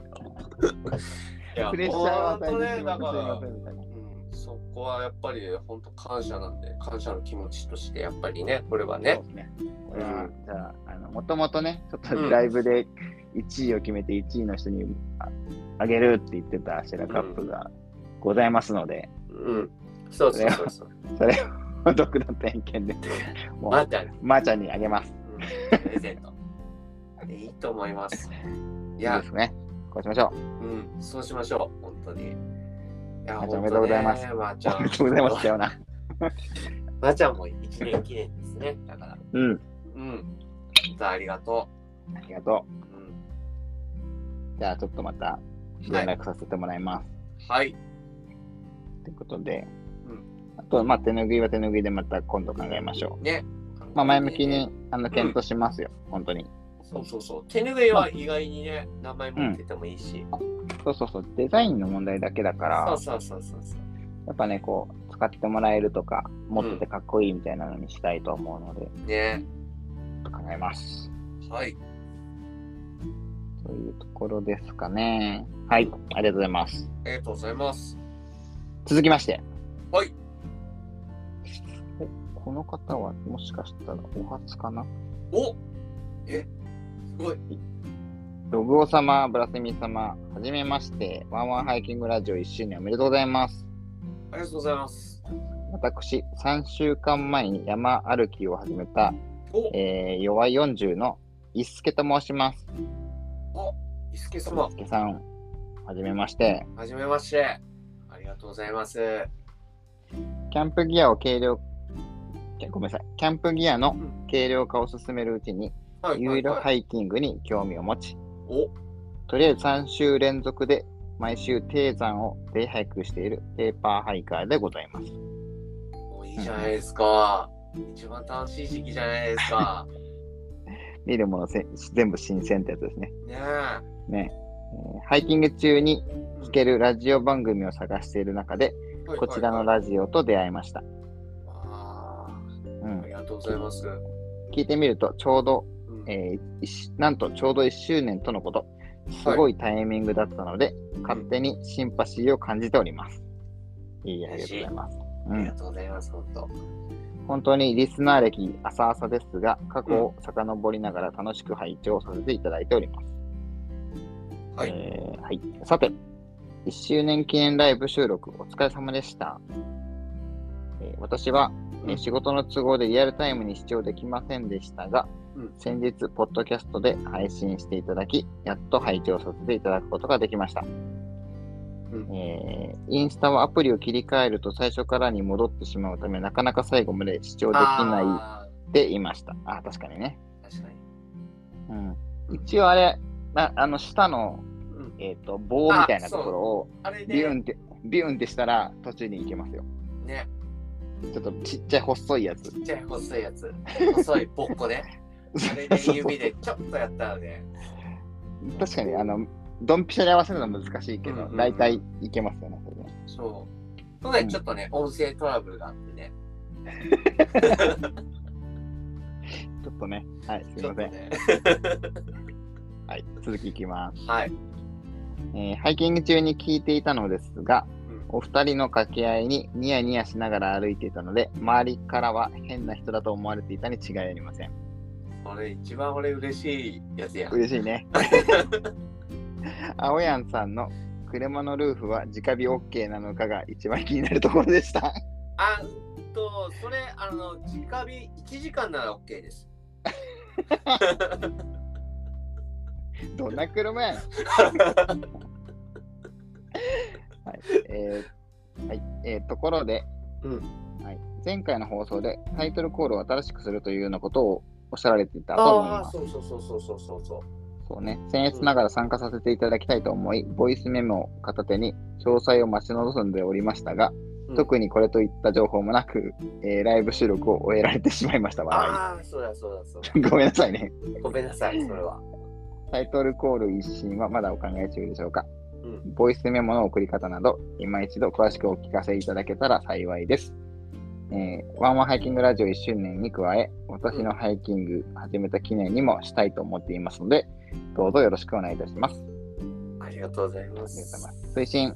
Speaker 3: いや、
Speaker 2: プレッシャーは与
Speaker 3: 本当
Speaker 2: えて
Speaker 3: ね、
Speaker 2: しま
Speaker 3: だ
Speaker 2: っ
Speaker 3: か
Speaker 2: てすい
Speaker 3: ら
Speaker 2: ませ。んみたいな。
Speaker 3: うんそこはやっぱり本当感謝なんで感謝の気持ちとしてやっぱりねこれはね
Speaker 2: そうですね。これは
Speaker 3: う
Speaker 2: じゃあ、あの、もともとね、ちょっとライブで1位を決めて1位の人にああげるって言ってたシェラカップがございますので、
Speaker 3: うんそうそうそうそう
Speaker 2: それを独断と偏見で、も
Speaker 3: ま
Speaker 2: う、
Speaker 3: た、うん、
Speaker 2: まーちゃんにあげます。
Speaker 3: プレゼントいいと思いますい
Speaker 2: いい
Speaker 3: や
Speaker 2: ですね。こうしましょ
Speaker 3: うんそうしましょう本当にいや
Speaker 2: まーちゃんおめでとうございます
Speaker 3: 本当ねまーち
Speaker 2: う。
Speaker 3: ゃ
Speaker 2: あり
Speaker 3: ん
Speaker 2: がとうございます。だよな。
Speaker 3: まーちゃんも一年記念ですねだから
Speaker 2: うん。
Speaker 3: うん本当ありがと
Speaker 2: ありがと
Speaker 3: う、うん、
Speaker 2: う。じゃあ、ちょっとまた連絡させてもらいます。
Speaker 3: はい
Speaker 2: ということで、
Speaker 3: うん
Speaker 2: あと、まあ、手ぬぐいは手ぬぐいでまた今度考えましょ
Speaker 3: ね
Speaker 2: う。まあ、前向きにあの検討しますよ、本当に。
Speaker 3: そうそうそう手ぬぐいは意外にね名前持っててもいいし、
Speaker 2: そうそうそう、デザインの問題だけだから、
Speaker 3: そうそうそうそうそう
Speaker 2: やっぱね、こう、使ってもらえるとか、持っててかっこいいみたいなのにしたいと思うので、
Speaker 3: ね
Speaker 2: 考えます。
Speaker 3: はい
Speaker 2: というところですかね。はい、ありがとうございます。
Speaker 3: ありがとうございます
Speaker 2: 続きまして。
Speaker 3: はい
Speaker 2: え。この方は、もしかしたら、お初かな
Speaker 3: おえすごい
Speaker 2: ロブオ様、ブラスミ様、はじめまして、ワンワンハイキングラジオ1周年おめでとうございます。
Speaker 3: ありがとうございます
Speaker 2: 私、3週間前に山歩きを始めた、
Speaker 3: お
Speaker 2: えー、弱い40のいすけと申します。
Speaker 3: 伊助
Speaker 2: い
Speaker 3: 様
Speaker 2: すけさん、はじめまして。
Speaker 3: はじめましてありがとうございます
Speaker 2: キャンプギアを軽量、いやごめんなさい、キャンプギアの
Speaker 3: ん
Speaker 2: 軽量化を進めるうちに、
Speaker 3: はい
Speaker 2: いろいろハイキングに興味を持ち、
Speaker 3: お
Speaker 2: とりあえず3週連続で毎週低山を低ハイクしているペーパーハイカーでございます。
Speaker 3: もういいじゃないですか一番楽しい時期じゃないですか
Speaker 2: 見るものせ全部新鮮ってやつですね。
Speaker 3: ねえ
Speaker 2: ねえーハイキング中に聴けるラジオ番組を探している中で、
Speaker 3: はい
Speaker 2: こちらの
Speaker 3: はい
Speaker 2: ラジオと出会いました。
Speaker 3: はいあー
Speaker 2: う
Speaker 3: あ
Speaker 2: ん、
Speaker 3: りがとうございます、
Speaker 2: 聞いてみると、ちょうど、
Speaker 3: うん
Speaker 2: えー一なんとちょうど1周年とのこと、すごいタイミングだったので、勝手にシンパシーを感じております。いいえ、ありがとうございます。う
Speaker 3: ありが
Speaker 2: ん、
Speaker 3: とうございます本当
Speaker 2: 本当にリスナー歴浅々ですが、過去を遡りながら楽しく拝聴させていただいております。
Speaker 3: はい
Speaker 2: えーはい、さて、1周年記念ライブ収録お疲れ様でした。えー私は、
Speaker 3: う
Speaker 2: ね
Speaker 3: ん
Speaker 2: 仕事の都合でリアルタイムに視聴できませんでしたが、
Speaker 3: うん
Speaker 2: 先日、ポッドキャストで配信していただき、やっと拝聴させていただくことができました。
Speaker 3: うん
Speaker 2: えーインスタはアプリを切り替えると最初からに戻ってしまうため、なかなか最後まで視聴できない
Speaker 3: あ
Speaker 2: って言いました。あ、確かにね。
Speaker 3: ー確かに
Speaker 2: うん、一応あれ、なあの下の、
Speaker 3: ん
Speaker 2: えー、と棒みたいなところを
Speaker 3: あれ
Speaker 2: ビュ
Speaker 3: で
Speaker 2: ンって、ビュンってしたら途中に行けますよ。
Speaker 3: ね
Speaker 2: ちょっとちっちゃい細いやつ。
Speaker 3: ちっちゃい細いやつ細いぼっこねあれで指でちょっとやったらね
Speaker 2: 確かに、あの、ドンピシャで合わせるのは難しいけ
Speaker 3: うんうん
Speaker 2: ど
Speaker 3: う、ん
Speaker 2: 大体いけますよね。それね
Speaker 3: そう。そのね、
Speaker 2: うん
Speaker 3: ちょっとね、音声トラブルがあってね。
Speaker 2: ちょっとね、はい、す
Speaker 3: ち
Speaker 2: い
Speaker 3: ょ
Speaker 2: ま
Speaker 3: っ
Speaker 2: せ
Speaker 3: と
Speaker 2: ん。
Speaker 3: ね。
Speaker 2: はい、続きいきます。
Speaker 3: はい。
Speaker 2: えーハイキング中に聞いていたのですが、
Speaker 3: うん
Speaker 2: お二人の掛け合いにニヤニヤしながら歩いていたので、周りからは変な人だと思われていたに違いありません。
Speaker 3: それ一番俺嬉しいやつや。
Speaker 2: 嬉し いね。青やんさんの車のルーフは直火 OK なのかが一番気になるところでした。
Speaker 3: あうんと、それ、あの、直火1時間なら OK です。
Speaker 2: どんな車 やねん。はい。えーはいえーところで、
Speaker 3: うん
Speaker 2: はい、前回の放送でタイトルコールを新しくするというようなことをおっしゃられてたと思い
Speaker 3: あ
Speaker 2: ま
Speaker 3: あ、
Speaker 2: す。
Speaker 3: そうそうそうそうそうそうそう。
Speaker 2: そうね、僭越ながら参加させていただきたいと思い、ボイスメモを片手に詳細を待ち望んでおりましたが、
Speaker 3: うん
Speaker 2: 特にこれといった情報もなく、えーライブ収録を終えられてしまいました。笑
Speaker 3: ああ、そうだそうだそうだ。
Speaker 2: い ごめんなさいね。
Speaker 3: ごめんなさい、それは。
Speaker 2: タイトルコール一新はまだお考え中でしょうか、
Speaker 3: う
Speaker 2: ボイスメモの送り方など、今一度詳しくお聞かせいただけたら幸いです。えーワンワンハイキングラジオ1周年に加え、私のハイキング始めた記念にもしたいと思っていますので、どうぞよろしくお願いいたします。
Speaker 3: ありがとうござい
Speaker 2: ありがとうござい
Speaker 3: ま。
Speaker 2: ますす。推進、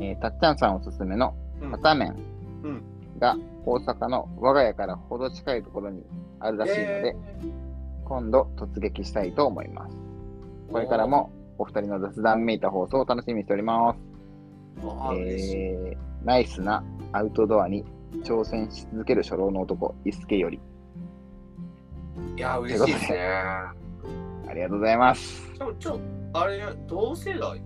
Speaker 2: えーたっちゃんさんおすすめの
Speaker 3: うん
Speaker 2: 片面
Speaker 3: うん
Speaker 2: が大阪の我が家からほど近いところにあるらしいので、今度突撃したいと思います。これからもお二人の雑談めいた放送を楽しみにしております。
Speaker 3: あー嬉しい。
Speaker 2: えーナイスなアウトドアに挑戦し続ける初老の男、伊助より。
Speaker 3: いや、嬉しいですね。
Speaker 2: ありがとうございます。
Speaker 3: でも、ちょ、あれ、同世代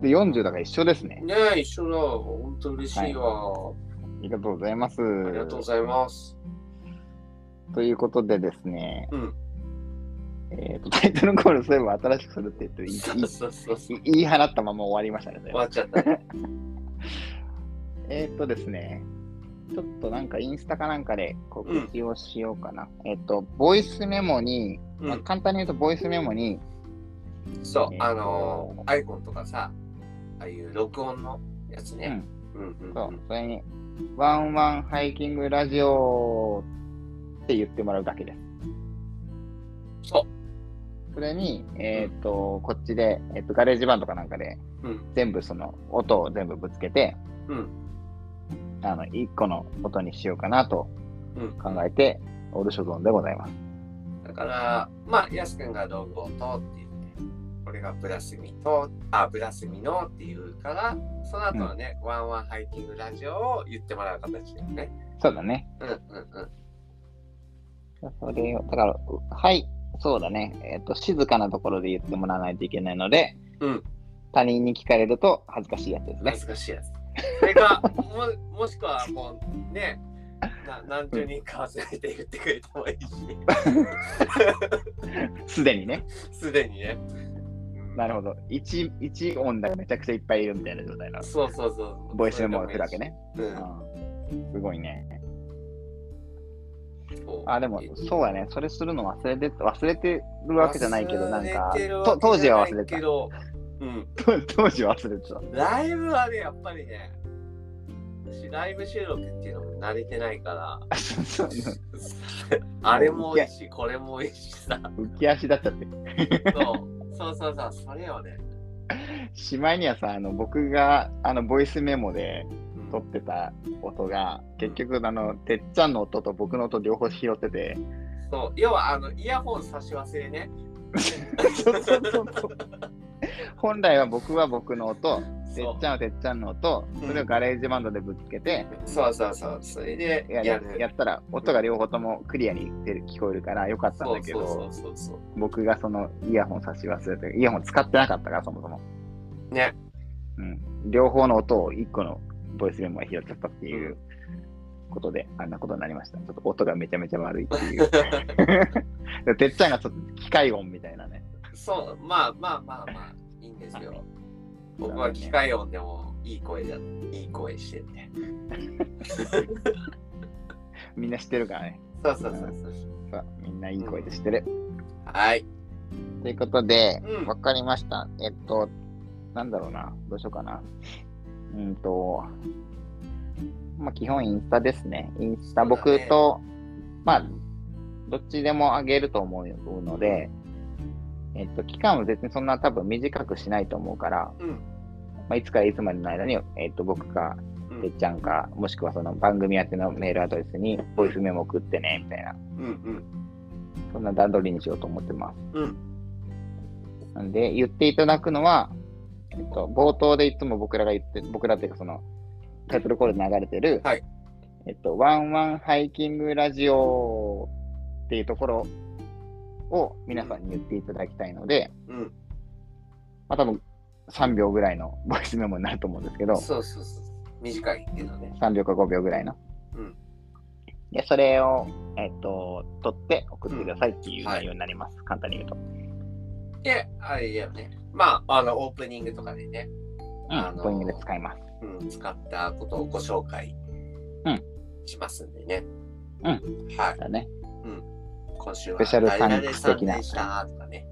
Speaker 2: で、40だから一緒ですね。
Speaker 3: ねえ、一緒だ。本当嬉しいわ。
Speaker 2: ありがとうございます。
Speaker 3: ありがとうございます。
Speaker 2: ということでですね、
Speaker 3: うん
Speaker 2: えーとタイトルコールそういえば新しくするって言って
Speaker 3: そ
Speaker 2: いいう
Speaker 3: そうそう。終
Speaker 2: い言い放ったまま終わりましたね。それ
Speaker 3: わっちゃ った。
Speaker 2: えっ、とですね、ちょっとなんかインスタかなんかで告知をしようかな。えっ、と、ボイスメモに、
Speaker 3: うん
Speaker 2: まあ簡単に言うとボイスメモに、
Speaker 3: そう
Speaker 2: え、ーと
Speaker 3: あのー、アイコンとかさ、ああいう録音のやつね。うんうん。
Speaker 2: そううんそれに、ワンワンハイキングラジオって言ってもらうだけです。
Speaker 3: そう。
Speaker 2: それに、えっ、と、こっちで、えっとガレージバンドかなんかで、
Speaker 3: うん
Speaker 2: 全部その音を全部ぶつけて、
Speaker 3: うん
Speaker 2: あの、一個の音にしようかなと
Speaker 3: うん
Speaker 2: 考えて、オール所存でございます。
Speaker 3: だから、まあ、やすくんが道具をとって言って、俺がブラスミと、あ、ブラスミのっていうから、その後はね、ワンワンハイキングラジオを言ってもらう形だよね。
Speaker 2: そうだね。
Speaker 3: うんうん
Speaker 2: それを、だから、はい、そうだね。えっ、と、静かなところで言ってもらわないといけないので、
Speaker 3: うん
Speaker 2: 他人に聞かれると恥ずかしいやつです
Speaker 3: うん。
Speaker 2: ね。
Speaker 3: 難しいやつ。それか、ももしくはもうね、な何十人か忘れて言ってくれても いいし。
Speaker 2: すでにね。
Speaker 3: すでにね。
Speaker 2: なるほど。一一音だけめちゃくちゃいっぱいいるみたいな状態なの。
Speaker 3: そうそうそう。
Speaker 2: ボイスメモをするわけね。
Speaker 3: う。
Speaker 2: うんん、すごいね。
Speaker 3: そう
Speaker 2: あ、でも、そうやね。それするの忘れて、忘れてるわけじゃないけど、なんか
Speaker 3: 忘れてる、わ
Speaker 2: と当時は忘
Speaker 3: けじゃな
Speaker 2: れ
Speaker 3: いけ
Speaker 2: て
Speaker 3: ど、うん。
Speaker 2: た。 当時は忘れてた。
Speaker 3: ライブはね、やっぱりね、私ライブ収録っていうのも慣れてない から、
Speaker 2: そう
Speaker 3: あれも多いし、これも多いしさ。
Speaker 2: 浮き足立っちゃって。
Speaker 3: そうそうそうそう、それをね。
Speaker 2: しまいにはさ、あの僕があのボイスメモで
Speaker 3: うん
Speaker 2: 撮ってた音が、結局、あの、てっちゃんの音と僕の音両方拾ってて、
Speaker 3: そう要はあのイヤホン差し忘れね。
Speaker 2: そうそうそうそう本来は僕は僕の音、てっ
Speaker 3: そう
Speaker 2: ちゃんはてっちゃんの音、それをガレージバンドでぶつけて、
Speaker 3: そうそうそう。それで
Speaker 2: や
Speaker 3: やる。
Speaker 2: やったら音が両方ともクリアに出る聞こえるからよかったん
Speaker 3: そ
Speaker 2: だ
Speaker 3: う
Speaker 2: け
Speaker 3: そ
Speaker 2: ど
Speaker 3: うそうそうそう。
Speaker 2: 僕がそのイヤホン差し忘れてイヤホン使ってなかったからそもそも、
Speaker 3: ね。
Speaker 2: うん、両方の音を1個のボイスメモが拾っちゃったっていうことで、あんなことになりましたちょっと音がめちゃめちゃ悪いっ ていうでてっちゃんがちょっと機械音みたいなね
Speaker 3: そう、まあまあまあまあ、いいんです よ。僕は機械音でもいい声だ、いい声してるね。
Speaker 2: みんな知ってるからね
Speaker 3: そうそうそうそう。
Speaker 2: さあみんないい声で知ってる、
Speaker 3: はい。
Speaker 2: ということで、
Speaker 3: うん
Speaker 2: わかりました。えっと、なんだろうな、どうしようかな。うんと、まあ、基本インスタですね。インスタ、
Speaker 3: そうだね
Speaker 2: 僕と、まあ、どっちでもあげると思うので、えっと、期間は別にそんな多分短くしないと思うから、
Speaker 3: うん
Speaker 2: まあ、いつからいつまでの間に、えっと、僕か
Speaker 3: う、ん
Speaker 2: てっちゃんか、もしくはその番組宛てのメールアドレスに、ボイスメモ送ってね、みたいな。
Speaker 3: うん
Speaker 2: そんな段取りにしようと思ってます。
Speaker 3: うん
Speaker 2: なんで、言っていただくのは、えっと、冒頭でいつも僕らが言って、僕らっていうかその、タイトルコールで流れてる、
Speaker 3: はい
Speaker 2: えっと、ワンワンハイキングラジオっていうところを皆さんに言っていただきたいので、
Speaker 3: うん。
Speaker 2: まあ多分3秒ぐらいのボイスメモになると思うんですけ
Speaker 3: う
Speaker 2: ど
Speaker 3: ん。、そうそうそう。短いけどね。
Speaker 2: 3秒か5秒ぐらいの。
Speaker 3: うん
Speaker 2: で、それを、えっと、取って送ってくださいっていう内容になります。簡単に言うと。
Speaker 3: で、あれだよね。まあ、あの、オープニングとかでね、
Speaker 2: うん、
Speaker 3: あのー
Speaker 2: ポイングで使います。
Speaker 3: うん、使ったことをご紹介
Speaker 2: うん
Speaker 3: しますんでね。
Speaker 2: うん
Speaker 3: はい。
Speaker 2: だね。
Speaker 3: 今週は、
Speaker 2: スペシャル
Speaker 3: 誰
Speaker 2: サン
Speaker 3: 々
Speaker 2: クス
Speaker 3: さん
Speaker 2: 的な
Speaker 3: でしたとかね。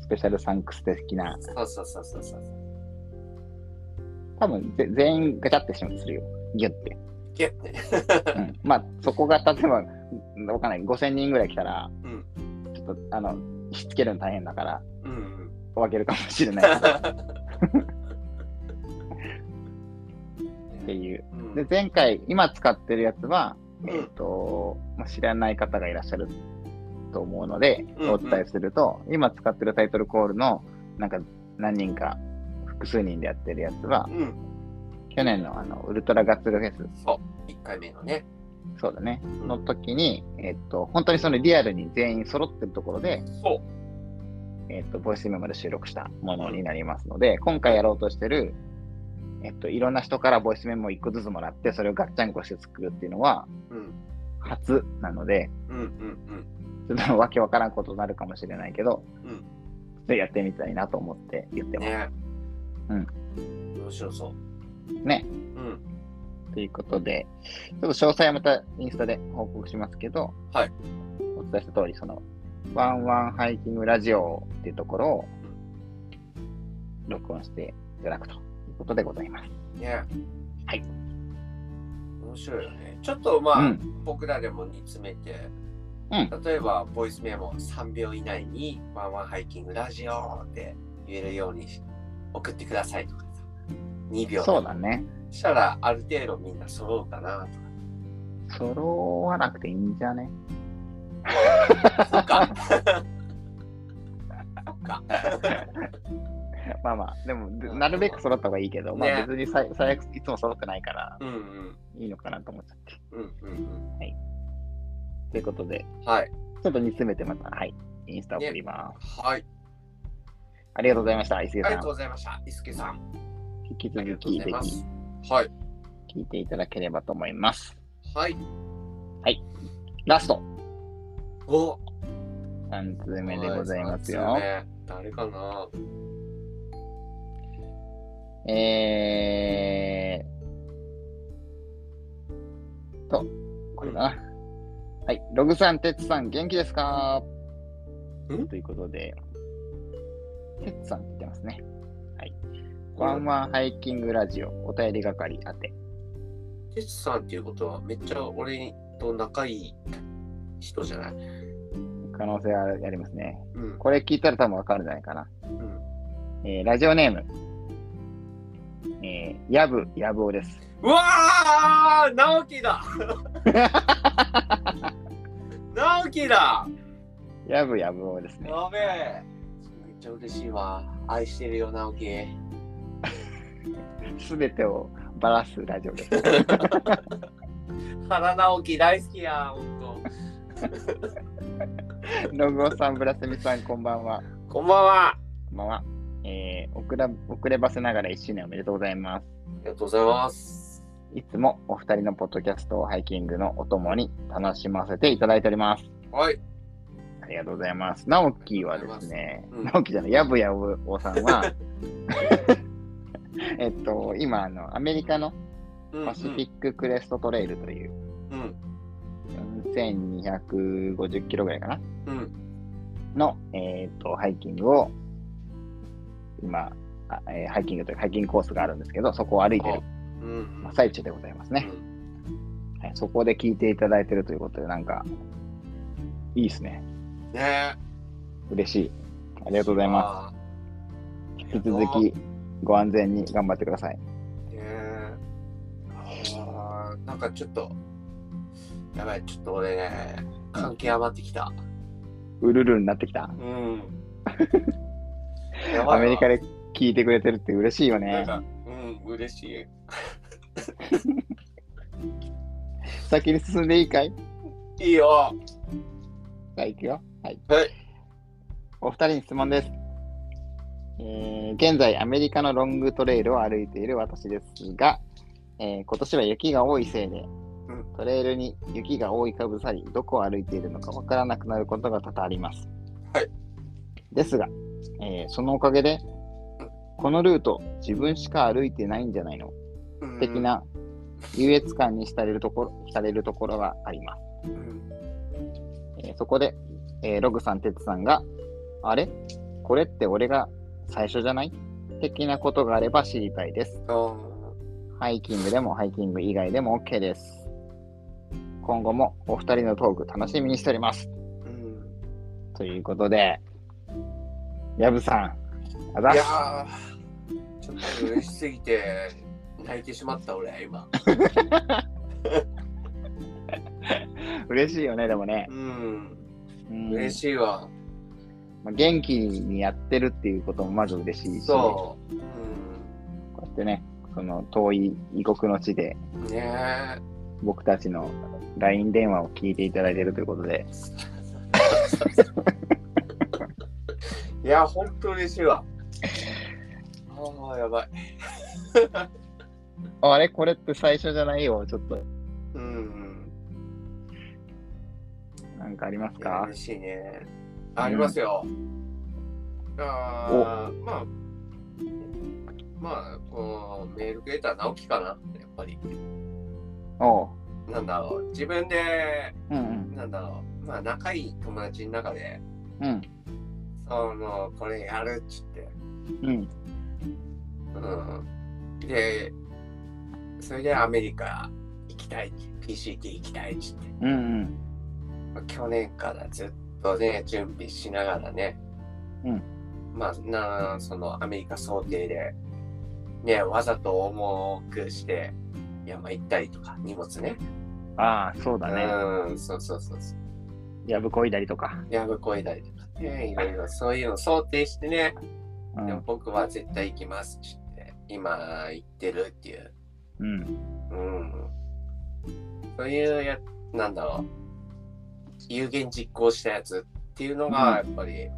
Speaker 2: スペシャルサンクス的な。
Speaker 3: そうそうそうそうそう。
Speaker 2: 多分ぜ全員ガチャってしまするよ。ギュッて。
Speaker 3: ギュッてね。
Speaker 2: うん、まあ、そこが例えば、わかんない、5000人ぐらい来たら、
Speaker 3: うん
Speaker 2: ちょっと、あの、しつけるの大変だから、
Speaker 3: うんうん。
Speaker 2: 分けるかもしれないけどっていう。
Speaker 3: うん
Speaker 2: で、前回、今使ってるやつは、
Speaker 3: うん
Speaker 2: えっ、と、まあ、知らない方がいらっしゃると思うので、
Speaker 3: うんうん
Speaker 2: お伝えすると、今使ってるタイトルコールの、なんか、何人か、複数人でやってるやつは、
Speaker 3: うん。
Speaker 2: 去年のあの、ウルトラガッツルフェス、
Speaker 3: そう。1回目のね。
Speaker 2: そうだね、の時に、えっ、と、本当にそのリアルに全員揃ってるところで、
Speaker 3: そう。
Speaker 2: えっとボイスメモで収録したものになりますので、今回やろうとしてる、えっといろんな人からボイスメモを1個ずつもらって、それをガッチャンコして作るっていうのは
Speaker 3: うん。
Speaker 2: 初なので、
Speaker 3: うんうん
Speaker 2: ちょっとわけわからんことになるかもしれないけど、
Speaker 3: うん
Speaker 2: ちょっとやってみたいなと思って言って
Speaker 3: うん。ね。面
Speaker 2: ます。うん。
Speaker 3: 白そう。
Speaker 2: ね。
Speaker 3: うん。
Speaker 2: ということで、ちょっと詳細はまたインスタで報告しますけど、
Speaker 3: はい
Speaker 2: お伝えした通り、その、ワンワンハイキングラジオっていうところを録音していただくということでございます。
Speaker 3: ね。
Speaker 2: はい。
Speaker 3: 面白いよね。ちょっとまあ、
Speaker 2: うん
Speaker 3: 僕らでも煮詰めて、
Speaker 2: うん
Speaker 3: 例えばボイスメモ3秒以内にワンワンハイキングラジオって言えるようにし送ってくださいとかさ2秒
Speaker 2: そうだね。
Speaker 3: したらある程度みんな揃うかな
Speaker 2: 揃わなくていいんじゃね
Speaker 3: とかそっかそっか
Speaker 2: まあまあ、でも、
Speaker 3: うん
Speaker 2: なるべく揃った方がいいけど、まあ
Speaker 3: ね
Speaker 2: 別に最最悪いつも揃ってないから、
Speaker 3: うんうん
Speaker 2: いいのかなと思っちゃって。
Speaker 3: うんうんうん
Speaker 2: ということで、
Speaker 3: はい
Speaker 2: ちょっと煮詰めてまた、はい、インスタ送ります。
Speaker 3: はい
Speaker 2: ありがとうございました、伊勢
Speaker 3: ありが
Speaker 2: さん
Speaker 3: とう。ございました伊助さん
Speaker 2: 引き
Speaker 3: ありが
Speaker 2: 続
Speaker 3: とう
Speaker 2: き、
Speaker 3: ござ
Speaker 2: ぜ
Speaker 3: いま
Speaker 2: ひ
Speaker 3: すはい
Speaker 2: 聞いていただければと思います。
Speaker 3: はい
Speaker 2: ラスト、
Speaker 3: お
Speaker 2: 3通目でございますよ。
Speaker 3: そうですね誰かな
Speaker 2: えーと、これかな。はい、ログさん、てつさん、元気ですか
Speaker 3: ん
Speaker 2: ということで、てつさんって言ってますね。ワンワンハイキングラジオ、お便り係宛て。
Speaker 3: テツさんっていうことはめっちゃ俺と仲いい人じゃない
Speaker 2: 可能性はありますね。
Speaker 3: うん
Speaker 2: これ聞いたら多分わかるんじゃないかな。
Speaker 3: うん
Speaker 2: えーラジオネーム、えー、やぶやぶおです。
Speaker 3: うわあ直樹 だ直樹だ
Speaker 2: やぶやぶおですね。
Speaker 3: やべえめっちゃ嬉しいわ愛してるよ直樹
Speaker 2: すべてをばらすラジ オです。
Speaker 3: 原直樹大好きやほんと
Speaker 2: ログオさん、ブラスミさん、こんばんは。
Speaker 3: こんばんはあ
Speaker 2: こんばんは。えー遅ら遅ればせながら1周年おめでとうございます。
Speaker 3: りがとうございます
Speaker 2: いつもお二人のポッドキャストをハイキングのお供に楽しませていただいております。
Speaker 3: はい
Speaker 2: ありがとうございます。直樹はですね
Speaker 3: ありがとうございますうん、
Speaker 2: 直樹じゃない、やぶやぶおさんは、 えっと、今あの、アメリカの
Speaker 3: うん
Speaker 2: パシフィッククレストトレイルという、
Speaker 3: うん
Speaker 2: 4250キロぐらいかな、
Speaker 3: うん
Speaker 2: の、えっと、ハイキングを、今、あえーハイキングというか、ハイキングコースがあるんですけど、そこを歩いてる
Speaker 3: うんうん
Speaker 2: 真っ最中でございますね。はい、そこで聞いていただいてるということで、なんか、いいですね。
Speaker 3: うんねえ
Speaker 2: 嬉しい。あ
Speaker 3: あ
Speaker 2: りがとうございますす。引き続き、ご安全に頑張ってください。
Speaker 3: ねえあーなんかちょっとやばいちょっと俺ね関係余ってきた
Speaker 2: うるるになってきた。
Speaker 3: うん やば
Speaker 2: ア
Speaker 3: いな
Speaker 2: メリカで聞いてくれてるって嬉しい
Speaker 3: な
Speaker 2: よ
Speaker 3: ん
Speaker 2: ね。
Speaker 3: かうん嬉しい
Speaker 2: 先に進んでいいかい
Speaker 3: いいよ
Speaker 2: じゃあ行くよ。はい。
Speaker 3: はい
Speaker 2: お二人に質問です。えー現在、アメリカのロングトレイルを歩いている私ですが、えー今年は雪が多いせいで、
Speaker 3: うん
Speaker 2: トトレイルに雪が覆いかぶさり、どこを歩いているのかわからなくなることが多々あります。
Speaker 3: はい。
Speaker 2: ですが、えーそのおかげで、このルート、自分しか歩いてないんじゃないの
Speaker 3: うん
Speaker 2: 的。な優越感に浸れるところ浸れるところがありま
Speaker 3: う
Speaker 2: す。
Speaker 3: ん
Speaker 2: えーそこで、えーログさん、テツさんが、あれこれって俺が最初じゃない的なことがあれば知りたいです。
Speaker 3: そ
Speaker 2: ハイキングでもハイキング以外でも OK です。今後もお二人のトーク楽しみにしております。
Speaker 3: ううん
Speaker 2: ということで、ヤブさん、あざ
Speaker 3: い
Speaker 2: っ
Speaker 3: やーちょっと嬉しすぎて泣いてしまった俺今。
Speaker 2: 嬉しいよね、でもね。
Speaker 3: うん
Speaker 2: うん
Speaker 3: 嬉しいわ。
Speaker 2: まあ元気にやってるっていうこともまず嬉しいし、
Speaker 3: そう。
Speaker 2: こうやってね、その遠い異国の地で
Speaker 3: うんね
Speaker 2: 僕たちの LINE 電話を聞いていただいてるということで、
Speaker 3: え。いや本当嬉しい わ。ああやばい。
Speaker 2: あれこれって最初じゃないよ、ちょっと。
Speaker 3: うん。
Speaker 2: なんかあります
Speaker 3: いや
Speaker 2: か
Speaker 3: 嬉しいね。ありますよ。ああまあまあこのメールくれた直樹かなやっぱり。
Speaker 2: おう。
Speaker 3: なんだろう自分で
Speaker 2: うんうん。
Speaker 3: なんだろうまあ仲いい友達の中で
Speaker 2: うん。
Speaker 3: そのこれやるっつって。
Speaker 2: うん。
Speaker 3: うん。でそれでアメリカ行きたい PCT 行きたいっつって。
Speaker 2: うんうん。
Speaker 3: 去年からずっとね準備しながらね、
Speaker 2: うん、
Speaker 3: まあなそのアメリカ想定でねわざと重くして山行ったりとか荷物ね
Speaker 2: ああ、そうだね。
Speaker 3: うんそうそうそうそう
Speaker 2: やぶこいだりとか。
Speaker 3: やぶこいだりとかねいろいろそういうの想定してね、
Speaker 2: う
Speaker 3: でも
Speaker 2: ん。
Speaker 3: 僕は絶対行きますっつって今行ってるっていう
Speaker 2: う
Speaker 3: う
Speaker 2: ん。
Speaker 3: んそういうや、なんだろう、有言実行したやつっていうのが、やっぱり、うん、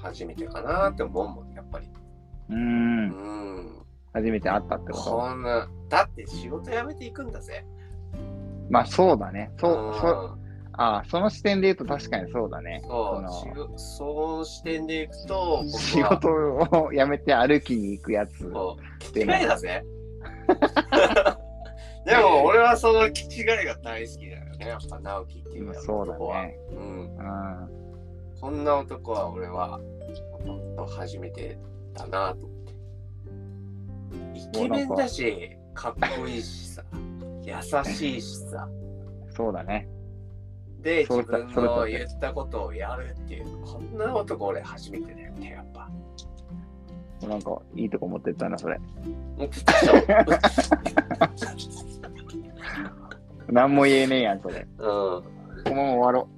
Speaker 3: 初めてかなって思うもん、やっぱり。
Speaker 2: う。
Speaker 3: うんん。
Speaker 2: 初めて会ったってこ
Speaker 3: こんな、だって仕事辞めていくんだぜ。
Speaker 2: と。まあ、そうだね。そう、そう、
Speaker 3: ん
Speaker 2: ああ、その視点で言うと確かにそうだね。
Speaker 3: そ
Speaker 2: そうの
Speaker 3: 仕事、その視点でいくと、
Speaker 2: 仕事を辞めて歩きに行くやつ。
Speaker 3: そう、気違いだ ぜ。でも、俺はその気違いが大好きだよね、やっぱ直樹っていう
Speaker 2: そうだ
Speaker 3: 男は。
Speaker 2: ね。
Speaker 3: うん。
Speaker 2: うん。
Speaker 3: こんな男は俺は本当初めてだなと思って。イケメンだし、かっこいいしさ、優しいしさ。
Speaker 2: そうだね。
Speaker 3: で、
Speaker 2: そ
Speaker 3: 自
Speaker 2: うだ
Speaker 3: 分
Speaker 2: それだ
Speaker 3: の
Speaker 2: ね
Speaker 3: 言ったことをやるっていう、こんな男俺初めてだよね、やっぱ。
Speaker 2: なんか、いいとこ持ってったな、そ れ。
Speaker 3: もうピタッと
Speaker 2: なんも言えねえやん、それ。
Speaker 3: うん。
Speaker 2: このまま終わろ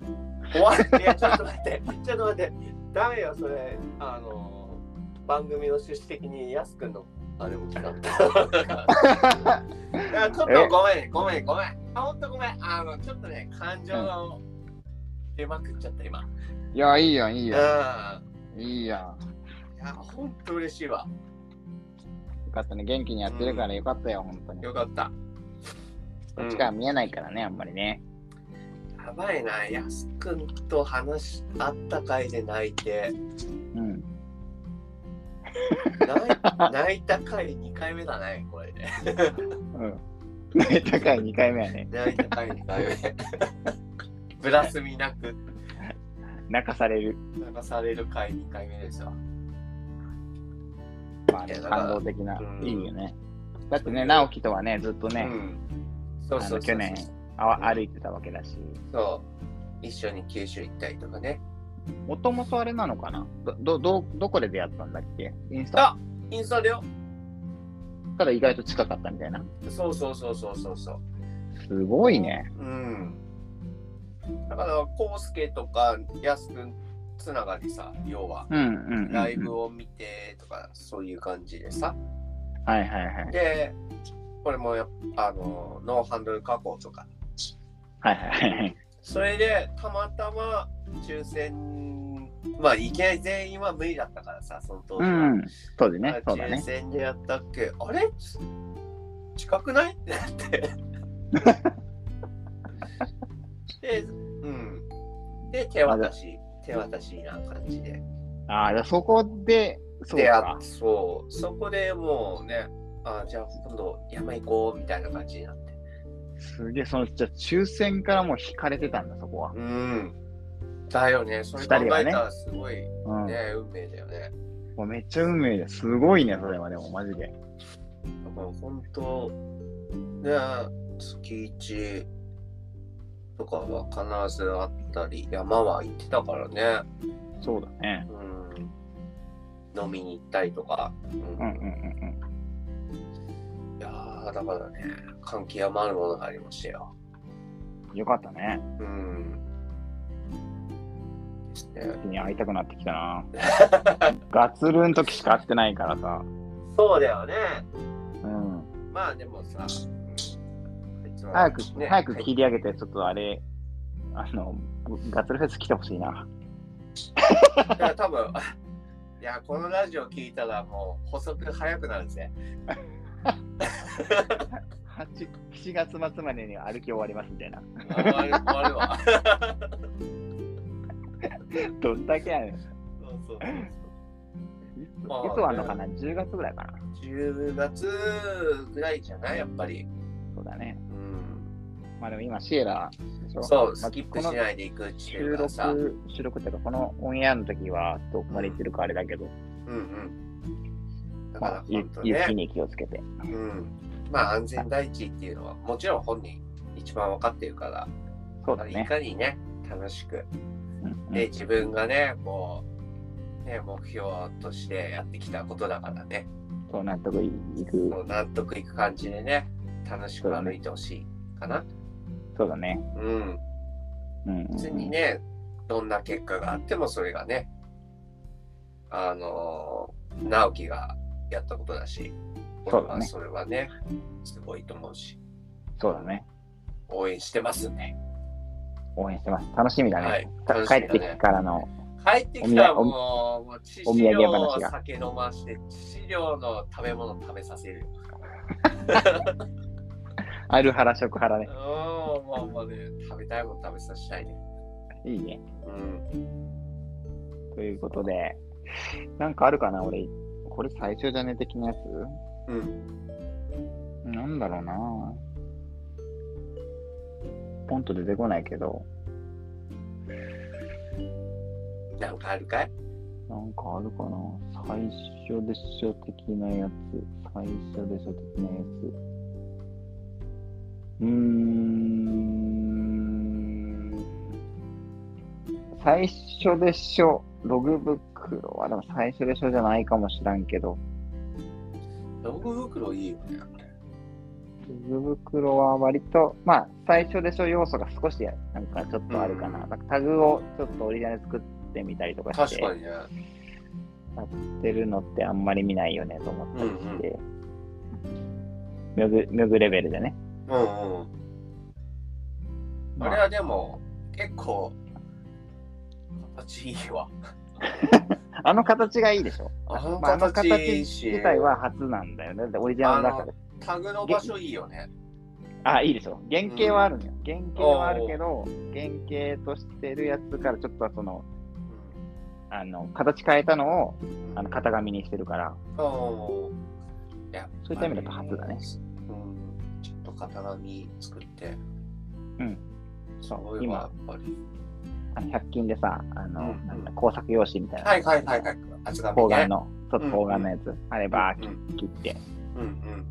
Speaker 3: 終わる。いや、ちょっと待って、ちょっと待って。ダメよ、それ。あの、番組の趣旨的にやすくんのあれも来た。いやちょっとごめん、ごめん、ごめん。あ、ほんとごめん。あの、ちょっとね、感情が出まくっちゃった、今。うん。
Speaker 2: う。い や、いいやん、いい
Speaker 3: い
Speaker 2: や
Speaker 3: や、
Speaker 2: ん。いいやん。よ
Speaker 3: ほんと嬉しいわ。
Speaker 2: かったね。元気にやってるからよかったよ、本当に。
Speaker 3: よかった。
Speaker 2: こっちから見えないからね、あんまりね。
Speaker 3: やばいな、やすくんと話しあった回で泣い て、
Speaker 2: うん。
Speaker 3: 泣い泣いた回2回目だね、これで。
Speaker 2: うん。泣いたかい2回目やね。
Speaker 3: 泣いた回2回目。ブラスミなく
Speaker 2: 泣かされる。
Speaker 3: 流される回2回目でした。
Speaker 2: まあね
Speaker 3: いやだから
Speaker 2: 感動的な
Speaker 3: う。ん
Speaker 2: いいよね。だってね、直樹とはね、ずっと
Speaker 3: う
Speaker 2: ね、
Speaker 3: ん。そう
Speaker 2: あ
Speaker 3: そうそうそう
Speaker 2: の去年あわ歩いてたわけだし。
Speaker 3: そう。一緒に九州行ったりとかね。
Speaker 2: もともとあれなのかなど、ど、ど、どこで出会ったんだっけインスタ
Speaker 3: あインスタだよ。
Speaker 2: から意外と近かったみたいな。
Speaker 3: そうそうそうそうそうそう。
Speaker 2: すごいね。
Speaker 3: うん。だから、コウスケとか、やすくんつながりさ、要は、
Speaker 2: うんうんうんうん。
Speaker 3: ライブを見てとか、そういう感じでさ。
Speaker 2: はいはいはい。
Speaker 3: で、これもやっぱ、あの、ノーハンドル加工とか。
Speaker 2: はいはいはい。
Speaker 3: それで、たまたま抽選、まあ、いきなり全員は無理だったからさ、その当時
Speaker 2: う
Speaker 3: は。
Speaker 2: ん。当時ね
Speaker 3: あ、
Speaker 2: そうだ
Speaker 3: 抽
Speaker 2: ね。
Speaker 3: 選でやったっけあれ近くない ってなって。で、うん。で、手渡し、手渡しな感じで。
Speaker 2: ああ、じゃあそこで、そう
Speaker 3: で、あ
Speaker 2: か。
Speaker 3: そう、そこでもうね、あじゃあ今度山行こうみたいな感じになって。
Speaker 2: すげえ、その、じゃあ抽選からもう引かれてたんだ、そこは。
Speaker 3: うん。だよね、それ考
Speaker 2: 二人は
Speaker 3: え
Speaker 2: ね
Speaker 3: たらすごいね、
Speaker 2: うん。
Speaker 3: 運命だよね。
Speaker 2: もうめっちゃ運命ですごいね、それはでも、マジで。
Speaker 3: だから本当ね月1とかは必ずあったり山は行ってたからね、
Speaker 2: そうだね。
Speaker 3: うん、飲みに行ったりとか、
Speaker 2: う
Speaker 3: うんん
Speaker 2: うんうん
Speaker 3: いやーだからね関係余るものがありましたよ、
Speaker 2: うん。よかったね。
Speaker 3: うん、ですね
Speaker 2: 君会いたくなってき たな。ガツルの時しか会ってないからさ。
Speaker 3: そうだよね
Speaker 2: うん。
Speaker 3: まあでもさ、うんあいつは
Speaker 2: 早く、
Speaker 3: ね
Speaker 2: 早く切り上げて、ちょっとあれ、あの、ガツルフェス来てほしいな。
Speaker 3: だから多分 いやこのラジオ聞いたらもう補足早くなるぜ
Speaker 2: 8 7月末までに歩き終わりますみたいな。
Speaker 3: 終わる終わるわ
Speaker 2: どんだけやねん。い
Speaker 3: そうそうそう
Speaker 2: つ
Speaker 3: まあ
Speaker 2: いつあんのかな ?10 月ぐらいかな。
Speaker 3: 10月ぐらいじゃないやっぱり、
Speaker 2: そうだね
Speaker 3: う。ん、
Speaker 2: まあでも今、シエラでしょ
Speaker 3: そう
Speaker 2: まあ
Speaker 3: スキップしないでいくってい
Speaker 2: 収
Speaker 3: うか
Speaker 2: 録
Speaker 3: さ、うん、
Speaker 2: 収録っていうか、このオンエアの時はどこまで行ってるかあれだけど、
Speaker 3: うんだか
Speaker 2: ま
Speaker 3: ら
Speaker 2: あ、ゆ
Speaker 3: 本当
Speaker 2: 雪
Speaker 3: ね、
Speaker 2: に気をつけて。
Speaker 3: うん、まあ安全第一っていうのはもちろん本人一番分かってるから
Speaker 2: そうだ
Speaker 3: い
Speaker 2: ね。
Speaker 3: かにね楽しく
Speaker 2: うんうん
Speaker 3: で自分がねこうね目標としてやってきたことだからね
Speaker 2: そう納得いく。
Speaker 3: もう納得いく感じでね楽しく歩いてほしいかな
Speaker 2: そうだね。
Speaker 3: うん
Speaker 2: うんうんうん
Speaker 3: 別にね、どんな結果があってもそれがね、あのー、直樹がやったことだし、
Speaker 2: そ
Speaker 3: 俺
Speaker 2: うだ
Speaker 3: は
Speaker 2: ね
Speaker 3: それはね、すごいと思うし、
Speaker 2: そうだね。
Speaker 3: 応援してますね。
Speaker 2: 応援してます。楽しみだね。
Speaker 3: はい
Speaker 2: た
Speaker 3: 楽しみだね
Speaker 2: 帰ってきてからの。
Speaker 3: 帰ってきたら
Speaker 2: お土産
Speaker 3: もう、もう致
Speaker 2: お
Speaker 3: 死
Speaker 2: 土
Speaker 3: 量
Speaker 2: 産
Speaker 3: を
Speaker 2: 話が
Speaker 3: 酒飲まして、致死量の食べ物食べさせるよ。
Speaker 2: アルハラ食ハラ
Speaker 3: う
Speaker 2: ね
Speaker 3: ん、。もうもうね、食べたいもの食べさせたいね。
Speaker 2: いいね。
Speaker 3: うん。
Speaker 2: ということで、なんかあるかな俺、これ最初じゃね的なやつ
Speaker 3: うん。
Speaker 2: なんだろうなポンと出てこないけど、
Speaker 3: なんかあるかい
Speaker 2: なんかあるかな最初でしょ的なやつ。最初でしょ的なやつ。うーん。最初でしょ、ログ袋は、でも最初でしょじゃないかもしらんけど、
Speaker 3: ログ袋いいよね。あれ
Speaker 2: ログ袋は割と、まあ、最初でしょ要素が少し、なんかちょっとあるかな。
Speaker 3: うん
Speaker 2: なんかタグをちょっとオリジナル作ってみたりとかして。
Speaker 3: 確かにね。
Speaker 2: ってるのってあんまり見ないよねと思ったりして、ムグムグレベルでね。
Speaker 3: うんうん。あれ
Speaker 2: まあ、
Speaker 3: はでも、結構、形いいわ。
Speaker 2: あの形がいいでしょ。
Speaker 3: あの
Speaker 2: まああの
Speaker 3: 形いいし
Speaker 2: 自体は初なんだよね。だってオリジナルだから。
Speaker 3: タグの場所いいよね。
Speaker 2: あいいでしょ。原型はあるのよ。原型はあるけど、原型としてるやつからちょっとはその、あの、形変えたのを、
Speaker 3: うん
Speaker 2: あの、型紙にしてるから、
Speaker 3: うん。やっぱり
Speaker 2: そういった意味だと初だ
Speaker 3: う
Speaker 2: ね。
Speaker 3: ん。ちょっと型紙作って。
Speaker 2: うん。
Speaker 3: すごい
Speaker 2: 今
Speaker 3: わ、やっぱり。
Speaker 2: あの100均でさ、あの、
Speaker 3: うん
Speaker 2: なんだ工作用紙みたいな。
Speaker 3: はいはいはいはい。厚紙ね。
Speaker 2: 方眼の、ちょっと方眼のやつ、あれば
Speaker 3: うんうん
Speaker 2: 切って。
Speaker 3: うんうん。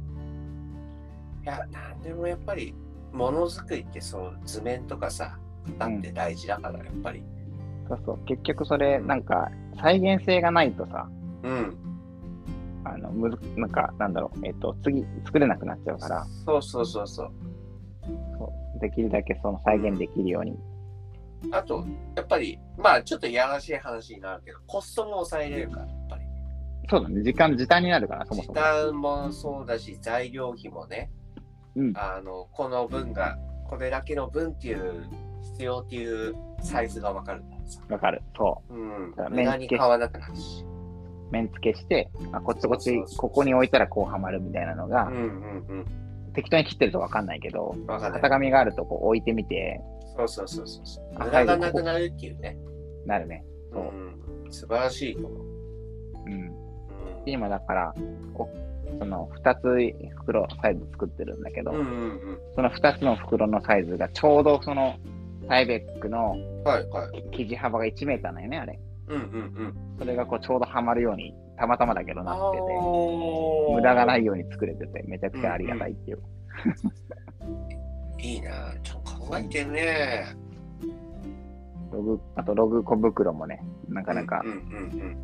Speaker 3: いや、なんでもやっぱり、ものづくりって、その図面とかさ、型って大事だから、やっぱり。
Speaker 2: そうそう。結局それ、なんか、再現性がないとさ、
Speaker 3: うん。
Speaker 2: あの、むず、なんか、なんだろう、えっと、次、作れなくなっちゃうから、
Speaker 3: そうそうそうそう。
Speaker 2: そうできるだけその再現できるように。
Speaker 3: あと、やっぱり、まあちょっといやらしい話になるけど、コストも抑えれるから、やっぱり。
Speaker 2: そうだね、時間、時短になるから、そも
Speaker 3: 時
Speaker 2: そも。
Speaker 3: 短もそうだし、材料費もね、
Speaker 2: うん
Speaker 3: あの、この分が、これだけの分っていう、必要っていうサイズがわかるからさ。
Speaker 2: わかる。そ
Speaker 3: うん
Speaker 2: だから。
Speaker 3: 無駄に
Speaker 2: 面識
Speaker 3: 買わなくなるし。
Speaker 2: う。面付けして、あ、こっちこっ
Speaker 3: そうそ
Speaker 2: ち
Speaker 3: うそう、そう
Speaker 2: ここに置いたらこうはまるみたいなの
Speaker 3: う
Speaker 2: が
Speaker 3: ん、うんうん。
Speaker 2: 適当に切ってるとわかんないけど、
Speaker 3: わかんない
Speaker 2: 型。紙があるとこう置いてみて、
Speaker 3: そうそうそうそう。
Speaker 2: あ
Speaker 3: 無駄がなくなるっていうね。
Speaker 2: なるね。
Speaker 3: う
Speaker 2: こ
Speaker 3: ん。素晴らしいと思う。
Speaker 2: うん。
Speaker 3: うん
Speaker 2: 今だから、おその2つ袋サイズ作ってるんだけど、
Speaker 3: うんうん
Speaker 2: その2つの袋のサイズがちょうどそのタイベックの
Speaker 3: うん。はいはい。
Speaker 2: 生地幅が1メーターなんよね、あれ。
Speaker 3: うんうんうん。
Speaker 2: それがこうちょうどはまるように、たまたまだけどなってて、
Speaker 3: おー
Speaker 2: 無駄がないように作れてて、めちゃくちゃありがたいっていう。
Speaker 3: いいなちょっと考えてんね。
Speaker 2: ログ、あとログ小袋もね、なかなか
Speaker 3: うん、うん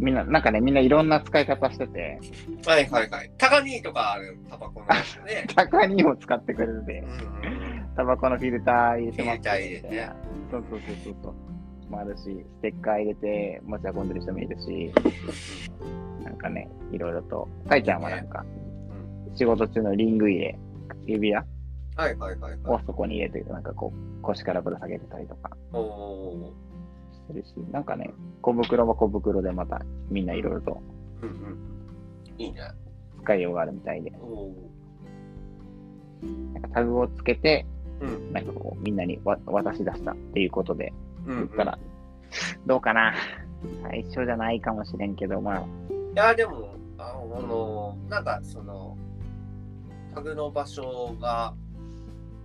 Speaker 2: みんな、なんかね、みんないろんな使い方してて、。
Speaker 3: うん。はいはいはい。タカニーとかあるタバコのやつね
Speaker 2: 高にも使ってくれて
Speaker 3: う
Speaker 2: て
Speaker 3: ん、うん
Speaker 2: タバコのフィルター入れてます
Speaker 3: フィルター入れてね
Speaker 2: そうそうそうそうそう。もあるし、ステッカー入れて持ち運んでる人もいるし、なんかね、いろいろと。かいちゃんはなんか、仕事中のリング入れ、指輪
Speaker 3: はいはいはいは
Speaker 2: を
Speaker 3: い。
Speaker 2: そこに入れて、なんかこう、腰からぶら下げてたりとか
Speaker 3: おお
Speaker 2: してるし、なんかね、小袋は小袋でまたみんないろいろと
Speaker 3: ー。うんうん。いいね。
Speaker 2: 使いようがあるみたいで、
Speaker 3: おおー。
Speaker 2: なんかタグをつけて、
Speaker 3: うん
Speaker 2: なんかこう、みんなにわ渡し出したっていうことで、
Speaker 3: うん
Speaker 2: 言
Speaker 3: う
Speaker 2: っ
Speaker 3: ん。
Speaker 2: たら、どうかな最初じゃないかもしれんけど、まあ、
Speaker 3: いやでもあのなんかそのタグの場所が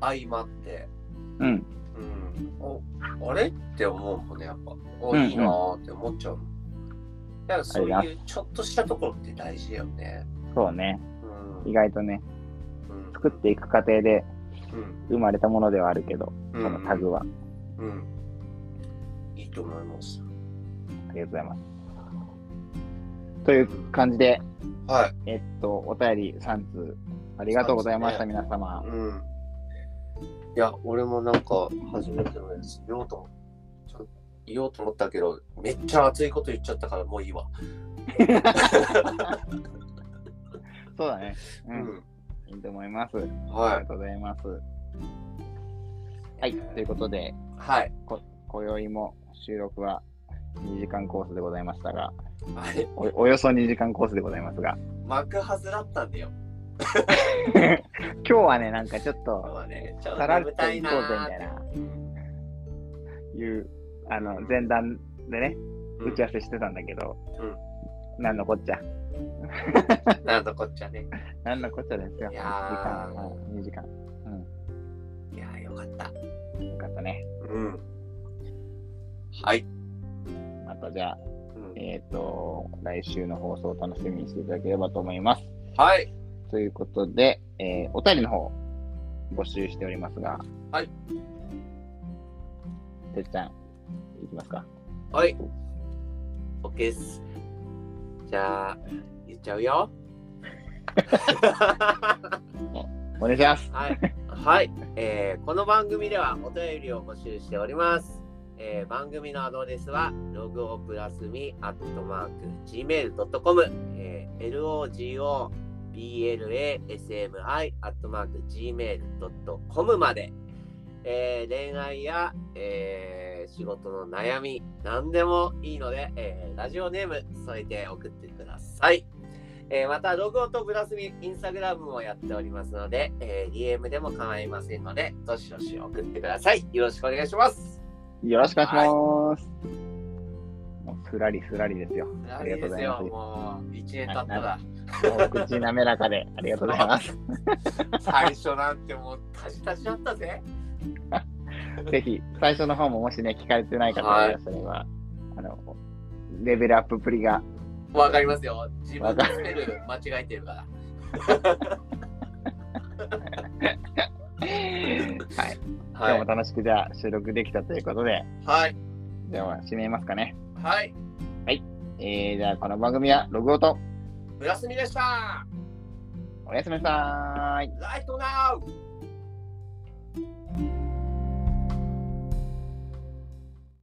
Speaker 3: 相まって、
Speaker 2: うん、
Speaker 3: うん、おあれって思うもんねやっぱ
Speaker 2: う
Speaker 3: お
Speaker 2: んうん
Speaker 3: いいなーって思っちゃうもん、だからそういうちょっとしたところって大事だよね、
Speaker 2: そうね、
Speaker 3: うん、
Speaker 2: 意外とね、
Speaker 3: うん
Speaker 2: 作っていく過程で
Speaker 3: うん
Speaker 2: 生まれたものではあるけど、
Speaker 3: う
Speaker 2: そ
Speaker 3: ん
Speaker 2: のタグは、
Speaker 3: うんいいと思います
Speaker 2: ありがとうございます。という感じで、
Speaker 3: はい
Speaker 2: えっと、お便り3通、ありがとうございました、
Speaker 3: 三
Speaker 2: 皆様。
Speaker 3: うんいや俺もなんか初めてのやつ言おうと思ちょ言おうと思ったけどめっちゃ熱いこと言っちゃったからもういいわ
Speaker 2: そうだね、う、
Speaker 3: うんん
Speaker 2: いいと思います。あ
Speaker 3: は
Speaker 2: り
Speaker 3: い
Speaker 2: が。とうございます。はい、ということで、
Speaker 3: はい。
Speaker 2: 今宵も収録は2時間コースでございましたが、
Speaker 3: あれ、
Speaker 2: おおよそ2時間コースでございますが、
Speaker 3: 幕外だったんだよ。
Speaker 2: 今日はね、なんかちょっと、
Speaker 3: まあね、ちょっ
Speaker 2: さ
Speaker 3: と
Speaker 2: らっと
Speaker 3: 眠
Speaker 2: 行こう
Speaker 3: た
Speaker 2: ぜ
Speaker 3: い
Speaker 2: み
Speaker 3: な
Speaker 2: た
Speaker 3: ー
Speaker 2: いな、いう、あの、前段でね、打ち合わせしてたんだけど、なんのこっちゃ。
Speaker 3: うんなんだこっちゃね。
Speaker 2: なんのこっちゃですよ。
Speaker 3: いやー
Speaker 2: 2時間。はい
Speaker 3: いやー、よかった。
Speaker 2: 2時間。よかったね。
Speaker 3: うん。はい。
Speaker 2: またじゃあ、
Speaker 3: うん
Speaker 2: えっ、と、来週の放送を楽しみにしていただければと思います。
Speaker 3: はい。
Speaker 2: ということで、えーお便りの方、募集しておりますが。
Speaker 3: はい。
Speaker 2: てっちゃん、いきますか。
Speaker 3: はい。OK です。じゃあ、言っちゃうよ。
Speaker 2: お願いします。
Speaker 3: はい、はいえーこの番組ではお便りを募集しております。えー番組のアドレスは、ログオプラスミアットマーク Gmail.com、えー、LOGOBLASMI アットマーク Gmail.com まで、えー恋愛や、えー仕事の悩み、何でもいいので、えーラジオネーム添えて送ってください。えーまた、ログオとブラスミ、インスタグラムもやっておりますので、えー DM でも構いませんので、どしどし送ってください。よろしくお願いします。
Speaker 2: よろしくお願いします。もうすらりすらりですよ。ありがとうございます
Speaker 3: ですよもう、1年経ったら、
Speaker 2: お口滑らかで、ありがとうございます。
Speaker 3: 最初なんてもう、たじたじだったぜ。
Speaker 2: ぜひ、最初の方ももしね、聞かれてない方がいらっしゃれば、あの、レベルアッププリが、
Speaker 3: わかりますよ。自分のスペル間違えてるから。
Speaker 2: はい、
Speaker 3: は
Speaker 2: 今日
Speaker 3: い
Speaker 2: も。楽しくじゃあ収録できたということで、
Speaker 3: はい。
Speaker 2: じゃあ締めますかね。
Speaker 3: はい。
Speaker 2: えー、じゃあこの番組はログオと
Speaker 3: ブラスミでした。
Speaker 2: おやすみなさーい。
Speaker 3: ライトナウ